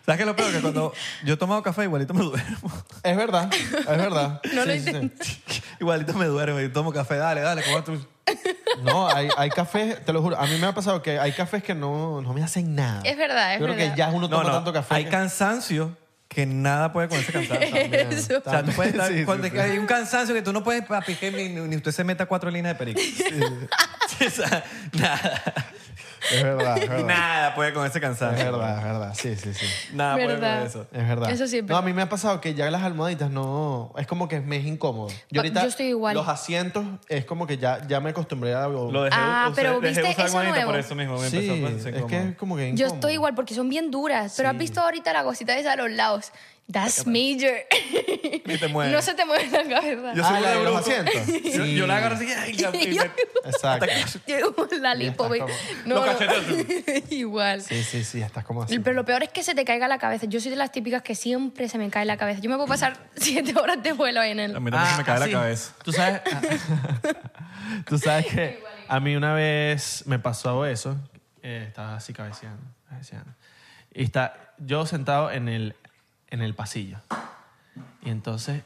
[SPEAKER 4] ¿Sabes qué es lo peor? Que cuando yo he tomado café, igualito me duermo.
[SPEAKER 3] Es verdad, es verdad.
[SPEAKER 2] No lo
[SPEAKER 3] Sí, sí, sí.
[SPEAKER 4] igualito me duermo y tomo café. Dale, dale, ¿cómo tú?
[SPEAKER 3] No, hay, hay cafés, te lo juro. A mí me ha pasado que hay cafés que no, no me hacen nada.
[SPEAKER 2] Es verdad, es
[SPEAKER 3] Yo creo
[SPEAKER 2] verdad.
[SPEAKER 3] que ya uno
[SPEAKER 4] No,
[SPEAKER 3] toma
[SPEAKER 4] no.
[SPEAKER 3] tanto café.
[SPEAKER 4] Hay
[SPEAKER 3] que-
[SPEAKER 4] cansancio que nada puede con ese cansancio.
[SPEAKER 3] Eso.
[SPEAKER 4] O sea, tú puedes estar-
[SPEAKER 3] Sí, sí,
[SPEAKER 4] cuando
[SPEAKER 3] sí.
[SPEAKER 4] hay un cansancio que tú no puedes papi, que ni, ni usted se meta cuatro líneas de perico. O sea, nada.
[SPEAKER 3] Es verdad, es verdad.
[SPEAKER 4] Nada puede con ese
[SPEAKER 3] Es
[SPEAKER 4] cansancio.
[SPEAKER 3] verdad, es verdad. Sí, sí, sí.
[SPEAKER 4] Nada puede
[SPEAKER 2] Verdad.
[SPEAKER 4] con eso.
[SPEAKER 3] Es verdad.
[SPEAKER 2] Eso sí es
[SPEAKER 3] No, a
[SPEAKER 2] verdad.
[SPEAKER 3] mí me ha pasado que ya las almohaditas no. Es como que me es incómodo. Yo
[SPEAKER 2] Pa-
[SPEAKER 3] ahorita.
[SPEAKER 2] yo estoy igual.
[SPEAKER 3] Los asientos es como que ya, ya me acostumbré a.
[SPEAKER 4] Lo dejé,
[SPEAKER 2] Ah,
[SPEAKER 4] usé-
[SPEAKER 2] pero
[SPEAKER 4] dejé
[SPEAKER 2] ¿viste
[SPEAKER 4] usar
[SPEAKER 2] eso
[SPEAKER 4] guanita
[SPEAKER 2] nuevo?
[SPEAKER 4] por eso mismo. Me
[SPEAKER 3] sí,
[SPEAKER 4] empezó a parecer
[SPEAKER 3] es que
[SPEAKER 4] incómodo.
[SPEAKER 3] es como que.
[SPEAKER 2] Yo
[SPEAKER 3] incómodo.
[SPEAKER 2] estoy igual porque son bien duras, pero has visto ahorita la cosita esa de los lados. That's major.
[SPEAKER 4] Y te mueve.
[SPEAKER 2] no se te mueve la cabeza.
[SPEAKER 4] Yo
[SPEAKER 3] Ah,
[SPEAKER 4] soy
[SPEAKER 3] la
[SPEAKER 4] muy
[SPEAKER 3] de los
[SPEAKER 4] bruto.
[SPEAKER 3] asientos.
[SPEAKER 4] Yo,
[SPEAKER 3] Sí.
[SPEAKER 4] yo la agarro así ay, ya, y me-
[SPEAKER 3] Exacto.
[SPEAKER 2] Yo como la lipo, güey.
[SPEAKER 3] como-
[SPEAKER 2] No,
[SPEAKER 4] Los
[SPEAKER 2] no.
[SPEAKER 4] cachetes.
[SPEAKER 2] Igual.
[SPEAKER 3] Sí, sí, sí, estás como así.
[SPEAKER 2] Pero lo peor es que se te caiga la cabeza. Yo soy de las típicas que siempre se me cae la cabeza. Yo me puedo pasar siete horas de vuelo ahí en
[SPEAKER 4] A
[SPEAKER 2] el...
[SPEAKER 4] mí también se me cae la
[SPEAKER 3] así.
[SPEAKER 4] cabeza.
[SPEAKER 3] Tú sabes. Tú sabes que a mí una vez me pasó eso. eh, estaba así cabeceando, cabeceando. Y está yo sentado en el, en el pasillo. Y entonces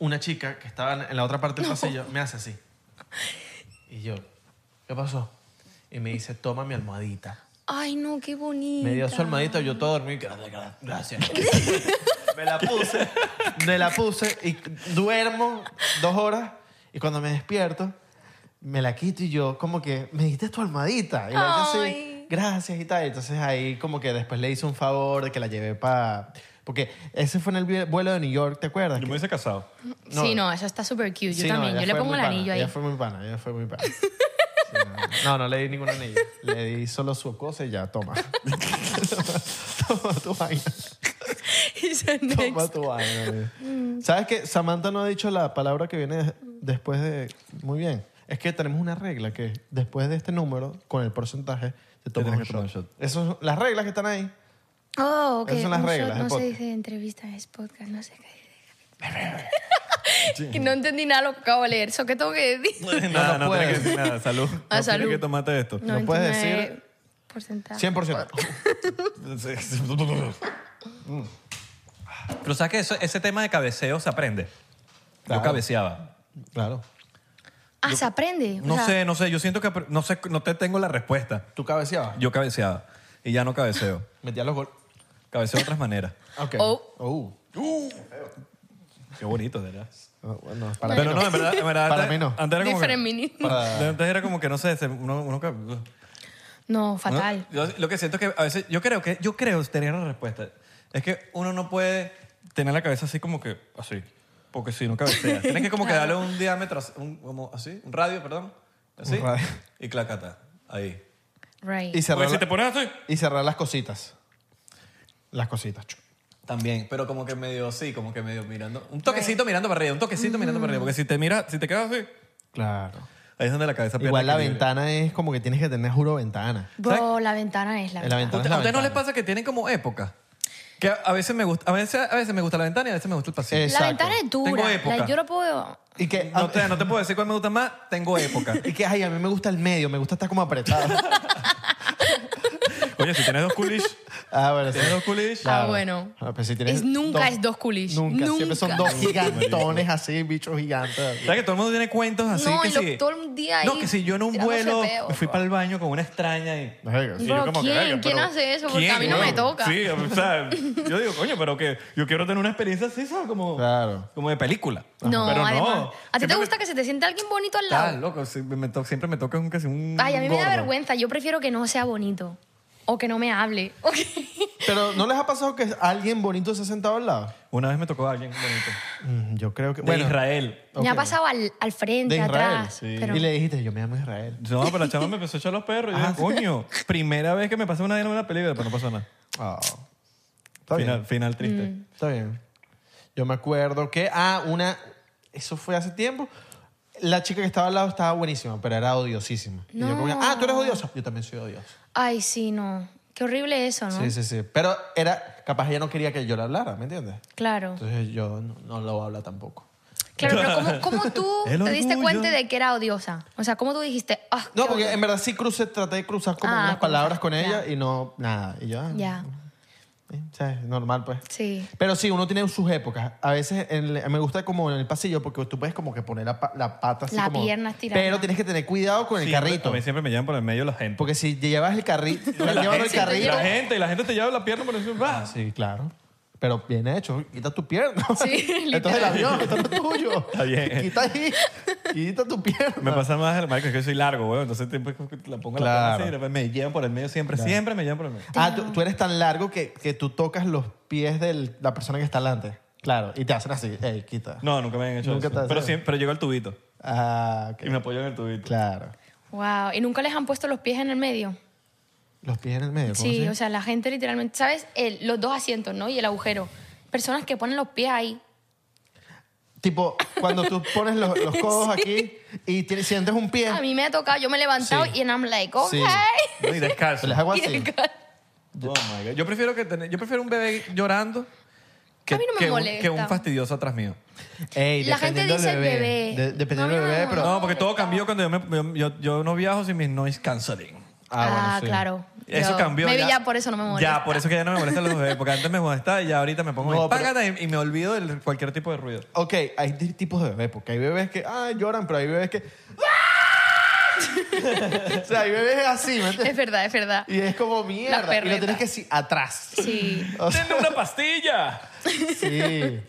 [SPEAKER 3] una chica que estaba en la otra parte del pasillo me hace así. Y yo, ¿qué pasó? Y me dice, toma mi almohadita.
[SPEAKER 2] Ay, no, qué bonito.
[SPEAKER 3] Me dio su almohadita, yo todo dormido. Gracias. Me la puse, me la puse y duermo dos horas. Y cuando me despierto, me la quito y yo, como que, me diste tu almohadita. Y le dije
[SPEAKER 2] Ay.
[SPEAKER 3] así, gracias y tal. Y Entonces ahí, como que después le hice un favor de que la llevé para. Porque ese fue en el vi- vuelo de New York, ¿te acuerdas?
[SPEAKER 4] Yo me hubiese casado.
[SPEAKER 3] No.
[SPEAKER 2] Sí, no, eso está súper cute. Yo
[SPEAKER 3] Sí, no,
[SPEAKER 2] también.
[SPEAKER 3] ella
[SPEAKER 2] yo le
[SPEAKER 3] fue
[SPEAKER 2] pongo el
[SPEAKER 3] muy pana,
[SPEAKER 2] anillo ahí.
[SPEAKER 3] Ella fue muy pana, ella fue muy pana. Sí, no, no, no le di ningún anillo. Le di solo su cosa y ya, toma. toma tu vaina.
[SPEAKER 2] He's a
[SPEAKER 3] Toma
[SPEAKER 2] next.
[SPEAKER 3] tu vaina. baby. ¿Sabes que Samantha no ha dicho la palabra que viene des- después de... Muy bien. Es que tenemos una regla que después de este número, con el porcentaje, te tomas
[SPEAKER 4] tienes
[SPEAKER 3] un
[SPEAKER 4] que tomar
[SPEAKER 3] shot.
[SPEAKER 4] un shot.
[SPEAKER 3] Esas son las reglas que están ahí.
[SPEAKER 2] Oh, ok.
[SPEAKER 3] Esas son las
[SPEAKER 2] un shot.
[SPEAKER 3] reglas del
[SPEAKER 2] No se
[SPEAKER 3] podcast.
[SPEAKER 2] dice entrevista, es podcast. No sé qué dice. Que no entendí nada lo que acabo de leer. ¿Eso qué tengo que decir?
[SPEAKER 4] Nada, no,
[SPEAKER 3] puedes.
[SPEAKER 4] tienes que decir nada. Salud. No tienes
[SPEAKER 2] Ah, salud.
[SPEAKER 4] que tomarte esto.
[SPEAKER 3] No puedes decir-
[SPEAKER 2] 99 porcentaje.
[SPEAKER 3] 100%. Mm.
[SPEAKER 4] Pero sabes que eso- ese tema de cabeceo se aprende.
[SPEAKER 3] Claro.
[SPEAKER 4] Yo cabeceaba.
[SPEAKER 3] Claro.
[SPEAKER 2] Ah, se aprende. O
[SPEAKER 4] No
[SPEAKER 2] sea,
[SPEAKER 4] sé, no sé. Yo siento que apre- no sé, no te tengo la respuesta.
[SPEAKER 3] ¿Tú cabeceabas?
[SPEAKER 4] Yo cabeceaba y ya no cabeceo.
[SPEAKER 3] Metías los goles.
[SPEAKER 4] Cabeceo de otras maneras.
[SPEAKER 3] Ok.
[SPEAKER 2] Oh.
[SPEAKER 3] Oh.
[SPEAKER 4] Qué bonito, ¿verdad?
[SPEAKER 3] No, Bueno, para
[SPEAKER 4] Pero
[SPEAKER 3] mí
[SPEAKER 4] no, en verdad, en verdad
[SPEAKER 3] Para
[SPEAKER 4] antes,
[SPEAKER 3] mí no.
[SPEAKER 4] antes era como que,
[SPEAKER 2] Different meaning.
[SPEAKER 3] Para-
[SPEAKER 4] antes era como que no sé, se- uno, uno ca-
[SPEAKER 2] No, fatal.
[SPEAKER 4] Uno- yo lo que siento es que a veces, yo creo que, yo creo tener la respuesta. Es que uno no puede tener la cabeza así como que, así. Porque si no cabecea. Tienes que como que darle un diámetro, así, un, como así, un radio, perdón. Así.
[SPEAKER 3] Un radio.
[SPEAKER 4] Y clacata. Ahí.
[SPEAKER 2] Right.
[SPEAKER 3] Y cerrar,
[SPEAKER 4] Porque si te pones así.
[SPEAKER 3] y cerrar las cositas. Las cositas. chu.
[SPEAKER 4] También, pero como que medio sí, como que medio mirando. Un toquecito mirando para arriba, un toquecito mirando para arriba. Porque si te miras, si te quedas así,
[SPEAKER 3] Claro.
[SPEAKER 4] ahí es donde la cabeza pierde
[SPEAKER 3] Igual la
[SPEAKER 4] equilibrio.
[SPEAKER 3] ventana es como que tienes que tener, juro, ventana.
[SPEAKER 2] Bro, la ventana es la
[SPEAKER 3] En la
[SPEAKER 2] ventana.
[SPEAKER 3] ventana.
[SPEAKER 4] ¿Usted- ¿A ustedes no les
[SPEAKER 3] ventana.
[SPEAKER 4] pasa que tienen como época? Que a- a veces me gusta, a veces, a veces me gusta la ventana y a veces me gusta el pasillo.
[SPEAKER 3] Es-
[SPEAKER 2] La
[SPEAKER 3] Exacto.
[SPEAKER 2] ventana es dura.
[SPEAKER 4] Tengo época.
[SPEAKER 2] La- yo no puedo.
[SPEAKER 3] Y que,
[SPEAKER 4] No te, no te puedo decir cuál me gusta más, tengo época.
[SPEAKER 3] y que, ay, a mí me gusta el medio, me gusta estar como apretado.
[SPEAKER 4] Oye, si tienes dos coolish,
[SPEAKER 3] ah, bueno, sí.
[SPEAKER 4] tienes dos coolish.
[SPEAKER 2] Ah, bueno.
[SPEAKER 3] Ah, pero si tienes
[SPEAKER 2] Es- nunca
[SPEAKER 3] dos-
[SPEAKER 2] es dos culish.
[SPEAKER 3] Nunca, siempre son
[SPEAKER 2] Nunca.
[SPEAKER 3] dos gigantones así, bichos gigantes. así.
[SPEAKER 4] ¿Sabes que todo el mundo tiene cuentos así
[SPEAKER 2] No,
[SPEAKER 4] que
[SPEAKER 2] y lo-
[SPEAKER 4] sí?
[SPEAKER 2] todo el día ahí
[SPEAKER 4] No, que si yo en un
[SPEAKER 2] tirándose
[SPEAKER 4] vuelo
[SPEAKER 2] peo,
[SPEAKER 4] me fui
[SPEAKER 2] bro.
[SPEAKER 4] para el baño con una extraña y...
[SPEAKER 3] Verga, sí.
[SPEAKER 2] Bro,
[SPEAKER 4] como que,
[SPEAKER 2] ¿quién?
[SPEAKER 4] verga,
[SPEAKER 2] ¿Quién
[SPEAKER 4] pero-
[SPEAKER 2] hace eso? Porque a mí no
[SPEAKER 4] ¿Quién?
[SPEAKER 2] me toca.
[SPEAKER 4] Sí, o sea, yo digo, coño, pero que yo quiero tener una experiencia así, ¿sabes? Como,
[SPEAKER 3] Claro.
[SPEAKER 4] como de película.
[SPEAKER 2] No,
[SPEAKER 4] pero
[SPEAKER 2] además.
[SPEAKER 4] no.
[SPEAKER 2] ¿A ti te
[SPEAKER 4] Siempre
[SPEAKER 2] gusta que se te siente alguien bonito al
[SPEAKER 4] Ah,
[SPEAKER 2] lado?
[SPEAKER 4] loco, sí, me to- siempre me toca un, casi un
[SPEAKER 2] Ay, a mí me da
[SPEAKER 4] gordo.
[SPEAKER 2] vergüenza. Yo prefiero que no sea bonito. O que no me hable. O que-
[SPEAKER 3] Pero ¿no les ha pasado que alguien bonito se ha sentado al lado?
[SPEAKER 4] Una vez me tocó a alguien bonito.
[SPEAKER 3] Mm, yo creo que...
[SPEAKER 4] De
[SPEAKER 3] bueno,
[SPEAKER 4] Israel.
[SPEAKER 2] Me ha
[SPEAKER 3] ok.
[SPEAKER 2] pasado al, al
[SPEAKER 3] De
[SPEAKER 2] frente,
[SPEAKER 3] Israel.
[SPEAKER 2] atrás.
[SPEAKER 3] sí.
[SPEAKER 2] pero-
[SPEAKER 3] Y le dijiste, yo me llamo Israel.
[SPEAKER 4] No, pero la chama me empezó a echar los perros. Y yo,
[SPEAKER 3] Ah, sí.
[SPEAKER 4] coño, primera vez que me pasa una vaina en una película, pero no pasó nada.
[SPEAKER 3] Ah, Está bien.
[SPEAKER 4] Final, final
[SPEAKER 2] Mm.
[SPEAKER 4] triste.
[SPEAKER 3] Está bien. Yo me acuerdo que, ah, una, eso fue hace tiempo. La chica que estaba al lado estaba buenísima, pero era odiosísima. Y yo como que, ah, tú eres odiosa. Yo también soy odiosa.
[SPEAKER 2] Ay, sí, no. Qué horrible eso, ¿no?
[SPEAKER 3] Sí, sí, sí. Pero era, capaz ella no quería que yo le hablara, ¿me entiendes?
[SPEAKER 2] Claro.
[SPEAKER 3] Entonces yo no, no lo voy a hablar tampoco.
[SPEAKER 2] Claro, pero ¿cómo, cómo tú
[SPEAKER 4] El
[SPEAKER 2] te diste
[SPEAKER 4] orgullo.
[SPEAKER 2] cuenta de que era odiosa? O sea, ¿cómo tú dijiste, ah,
[SPEAKER 3] No,
[SPEAKER 2] qué
[SPEAKER 3] porque em-
[SPEAKER 2] odio?
[SPEAKER 3] en verdad sí crucé, traté de cruzar como
[SPEAKER 2] Ah,
[SPEAKER 3] unas
[SPEAKER 2] como-
[SPEAKER 3] palabras con ella
[SPEAKER 2] ya.
[SPEAKER 3] y no, nada. Y yo, ah,
[SPEAKER 2] Ya,
[SPEAKER 3] eh, ¿sabes? Normal, pues.
[SPEAKER 2] sí.
[SPEAKER 3] Pero sí, uno tiene sus épocas. A veces en el- me gusta como en el pasillo porque tú puedes como que poner la, pa- la pata así
[SPEAKER 2] La
[SPEAKER 3] como...
[SPEAKER 2] pierna estirada.
[SPEAKER 3] Pero tienes que tener cuidado con el
[SPEAKER 4] Siempre-
[SPEAKER 3] carrito.
[SPEAKER 4] A mí siempre me llevan por el medio la gente.
[SPEAKER 3] Porque si llevas el carrito,
[SPEAKER 4] la,
[SPEAKER 3] llevando el
[SPEAKER 4] gente,
[SPEAKER 3] carrito...
[SPEAKER 4] Ah,
[SPEAKER 3] Ah,
[SPEAKER 4] la gente, y la gente te lleva la pierna por eso.
[SPEAKER 3] Sí, claro. Pero bien hecho, quita tu pierna.
[SPEAKER 2] Sí,
[SPEAKER 3] esto es el
[SPEAKER 2] literal.
[SPEAKER 3] avión, esto no es tuyo.
[SPEAKER 4] Está bien.
[SPEAKER 3] Quita ahí, quita tu pierna.
[SPEAKER 4] Me pasa más el marico, es que yo soy largo, weón. Entonces siempre la pongo la pierna así,
[SPEAKER 3] Claro.
[SPEAKER 4] y después me llevan por el medio siempre, siempre me llevan por el medio.
[SPEAKER 3] Ah, tú, tú eres tan largo que, que tú tocas los pies de la persona que está delante. Claro, y te hacen así, ey, quita.
[SPEAKER 4] No, nunca me habían hecho
[SPEAKER 3] Nunca te
[SPEAKER 4] eso.
[SPEAKER 3] hacen
[SPEAKER 4] Pero,
[SPEAKER 3] eso.
[SPEAKER 4] siempre, pero llegó el tubito
[SPEAKER 3] Ah, ok.
[SPEAKER 4] y me apoyó en el tubito.
[SPEAKER 3] Claro.
[SPEAKER 2] Wow. ¿Y nunca les han puesto los pies en el medio?
[SPEAKER 3] Los pies en el medio. ¿cómo
[SPEAKER 2] Sí,
[SPEAKER 3] así?
[SPEAKER 2] o sea, la gente literalmente, ¿sabes? El- los dos asientos, ¿no? Y el agujero. Personas que ponen los pies ahí.
[SPEAKER 3] Tipo, cuando tú pones los, los codos aquí y tienes- sientes un pie,
[SPEAKER 2] A mí me ha tocado, yo me he levantado
[SPEAKER 3] Sí.
[SPEAKER 2] y en I'm like, ok.
[SPEAKER 3] Sí.
[SPEAKER 4] No, Y descalzo.
[SPEAKER 3] les hago
[SPEAKER 2] Y
[SPEAKER 3] así.
[SPEAKER 2] desca-
[SPEAKER 4] Oh my God. Yo prefiero que tener- yo prefiero un bebé llorando que,
[SPEAKER 2] A mí no me
[SPEAKER 4] que un,
[SPEAKER 2] molesta.
[SPEAKER 4] que un fastidioso atrás mío.
[SPEAKER 3] Ey,
[SPEAKER 2] La gente
[SPEAKER 3] dependiendo del
[SPEAKER 2] dice el bebé.
[SPEAKER 3] De- dependiendo
[SPEAKER 2] No,
[SPEAKER 3] del bebé,
[SPEAKER 2] no,
[SPEAKER 3] pero...
[SPEAKER 4] No, porque todo cambió cuando yo, me- yo, yo- yo no viajo sin mis noise canceling.
[SPEAKER 2] Ah,
[SPEAKER 3] bueno, sí.
[SPEAKER 2] claro.
[SPEAKER 4] Eso
[SPEAKER 2] Yo-
[SPEAKER 4] cambió.
[SPEAKER 2] maybe ya por eso no me molesta.
[SPEAKER 4] Ya, por eso que ya no me molestan los bebés, porque antes me molestaba y ya ahorita me pongo
[SPEAKER 3] No,
[SPEAKER 4] en págata y, y me olvido de cualquier tipo de ruido.
[SPEAKER 3] Ok, hay di- tipos de bebés, porque hay bebés que ah, lloran, pero hay bebés que... ¡Ah! o sea, hay bebés así,
[SPEAKER 2] Es
[SPEAKER 3] ¿me entiendes?
[SPEAKER 2] verdad, es verdad.
[SPEAKER 3] Y es como mierda. Y lo
[SPEAKER 2] perretas.
[SPEAKER 3] tienes que sí, atrás.
[SPEAKER 2] Sí.
[SPEAKER 3] O sea,
[SPEAKER 4] ¡Denme una pastilla!
[SPEAKER 3] sí.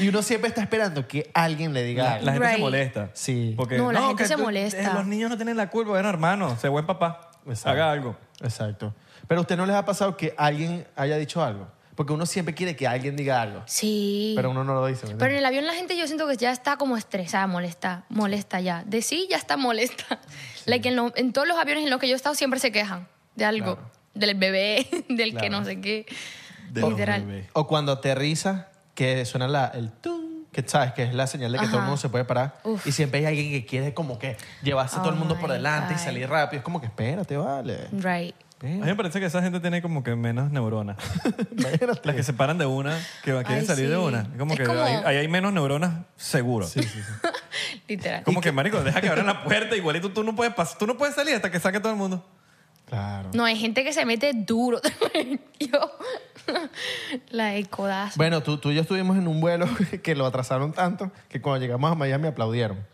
[SPEAKER 3] Y uno siempre está esperando que alguien le diga
[SPEAKER 4] La,
[SPEAKER 3] algo.
[SPEAKER 4] la gente se
[SPEAKER 2] Right.
[SPEAKER 4] molesta.
[SPEAKER 3] Sí.
[SPEAKER 4] Porque,
[SPEAKER 2] No, la gente
[SPEAKER 4] que
[SPEAKER 2] se
[SPEAKER 4] tú- eh,
[SPEAKER 2] molesta.
[SPEAKER 4] Los niños no tienen la culpa. Bueno, hermano, sé buen papá.
[SPEAKER 3] Exacto.
[SPEAKER 4] Haga algo.
[SPEAKER 3] Exacto. Pero a usted no les ha pasado que alguien haya dicho algo. Porque uno siempre quiere que alguien diga algo.
[SPEAKER 2] Sí.
[SPEAKER 3] Pero uno no lo dice.
[SPEAKER 2] Pero en
[SPEAKER 3] ¿me entiendes?
[SPEAKER 2] el avión la gente yo siento que ya está como estresada, molesta, molesta ya. De sí ya está molesta. Like en, lo- en todos los aviones en los que yo he estado siempre se quejan de algo.
[SPEAKER 3] Claro.
[SPEAKER 2] Del bebé, del que
[SPEAKER 3] Claro.
[SPEAKER 2] no sé qué.
[SPEAKER 4] De los
[SPEAKER 2] Literal.
[SPEAKER 4] bebés.
[SPEAKER 3] O cuando aterriza, que suena la, el tum, que sabes que es la señal de que todo el
[SPEAKER 2] Ajá.
[SPEAKER 3] mundo se puede parar.
[SPEAKER 2] Uf.
[SPEAKER 3] Y siempre hay alguien que quiere como que llevarse a todo
[SPEAKER 2] Oh
[SPEAKER 3] el mundo por
[SPEAKER 2] my
[SPEAKER 3] delante y
[SPEAKER 2] God.
[SPEAKER 3] salir rápido. Es como que espérate, vale.
[SPEAKER 2] Right.
[SPEAKER 4] A mí me parece que esa gente tiene como que menos neuronas.
[SPEAKER 3] Espérate.
[SPEAKER 4] Las que se paran de una, que quieren
[SPEAKER 2] Ay,
[SPEAKER 4] salir de
[SPEAKER 2] sí.
[SPEAKER 4] una. Como
[SPEAKER 2] Es
[SPEAKER 4] que
[SPEAKER 2] como-
[SPEAKER 4] Ahí, ahí hay menos neuronas seguro.
[SPEAKER 2] Literal.
[SPEAKER 4] Como que, marico, deja que abran la puerta igualito. Tú no puedes pas- tú no puedes salir hasta que saque todo el mundo.
[SPEAKER 3] Claro.
[SPEAKER 2] No, hay gente que se mete duro. yo. la del codazo.
[SPEAKER 3] Bueno, tú, tú y yo estuvimos en un vuelo que lo atrasaron tanto que cuando llegamos a Miami aplaudieron.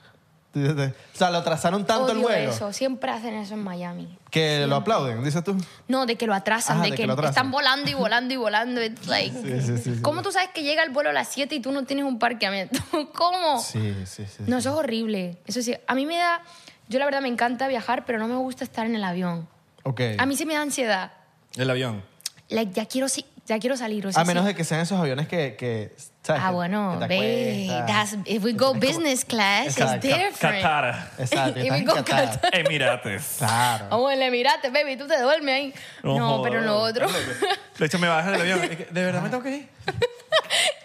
[SPEAKER 3] O sea, lo atrasaron tanto el
[SPEAKER 2] Odio
[SPEAKER 3] vuelo
[SPEAKER 2] eso. Siempre hacen eso en Miami.
[SPEAKER 3] que lo aplauden, dices tú.
[SPEAKER 2] No, de que lo atrasan,
[SPEAKER 3] Ajá,
[SPEAKER 2] de,
[SPEAKER 3] de
[SPEAKER 2] que,
[SPEAKER 3] que lo atrasan.
[SPEAKER 2] están volando y volando y volando. It's like,
[SPEAKER 3] Sí, sí, sí, sí.
[SPEAKER 2] ¿Cómo tú sabes que llega el vuelo a las 7 y tú no tienes un parqueamiento? ¿Cómo?
[SPEAKER 3] Sí, sí, sí.
[SPEAKER 2] Oh. No, eso es horrible. Eso sí, a mí me da... Yo la verdad me encanta viajar, pero no me gusta estar en el avión.
[SPEAKER 3] Ok.
[SPEAKER 2] A mí sí me da ansiedad.
[SPEAKER 4] El avión.
[SPEAKER 2] Like, ya, quiero, si- ya quiero salir. O sea,
[SPEAKER 3] A menos
[SPEAKER 2] sí.
[SPEAKER 3] de que sean esos aviones que, que ¿sabes?
[SPEAKER 2] Ah,
[SPEAKER 3] Que-
[SPEAKER 2] bueno,
[SPEAKER 3] que te
[SPEAKER 2] ve.
[SPEAKER 3] acuestas.
[SPEAKER 2] that's- If we go business class, it's
[SPEAKER 3] Exacto. Ca-
[SPEAKER 2] different.
[SPEAKER 4] Qatar.
[SPEAKER 3] Exacto,
[SPEAKER 2] Y
[SPEAKER 3] estás
[SPEAKER 2] me
[SPEAKER 3] en
[SPEAKER 2] con
[SPEAKER 3] Qatar.
[SPEAKER 2] Qatar.
[SPEAKER 4] Emirates.
[SPEAKER 3] Claro.
[SPEAKER 2] Vamos en el Emirates, baby, tú te duermes ahí. No,
[SPEAKER 4] jodas.
[SPEAKER 2] pero en lo otro.
[SPEAKER 4] De hecho, me bajas del avión. Es que, ¿De verdad me tengo que ir?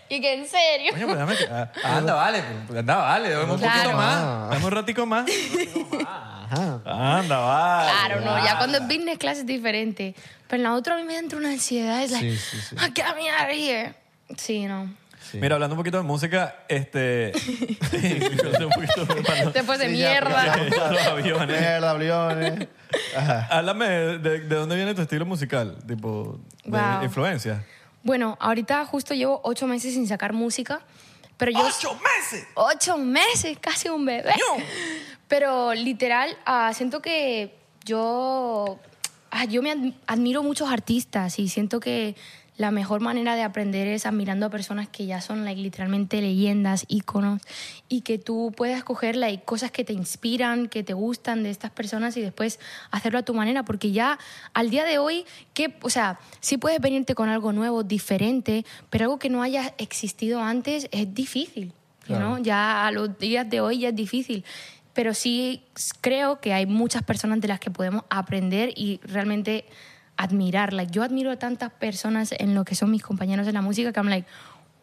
[SPEAKER 2] y que en serio.
[SPEAKER 4] Coño, pues dame que- ah, anda, vale. pues, Anda, vale. Dame un
[SPEAKER 2] Claro.
[SPEAKER 4] poquito más. Dame un ratico más. Ah, Anda, vale. Ah,
[SPEAKER 2] Claro, no, ya cuando es business class es diferente. Pero en la otra a mí me entra una ansiedad. Es like,
[SPEAKER 3] Sí, sí, sí.
[SPEAKER 2] "Ah, get me out of here. Sí, no.
[SPEAKER 4] Mira, hablando un poquito de música, este... un poquito de-
[SPEAKER 2] Después de
[SPEAKER 3] Sí, ya,
[SPEAKER 2] mierda.
[SPEAKER 3] ya, ya.
[SPEAKER 4] Los aviones.
[SPEAKER 3] Mierda, aviones. Ajá.
[SPEAKER 4] Háblame de, de- de dónde viene tu estilo musical, tipo de
[SPEAKER 2] Wow.
[SPEAKER 4] influencia.
[SPEAKER 2] Bueno, ahorita justo llevo ocho meses sin sacar música. Pero yo,
[SPEAKER 4] ¡Ocho meses!
[SPEAKER 2] ocho meses, casi un bebé.
[SPEAKER 4] ¡Ño!
[SPEAKER 2] Pero literal, ah, siento que yo, ah, yo me ad- admiro muchos artistas y siento que la mejor manera de aprender es admirando a personas que ya son like, literalmente leyendas, íconos, y que tú puedas coger like, cosas que te inspiran, que te gustan de estas personas y después hacerlo a tu manera, porque ya al día de hoy, que, o sea, sí puedes venirte con algo nuevo, diferente, pero algo que no haya existido antes es difícil. you know? Ya a los días de hoy ya es difícil. Pero sí s- creo que hay muchas personas de las que podemos aprender y realmente admirarla. Yo admiro a tantas personas en lo que son mis compañeros en la música que I'm like,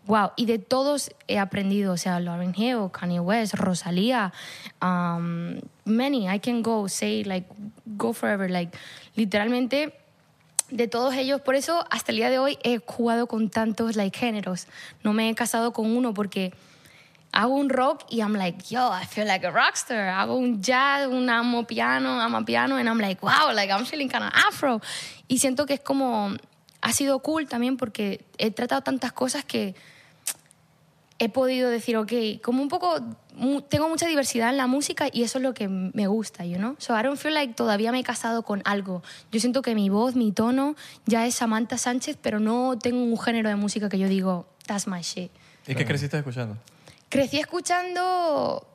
[SPEAKER 2] wow. Y de todos he aprendido, o sea, Lauren Hill, Kanye West, Rosalía, um, many, I can go, say, like, go forever. Like, literalmente de todos ellos. Por eso hasta el día de hoy he jugado con tantos like, géneros. No me he casado con uno porque hago un rock y I'm like, yo, I feel like a rockstar. Hago un jazz, un amo piano, amo piano, and I'm like, wow, like I'm feeling kind of afro. Y siento que es como, ha sido cool también porque he tratado tantas cosas que he podido decir, ok, como un poco, mu- tengo mucha diversidad en la música y eso es lo que m- me gusta, you know? So I don't feel like todavía me he casado con algo. Yo siento que mi voz, mi tono, ya es Samantha Sánchez, pero no tengo un género de música que yo digo, that's my shit.
[SPEAKER 4] ¿Y qué creciste escuchando?
[SPEAKER 2] Crecí escuchando...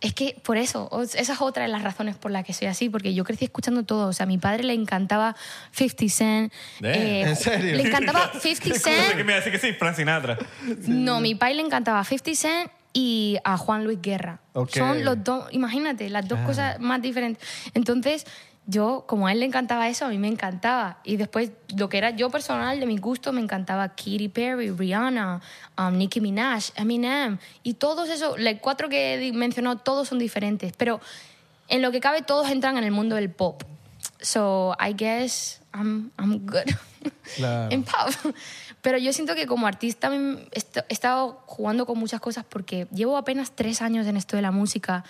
[SPEAKER 2] Es que por eso, o- esa es otra de las razones por las que soy así, porque yo crecí escuchando todo. O sea, a mi padre le encantaba 50 Cent. eh,
[SPEAKER 4] Damn,
[SPEAKER 3] ¿en serio?
[SPEAKER 2] Le encantaba 50 Cent.
[SPEAKER 4] me dice que sí, Frank Sinatra.
[SPEAKER 2] No, mi pai le encantaba 50 Cent y a Juan Luis Guerra.
[SPEAKER 3] Ok.
[SPEAKER 2] Son los dos, imagínate, las dos cosas más diferentes. Entonces, yo, como a él le encantaba eso, a mí me encantaba. Y después, lo que era yo personal, de mi gusto, me encantaba Katy Perry, Rihanna, um, Nicki Minaj, Eminem. Y todos esos, los cuatro que he di- mencionado, todos son diferentes. Pero en lo que cabe, todos entran en el mundo del pop. So, I guess I'm, I'm good.
[SPEAKER 3] Claro.
[SPEAKER 2] En pop. Pero yo siento que como artista mm, est- he estado jugando con muchas cosas porque llevo apenas tres años en esto de la música.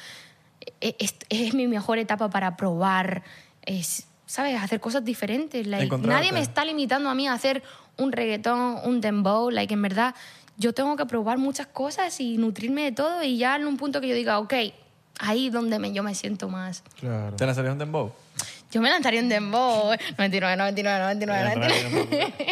[SPEAKER 2] E- Es, es mi mejor etapa para probar, es, ¿sabes? Hacer cosas diferentes. like,
[SPEAKER 4] Encontrarte.
[SPEAKER 2] nadie me está limitando a mí a hacer un reggaetón, un dembow. Like, en verdad, yo tengo que probar muchas cosas y nutrirme de todo y ya en un punto que yo diga, ok, ahí donde me- yo me siento más.
[SPEAKER 3] Claro.
[SPEAKER 4] ¿Te lanzarías un dembow?
[SPEAKER 2] Yo me lanzaría un dembow. 99, 99, 99,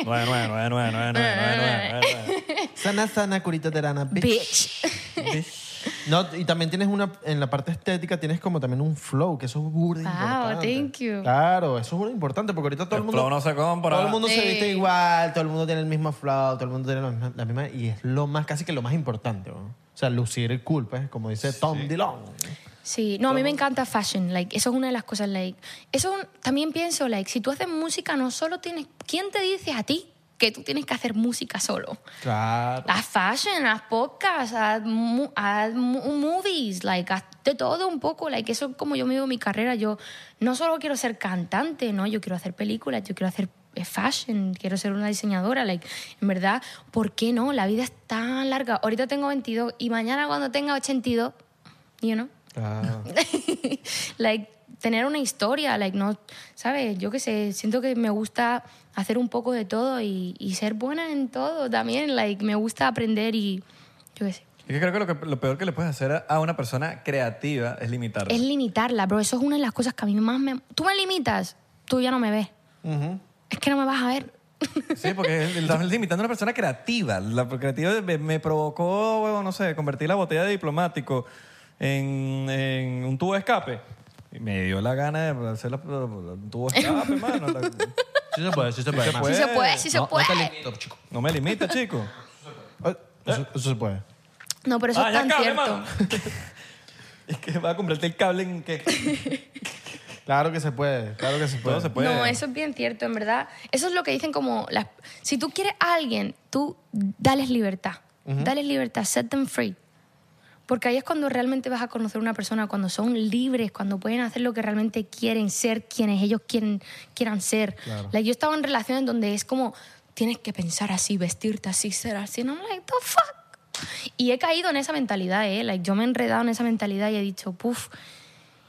[SPEAKER 2] 99.
[SPEAKER 4] 99,
[SPEAKER 3] Sana, sana, curita de rana, bitch.
[SPEAKER 2] Bitch.
[SPEAKER 3] No, y también tienes una, en la parte estética tienes como también un flow, que eso es burda
[SPEAKER 2] Wow,
[SPEAKER 3] importante.
[SPEAKER 2] thank you.
[SPEAKER 3] Claro, eso es burda importante, porque ahorita todo el,
[SPEAKER 4] El
[SPEAKER 3] mundo...
[SPEAKER 4] flow no se compra.
[SPEAKER 3] Todo el mundo se
[SPEAKER 2] Sí.
[SPEAKER 3] viste igual, todo el mundo tiene el mismo flow, todo el mundo tiene la misma, la misma- y es lo más, casi que lo más importante, ¿no? O sea, lucir el cool, pues, como dice Tom DeLonge.
[SPEAKER 2] Sí, no, a mí me encanta fashion, like, eso es una de las cosas, like, eso un- también pienso, like, si tú haces música, no solo tienes, ¿quién te dice a ti que tú tienes que hacer música solo?
[SPEAKER 3] Claro.
[SPEAKER 2] Haz fashion, haz podcasts, haz, mu- haz mu- movies, like, haz de todo un poco, like, eso es como yo me veo mi carrera, yo no solo quiero ser cantante, no, yo quiero hacer películas, yo quiero hacer eh, fashion, quiero ser una diseñadora, like, en verdad, ¿por qué no? La vida es tan larga, ahorita tengo 22 y mañana cuando tenga 82, you know?
[SPEAKER 3] Claro.
[SPEAKER 2] like tener una historia, like no, ¿sabes? Yo qué sé, siento que me gusta hacer un poco de todo y, y ser buena en todo también, like me gusta aprender y yo qué sé.
[SPEAKER 4] Es que creo que lo, que lo peor que le puedes hacer a una persona creativa es limitarla.
[SPEAKER 2] Es limitarla, bro, eso es una de las cosas que a mí más me... Tú me limitas, tú ya no me ves.
[SPEAKER 3] Ujú.
[SPEAKER 2] Es que no me vas a ver.
[SPEAKER 4] Sí, porque el- el- estás limitando a una persona creativa. La creativa me, me provocó, huevo, no sé, convertir la botella de diplomático en, en un tubo de escape. Y me dio la gana de hacer la- un tubo de escape, mano. La-
[SPEAKER 3] Sí se puede, sí se puede.
[SPEAKER 4] se
[SPEAKER 3] man.
[SPEAKER 4] puede.
[SPEAKER 2] Sí se puede, sí se
[SPEAKER 3] No,
[SPEAKER 2] puede.
[SPEAKER 3] No te limito, chico.
[SPEAKER 4] no me limita, chico.
[SPEAKER 3] Ay, Eso, eso se puede.
[SPEAKER 2] No, pero eso
[SPEAKER 4] Ah,
[SPEAKER 2] es
[SPEAKER 4] ya
[SPEAKER 2] tan
[SPEAKER 4] cabe,
[SPEAKER 2] cierto.
[SPEAKER 4] mano. es que va a comprarte el cable en que
[SPEAKER 3] Claro que se puede, claro que se puede.
[SPEAKER 4] todo se puede.
[SPEAKER 2] No, eso es bien cierto, en verdad. Eso es lo que dicen como... las- si tú quieres a alguien, tú dales libertad. Dales libertad, set them free. Porque ahí es cuando realmente vas a conocer una persona, cuando son libres, cuando pueden hacer lo que realmente quieren ser, quienes ellos quieren, quieran ser. Like, yo estaba en relaciones donde es como, tienes que pensar así, vestirte así, ser así. No, I'm like, the fuck. Y he caído en esa mentalidad, ¿eh? Like, yo me he enredado en esa mentalidad y he dicho, puff.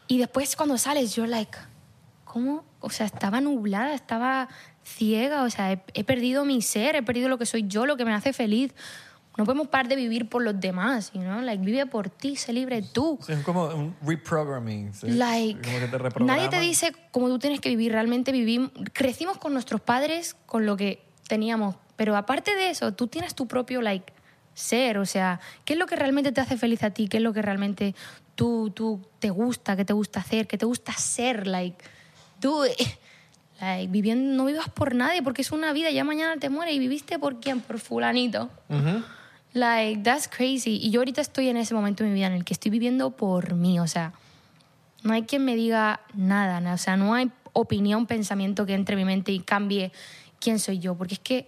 [SPEAKER 2] Y después cuando sales, yo, like, ¿cómo? O sea, estaba nublada, estaba ciega, o sea, he, he perdido mi ser, he perdido lo que soy yo, lo que me hace feliz. No podemos parar de vivir por los demás, you know? Like, vive por ti, sé libre tú.
[SPEAKER 4] Sí, es como un reprogramming. ¿sí?
[SPEAKER 2] Like,
[SPEAKER 4] Como que te reprograman.
[SPEAKER 2] nadie te dice cómo tú tienes que vivir. Realmente vivimos, crecimos con nuestros padres, con lo que teníamos. Pero aparte de eso, tú tienes tu propio like ser. O sea, ¿qué es lo que realmente te hace feliz a ti? ¿Qué es lo que realmente tú, tú te gusta? ¿Qué te gusta hacer? ¿Qué te gusta ser? Like, do it. Like, viviendo, no vivas por nadie porque es una vida. Ya mañana te mueres y viviste por quién? Por fulanito. Like, that's crazy. Y yo ahorita estoy en ese momento de mi vida en el que estoy viviendo por mí. O sea, no hay quien me diga nada, na- o sea, no hay opinión, pensamiento que entre en mi mente y cambie quién soy yo, porque es que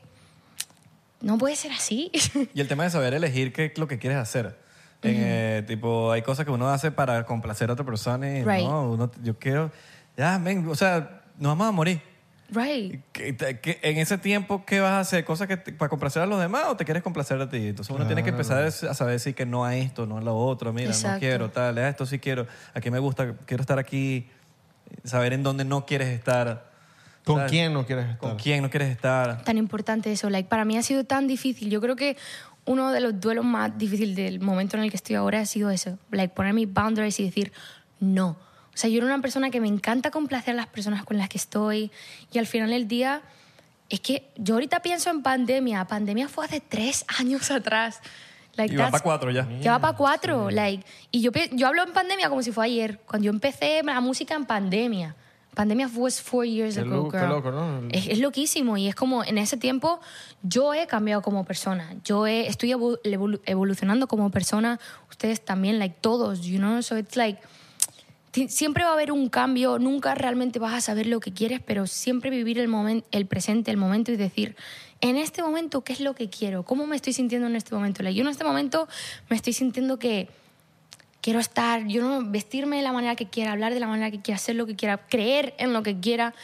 [SPEAKER 2] no puede ser así.
[SPEAKER 4] Y el tema de saber elegir qué es lo que quieres hacer. En, eh, tipo, hay cosas que uno hace para complacer a otra persona y
[SPEAKER 2] Right.
[SPEAKER 4] no, uno, yo quiero, ya, men, o sea, nos vamos a morir.
[SPEAKER 2] right.
[SPEAKER 4] ¿Qué- te- qué- en ese tiempo, ¿qué vas a hacer? ¿Cosas que te- para complacer a los demás o te quieres complacer a ti? Entonces uno tiene que empezar a saber decir que no a esto, no a lo otro, mira, no
[SPEAKER 2] Exacto.
[SPEAKER 4] quiero, tal, a esto sí quiero, aquí me gusta, quiero estar aquí, saber en dónde no quieres estar.
[SPEAKER 3] ¿Con
[SPEAKER 4] ¿sabes?
[SPEAKER 3] quién no quieres estar?
[SPEAKER 4] ¿Con quién no quieres estar?
[SPEAKER 2] Tan importante eso, like, para mí ha sido tan difícil. Yo creo que uno de los duelos más difíciles del momento en el que estoy ahora ha sido eso, like poner mis boundaries y decir no. O sea, yo era una persona que me encanta complacer a las personas con las que estoy y al final del día es que yo ahorita pienso en pandemia. Pandemia fue hace tres años atrás. Like,
[SPEAKER 4] Y va
[SPEAKER 2] that's-
[SPEAKER 4] para cuatro ya.
[SPEAKER 2] ya va para cuatro. Like, y yo, pi- yo hablo en pandemia como si fue ayer. Cuando yo empecé la música en pandemia. Pandemia was four years
[SPEAKER 3] Qué
[SPEAKER 2] ago,
[SPEAKER 3] loco, qué
[SPEAKER 2] girl.
[SPEAKER 3] loco, ¿no?
[SPEAKER 2] Es, es loquísimo y es como en ese tiempo yo he cambiado como persona. Yo he- estoy evo- evolu- evolucionando como persona. Ustedes también, like todos, you know? So it's like ti- siempre va a haber un cambio, nunca realmente vas a saber lo que quieres, pero siempre vivir el, momento el presente, el momento y decir, en este momento, ¿qué es lo que quiero? ¿Cómo me estoy sintiendo en este momento? Like, yo en este momento me estoy sintiendo que quiero estar, yo no vestirme de la manera que quiera, hablar de la manera que quiera, hacer lo que quiera, creer en lo que quiera,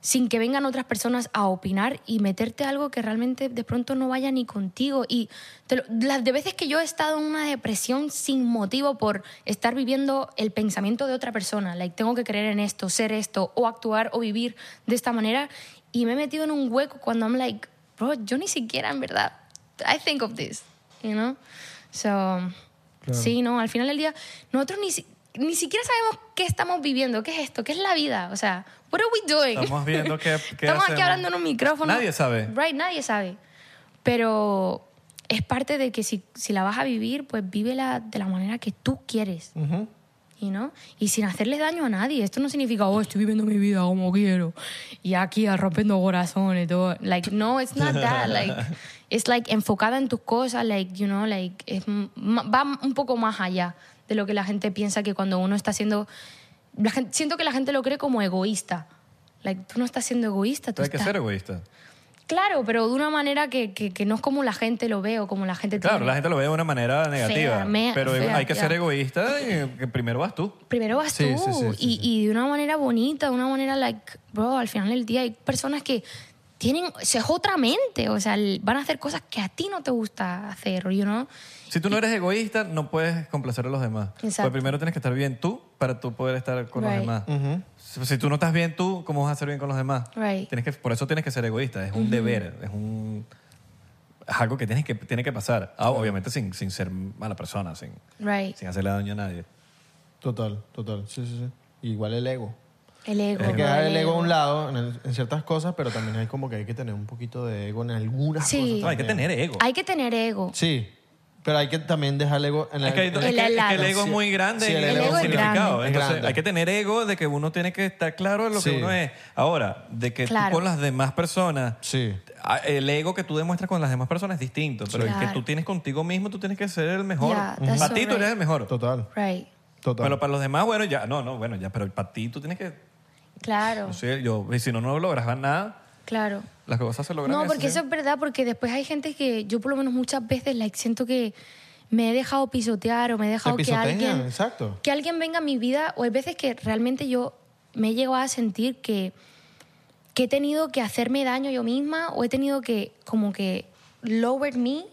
[SPEAKER 2] sin que vengan otras personas a opinar y meterte algo que realmente de pronto no vaya ni contigo. Y te lo- las de veces que yo he estado en una depresión sin motivo por estar viviendo el pensamiento de otra persona, like tengo que creer en esto, ser esto, o actuar o vivir de esta manera, y me he metido en un hueco cuando I'm like, bro, yo ni siquiera en verdad, I think of this, you know? So, Sí, no, al final del día, nosotros ni, si- ni siquiera sabemos qué estamos viviendo, qué es esto, qué es la vida. O sea, what are we doing?
[SPEAKER 4] Estamos viendo qué- qué
[SPEAKER 2] Estamos
[SPEAKER 4] hacemos.
[SPEAKER 2] aquí hablando en un micrófono.
[SPEAKER 4] Nadie sabe.
[SPEAKER 2] Right, nadie sabe. Pero es parte de que si, si la vas a vivir, pues vívela de la manera que tú quieres. you know? Y sin hacerle daño a nadie. Esto no significa, oh, estoy viviendo mi vida como quiero. Y aquí rompiendo corazones. Todo. Like, no, it's not that. Like, it's like enfocada en tus cosas. Like, you know, like, es m- ma- va un poco más allá de lo que la gente piensa que cuando uno está haciendo... la gen- siento que la gente lo cree como egoísta. Like, tú no estás siendo egoísta. Tú
[SPEAKER 4] Pero hay que
[SPEAKER 2] estás-
[SPEAKER 4] ser egoísta.
[SPEAKER 2] Claro, pero de una manera que, que- que no es como la gente lo ve o como la gente...
[SPEAKER 4] Claro,
[SPEAKER 2] tiene.
[SPEAKER 4] la gente lo ve de una manera negativa.
[SPEAKER 2] mea-
[SPEAKER 4] pero
[SPEAKER 2] fea,
[SPEAKER 4] hay que ser
[SPEAKER 2] ya.
[SPEAKER 4] egoísta y que primero vas tú.
[SPEAKER 2] primero vas
[SPEAKER 3] Sí,
[SPEAKER 2] tú
[SPEAKER 3] sí, sí, sí,
[SPEAKER 2] y,
[SPEAKER 3] sí.
[SPEAKER 2] y de una manera bonita, de una manera like, bro, al final del día hay personas que tienen, eso es otra mente, o sea, el- van a hacer cosas que a ti no te gusta hacer, you know?
[SPEAKER 4] Si tú no eres egoísta, no puedes complacer a los demás.
[SPEAKER 2] Exacto.
[SPEAKER 4] Pues primero tienes que estar bien tú para tú poder estar con los
[SPEAKER 2] Right.
[SPEAKER 4] demás. Si- Si tú no estás bien tú, ¿cómo vas a estar bien con los demás?
[SPEAKER 2] Right.
[SPEAKER 4] Tienes que, por eso tienes que ser egoísta. Es un deber, es un es algo que tienes que tiene que pasar. Ah, obviamente sin, sin ser mala persona, sin,
[SPEAKER 2] Right.
[SPEAKER 4] sin hacerle daño a nadie.
[SPEAKER 3] Total, total. Sí, sí, sí. Igual el ego.
[SPEAKER 2] El ego.
[SPEAKER 3] Hay que
[SPEAKER 2] bro,
[SPEAKER 3] dejar el ego a un lado en, el- en ciertas cosas, pero también hay como que hay que tener un poquito de ego en algunas
[SPEAKER 2] Sí.
[SPEAKER 3] cosas.
[SPEAKER 4] No, hay que
[SPEAKER 3] también.
[SPEAKER 4] tener ego.
[SPEAKER 2] Hay que tener ego.
[SPEAKER 3] Sí, pero hay que también dejar el ego en
[SPEAKER 4] Es que, hay- es
[SPEAKER 3] en-
[SPEAKER 4] que-
[SPEAKER 2] El
[SPEAKER 4] es que
[SPEAKER 2] helado.
[SPEAKER 4] el ego es muy grande
[SPEAKER 3] Sí,
[SPEAKER 4] y
[SPEAKER 3] el
[SPEAKER 4] tiene
[SPEAKER 3] ego
[SPEAKER 4] un
[SPEAKER 3] es
[SPEAKER 4] significado.
[SPEAKER 3] grande.
[SPEAKER 4] Entonces,
[SPEAKER 3] Es grande.
[SPEAKER 4] hay que tener ego de que uno tiene que estar claro en lo
[SPEAKER 3] Sí.
[SPEAKER 4] que uno es. Ahora, de que
[SPEAKER 2] Claro.
[SPEAKER 4] tú con las demás personas,
[SPEAKER 3] Sí.
[SPEAKER 4] a- el ego que tú demuestras con las demás personas es distinto, pero el
[SPEAKER 2] Claro.
[SPEAKER 4] que tú tienes contigo mismo, tú tienes que ser el mejor.
[SPEAKER 2] Yeah, that's
[SPEAKER 4] para ti
[SPEAKER 2] so
[SPEAKER 4] tú eres
[SPEAKER 2] right.
[SPEAKER 4] el mejor.
[SPEAKER 3] Total,
[SPEAKER 2] Right.
[SPEAKER 3] total.
[SPEAKER 4] Pero para los demás, bueno, ya, no, no, bueno, ya, pero para ti tú tienes que...
[SPEAKER 2] Claro.
[SPEAKER 4] yo soy- yo, y si no, no logras nada,
[SPEAKER 2] Claro.
[SPEAKER 4] las cosas se logran.
[SPEAKER 2] No,
[SPEAKER 4] es-
[SPEAKER 3] ¿eh?
[SPEAKER 2] porque eso es verdad, porque después hay gente que yo por lo menos muchas veces like, siento que me he dejado pisotear o me he dejado que
[SPEAKER 3] pisotean,
[SPEAKER 2] alguien...
[SPEAKER 3] exacto.
[SPEAKER 2] Que alguien venga a mi vida o hay veces que realmente yo me he llegado a sentir que, que he tenido que hacerme daño yo misma o he tenido que como que lower me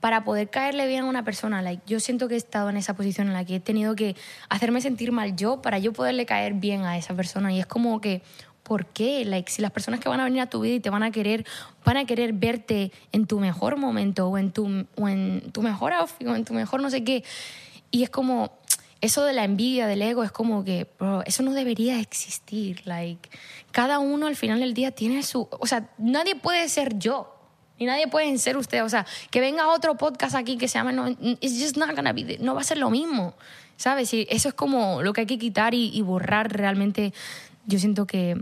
[SPEAKER 2] para poder caerle bien a una persona. Like, yo siento que he estado en esa posición en la que he tenido que hacerme sentir mal yo para yo poderle caer bien a esa persona. Y es como que, ¿por qué? Like, si las personas que van a venir a tu vida y te van a querer, van a querer verte en tu mejor momento o en tu, o en tu mejor outfit o en tu mejor no sé qué. Y es como, eso de la envidia, del ego, es como que, bro, eso no debería existir. Like, cada uno al final del día tiene su... O sea, nadie puede ser yo. Y nadie puede ser usted. O sea, que venga otro podcast aquí que se llame... No, it's just not gonna be the- no va a ser lo mismo. ¿Sabes? Y eso es como lo que hay que quitar y, y borrar realmente. Yo siento que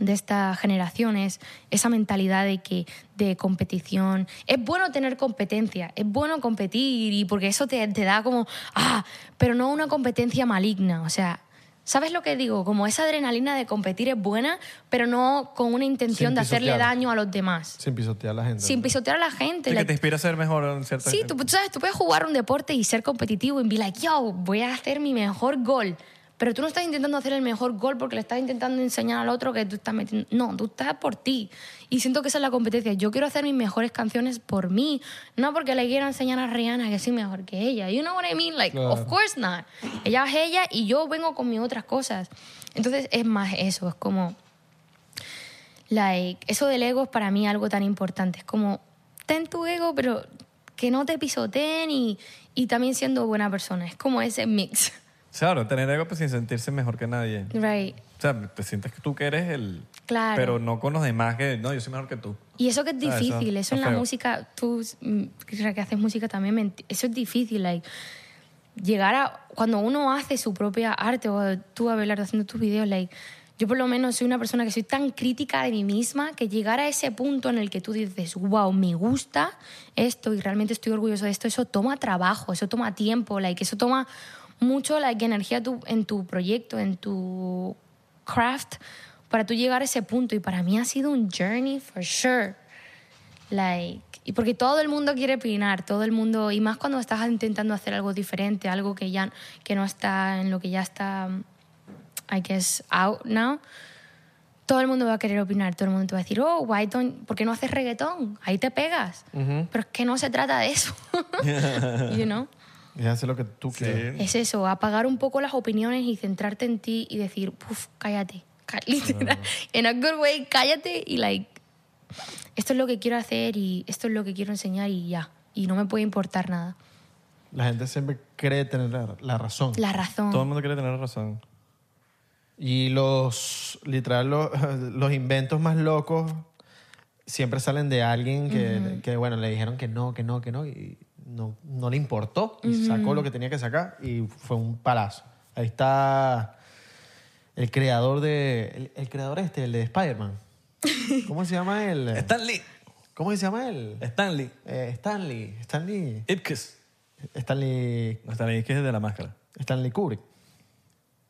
[SPEAKER 2] de esta generación es esa mentalidad de que de competición es bueno tener competencia es bueno competir y porque eso te, te da como ah pero no una competencia maligna o sea sabes lo que digo como esa adrenalina de competir es buena pero no con una intención
[SPEAKER 3] Sin
[SPEAKER 2] de hacerle
[SPEAKER 3] pisotear.
[SPEAKER 2] daño a los demás
[SPEAKER 3] Sin pisotear a la gente.
[SPEAKER 2] sin pisotear a la gente
[SPEAKER 4] Sí, que
[SPEAKER 2] like-
[SPEAKER 4] te inspira a ser mejor en ciertas
[SPEAKER 2] Sí, tú, tú sabes, tú puedes jugar un deporte y ser competitivo y be like, yo, voy a hacer mi mejor gol. Pero tú no estás intentando hacer el mejor gol porque le estás intentando enseñar al otro que tú estás metiendo. No, tú estás por ti. Y siento que esa es la competencia. Yo quiero hacer mis mejores canciones por mí, no porque le quiero enseñar a Rihanna que soy mejor que ella. You know what I mean? Like,
[SPEAKER 3] Claro.
[SPEAKER 2] of course not. Ella es ella y yo vengo con mis otras cosas. Entonces es más eso, es como like, eso del ego es para mí algo tan importante. Es como, ten tu ego, pero que no te pisoteen y, y también siendo buena persona. Es como ese mix.
[SPEAKER 4] Claro, tener ego pues, sin sentirse mejor que nadie.
[SPEAKER 2] Right.
[SPEAKER 4] O sea, te sientes que tú que eres el...
[SPEAKER 2] Claro.
[SPEAKER 4] Pero no con los demás que, no, yo soy mejor que tú.
[SPEAKER 2] Y eso que es
[SPEAKER 4] Ah, eso
[SPEAKER 2] difícil, eso,
[SPEAKER 4] está
[SPEAKER 2] en la
[SPEAKER 4] feo.
[SPEAKER 2] música, tú mm, que haces música también, me enti- eso es difícil, like, llegar a, cuando uno hace su propia arte, o tú, Abelardo, haciendo tus videos, like, yo por lo menos soy una persona que soy tan crítica de mí misma que llegar a ese punto en el que tú dices, wow, me gusta esto y realmente estoy orgulloso de esto, eso toma trabajo, eso toma tiempo, like, eso toma mucho like, energía tu- en tu proyecto, en tu craft, para tú llegar a ese punto. Y para mí ha sido un journey, for sure. Like, y porque todo el mundo quiere opinar, todo el mundo, y más cuando estás intentando hacer algo diferente, algo que ya que no está en lo que ya está, I guess, out now, todo el mundo va a querer opinar, todo el mundo te va a decir, oh, why don't, ¿por qué no haces reggaetón? Ahí te pegas. Pero es que no se trata de eso, you know?
[SPEAKER 3] Y hace lo que tú quieras.
[SPEAKER 2] Es eso, apagar un poco las opiniones y centrarte en ti y decir, puf, cállate. Ca- Literal, en a good way, cállate y like, esto es lo que quiero hacer y esto es lo que quiero enseñar y ya. Y no me puede importar nada.
[SPEAKER 3] La gente siempre cree tener la, la razón.
[SPEAKER 2] La razón.
[SPEAKER 4] Todo el mundo quiere tener razón.
[SPEAKER 3] Y los, literal, los, los inventos más locos siempre salen de alguien que, que, bueno, le dijeron que no, que no, que no, y no, no le importó. Y sacó lo que tenía que sacar y fue un palazo. Ahí está el creador de... El, el creador este, el de Spider-Man. ¿Cómo se llama él?
[SPEAKER 4] Stanley.
[SPEAKER 3] ¿Cómo se llama él?
[SPEAKER 4] Stanley.
[SPEAKER 3] Eh, Stanley. Stanley.
[SPEAKER 4] Ipkiss.
[SPEAKER 3] Stanley.
[SPEAKER 4] No, Stanley Ipkiss es de la máscara.
[SPEAKER 3] Stanley Kubrick.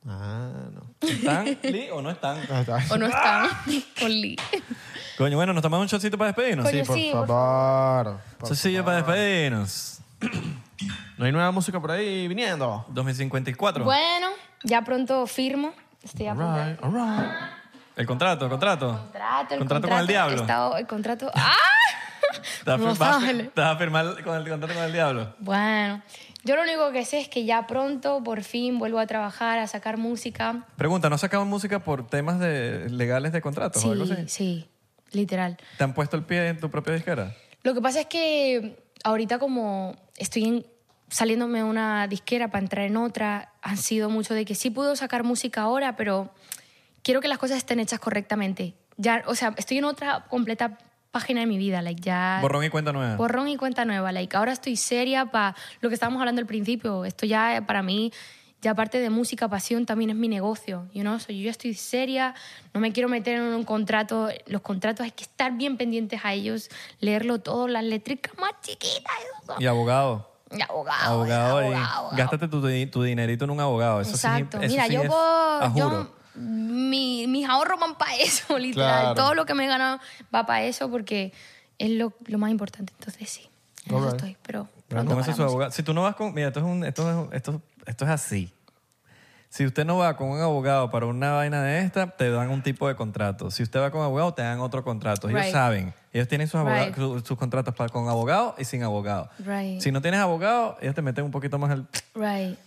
[SPEAKER 3] Ah, no.
[SPEAKER 4] ¿Stanley o no Stan?
[SPEAKER 3] Ah, está.
[SPEAKER 2] O no está. Oli.
[SPEAKER 4] Coño, bueno, nos tomamos un shotcito para despedirnos.
[SPEAKER 2] Coño,
[SPEAKER 3] Sí, por
[SPEAKER 2] sí, por
[SPEAKER 3] favor. Por-
[SPEAKER 4] Shotcillo para despedirnos.
[SPEAKER 3] No hay nueva música por ahí viniendo.
[SPEAKER 4] 2054.
[SPEAKER 2] Bueno, ya pronto firmo. Estoy a punto de-
[SPEAKER 3] Alright, alright.
[SPEAKER 4] El contrato, el contrato.
[SPEAKER 2] Contrato, el
[SPEAKER 4] Contrato con el diablo.
[SPEAKER 2] he estado- el contrato. ¡Ah!
[SPEAKER 4] ¿Te vas, a
[SPEAKER 2] No
[SPEAKER 4] fir- vas a fir-
[SPEAKER 2] sale.
[SPEAKER 4] te vas a firmar con el contrato con el diablo?
[SPEAKER 2] Bueno, yo lo único que sé es que ya pronto, por fin, vuelvo a trabajar, a sacar música.
[SPEAKER 4] Pregunta, ¿no sacaban música por temas de, legales de contratos o algo
[SPEAKER 2] Sí,
[SPEAKER 4] así?
[SPEAKER 2] sí, literal.
[SPEAKER 4] ¿Te han puesto el pie en tu propia disquera?
[SPEAKER 2] Lo que pasa es que ahorita como estoy en- saliéndome de una disquera para entrar en otra, han sido mucho de que sí puedo sacar música ahora, pero quiero que las cosas estén hechas correctamente. Ya, o sea, estoy en otra completa página de mi vida, like ya
[SPEAKER 4] Borrón y cuenta nueva.
[SPEAKER 2] borrón y cuenta nueva, like ahora estoy seria para lo que estábamos hablando al principio, esto ya eh, para mí ya aparte de música, pasión también es mi negocio, you know? So, yo ya estoy seria, no me quiero meter en un contrato, los contratos hay que estar bien pendientes a ellos, leerlo todo, las letricas más chiquitas, eso son-
[SPEAKER 4] Y abogado.
[SPEAKER 2] y abogado,
[SPEAKER 4] Abogado,
[SPEAKER 2] y
[SPEAKER 4] y
[SPEAKER 2] Ah, abogado.
[SPEAKER 4] gástate tu, di- tu dinerito en un abogado. Eso sí-
[SPEAKER 2] Exacto.
[SPEAKER 4] eso
[SPEAKER 2] Mira,
[SPEAKER 4] sí
[SPEAKER 2] yo
[SPEAKER 4] es-
[SPEAKER 2] puedo-
[SPEAKER 4] a
[SPEAKER 2] yo-
[SPEAKER 4] juro.
[SPEAKER 2] mi- mis ahorros van para eso, literal.
[SPEAKER 3] Claro.
[SPEAKER 2] Todo lo que me he ganado va para eso porque es lo, lo más importante. Entonces, sí. En eso
[SPEAKER 3] Alright.
[SPEAKER 2] estoy, pero.
[SPEAKER 4] Pero
[SPEAKER 2] pronto
[SPEAKER 4] con eso
[SPEAKER 2] para
[SPEAKER 4] su
[SPEAKER 2] música.
[SPEAKER 4] abogado. Si tú no vas con. Mira, esto es, un, esto, es, esto, esto es así. Si usted no va con un abogado para una vaina de esta, te dan un tipo de contrato. Si usted va con abogado, te dan otro contrato. Ellos
[SPEAKER 2] Right.
[SPEAKER 4] saben. Ellos tienen sus, abogados-
[SPEAKER 2] Right.
[SPEAKER 4] su- sus contratos para- con abogado y sin abogado.
[SPEAKER 2] Right.
[SPEAKER 4] Si no tienes abogado, ellos te meten un poquito más el...
[SPEAKER 2] Right.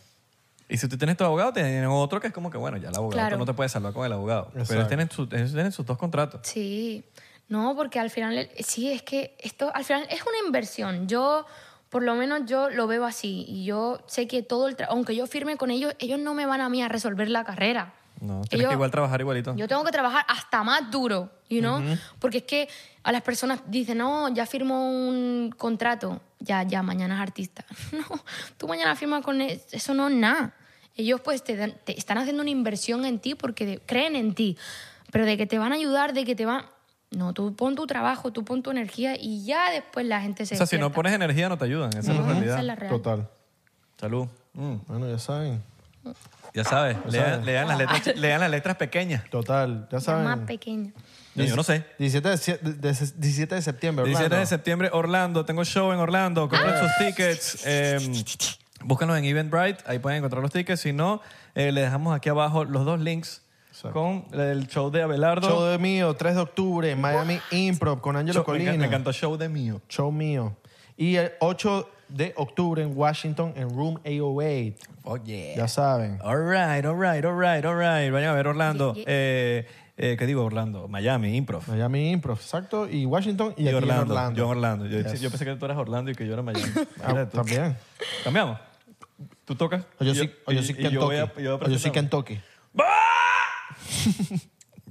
[SPEAKER 4] Y si tú tienes tu abogado, te tienen otro que es como que, bueno, ya el abogado,
[SPEAKER 2] Claro.
[SPEAKER 4] tú no te puedes salvar con el abogado. Pero ellos
[SPEAKER 3] Exacto.
[SPEAKER 4] tienen, su- ellos tienen sus dos contratos.
[SPEAKER 2] Sí, no, porque al final, el- sí, es que esto al final es una inversión. Yo, por lo menos yo lo veo así y yo sé que todo el, tra- aunque yo firme con ellos, ellos no me van a mí a resolver la carrera.
[SPEAKER 4] No, tienes que igual trabajar igualito.
[SPEAKER 2] Yo tengo que trabajar hasta más duro, you know? Porque es que a las personas dicen, no, ya firmó un contrato, ya, ya, mañana es artista. No, tú mañana firmas con e- eso, no es nada. Ellos pues te, dan- te están haciendo una inversión en ti porque de- creen en ti, pero de que te van a ayudar, de que te van... No, tú pon tu trabajo, tú pon tu energía y ya después la gente se
[SPEAKER 4] o sea, si no
[SPEAKER 2] despierta.
[SPEAKER 4] pones energía, no te ayudan. Esa es
[SPEAKER 2] Ujú.
[SPEAKER 4] la
[SPEAKER 2] Esa es
[SPEAKER 4] realidad.
[SPEAKER 2] la real.
[SPEAKER 3] Total.
[SPEAKER 4] Salud. Mm.
[SPEAKER 3] Bueno, ya saben.
[SPEAKER 4] Ya sabes, lean,
[SPEAKER 3] sabes.
[SPEAKER 4] lean las letras, lean las letras pequeñas.
[SPEAKER 3] Total,
[SPEAKER 2] La
[SPEAKER 3] ya
[SPEAKER 2] más
[SPEAKER 3] saben.
[SPEAKER 2] pequeña.
[SPEAKER 4] Yo, yo no sé.
[SPEAKER 3] 17 de, se- de- de se- 17 de
[SPEAKER 4] 17
[SPEAKER 3] septiembre,
[SPEAKER 4] de
[SPEAKER 3] Orlando.
[SPEAKER 4] septiembre, Orlando. Tengo show en Orlando. Compren sus tickets. eh, búscanos en Eventbrite. Ahí pueden encontrar los tickets. Si no, eh, le dejamos aquí abajo los dos links
[SPEAKER 3] Exacto.
[SPEAKER 4] con el show de Abelardo.
[SPEAKER 3] Show de mío, 3 de octubre, Miami Improv con
[SPEAKER 4] Show-
[SPEAKER 3] Angelo
[SPEAKER 4] me,
[SPEAKER 3] Colina.
[SPEAKER 4] encanta- me encantó show de mío.
[SPEAKER 3] Show mío. Y el 8 de octubre en Washington, en Room 808.
[SPEAKER 4] Oh, yeah.
[SPEAKER 3] Ya saben.
[SPEAKER 4] All right, all right, all right, all right. Vayan a ver Orlando. Eh, eh, ¿qué digo? Orlando, Miami, Improv.
[SPEAKER 3] Miami Improv, exacto. Y Washington y,
[SPEAKER 4] Y
[SPEAKER 3] aquí en
[SPEAKER 4] Orlando,
[SPEAKER 3] Orlando.
[SPEAKER 4] Yo en Orlando. Yo,
[SPEAKER 3] Yes.
[SPEAKER 4] yo pensé que tú eras Orlando y que yo era Miami.
[SPEAKER 3] Ah,
[SPEAKER 4] Mira tú.
[SPEAKER 3] también.
[SPEAKER 4] Cambiamos. Tú tocas.
[SPEAKER 3] O yo,
[SPEAKER 4] Y
[SPEAKER 3] sí, o yo
[SPEAKER 4] y-
[SPEAKER 3] sí
[SPEAKER 4] y
[SPEAKER 3] Kentucky.
[SPEAKER 4] yo voy a- yo voy a
[SPEAKER 3] o yo sí
[SPEAKER 4] presentarme.
[SPEAKER 3] Kentucky.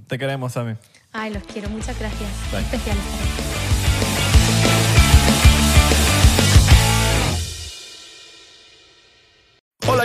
[SPEAKER 4] Te queremos, Sammy.
[SPEAKER 2] Ay, los quiero, muchas gracias.
[SPEAKER 4] Bye.
[SPEAKER 2] Especiales para ti.
[SPEAKER 7] Hola,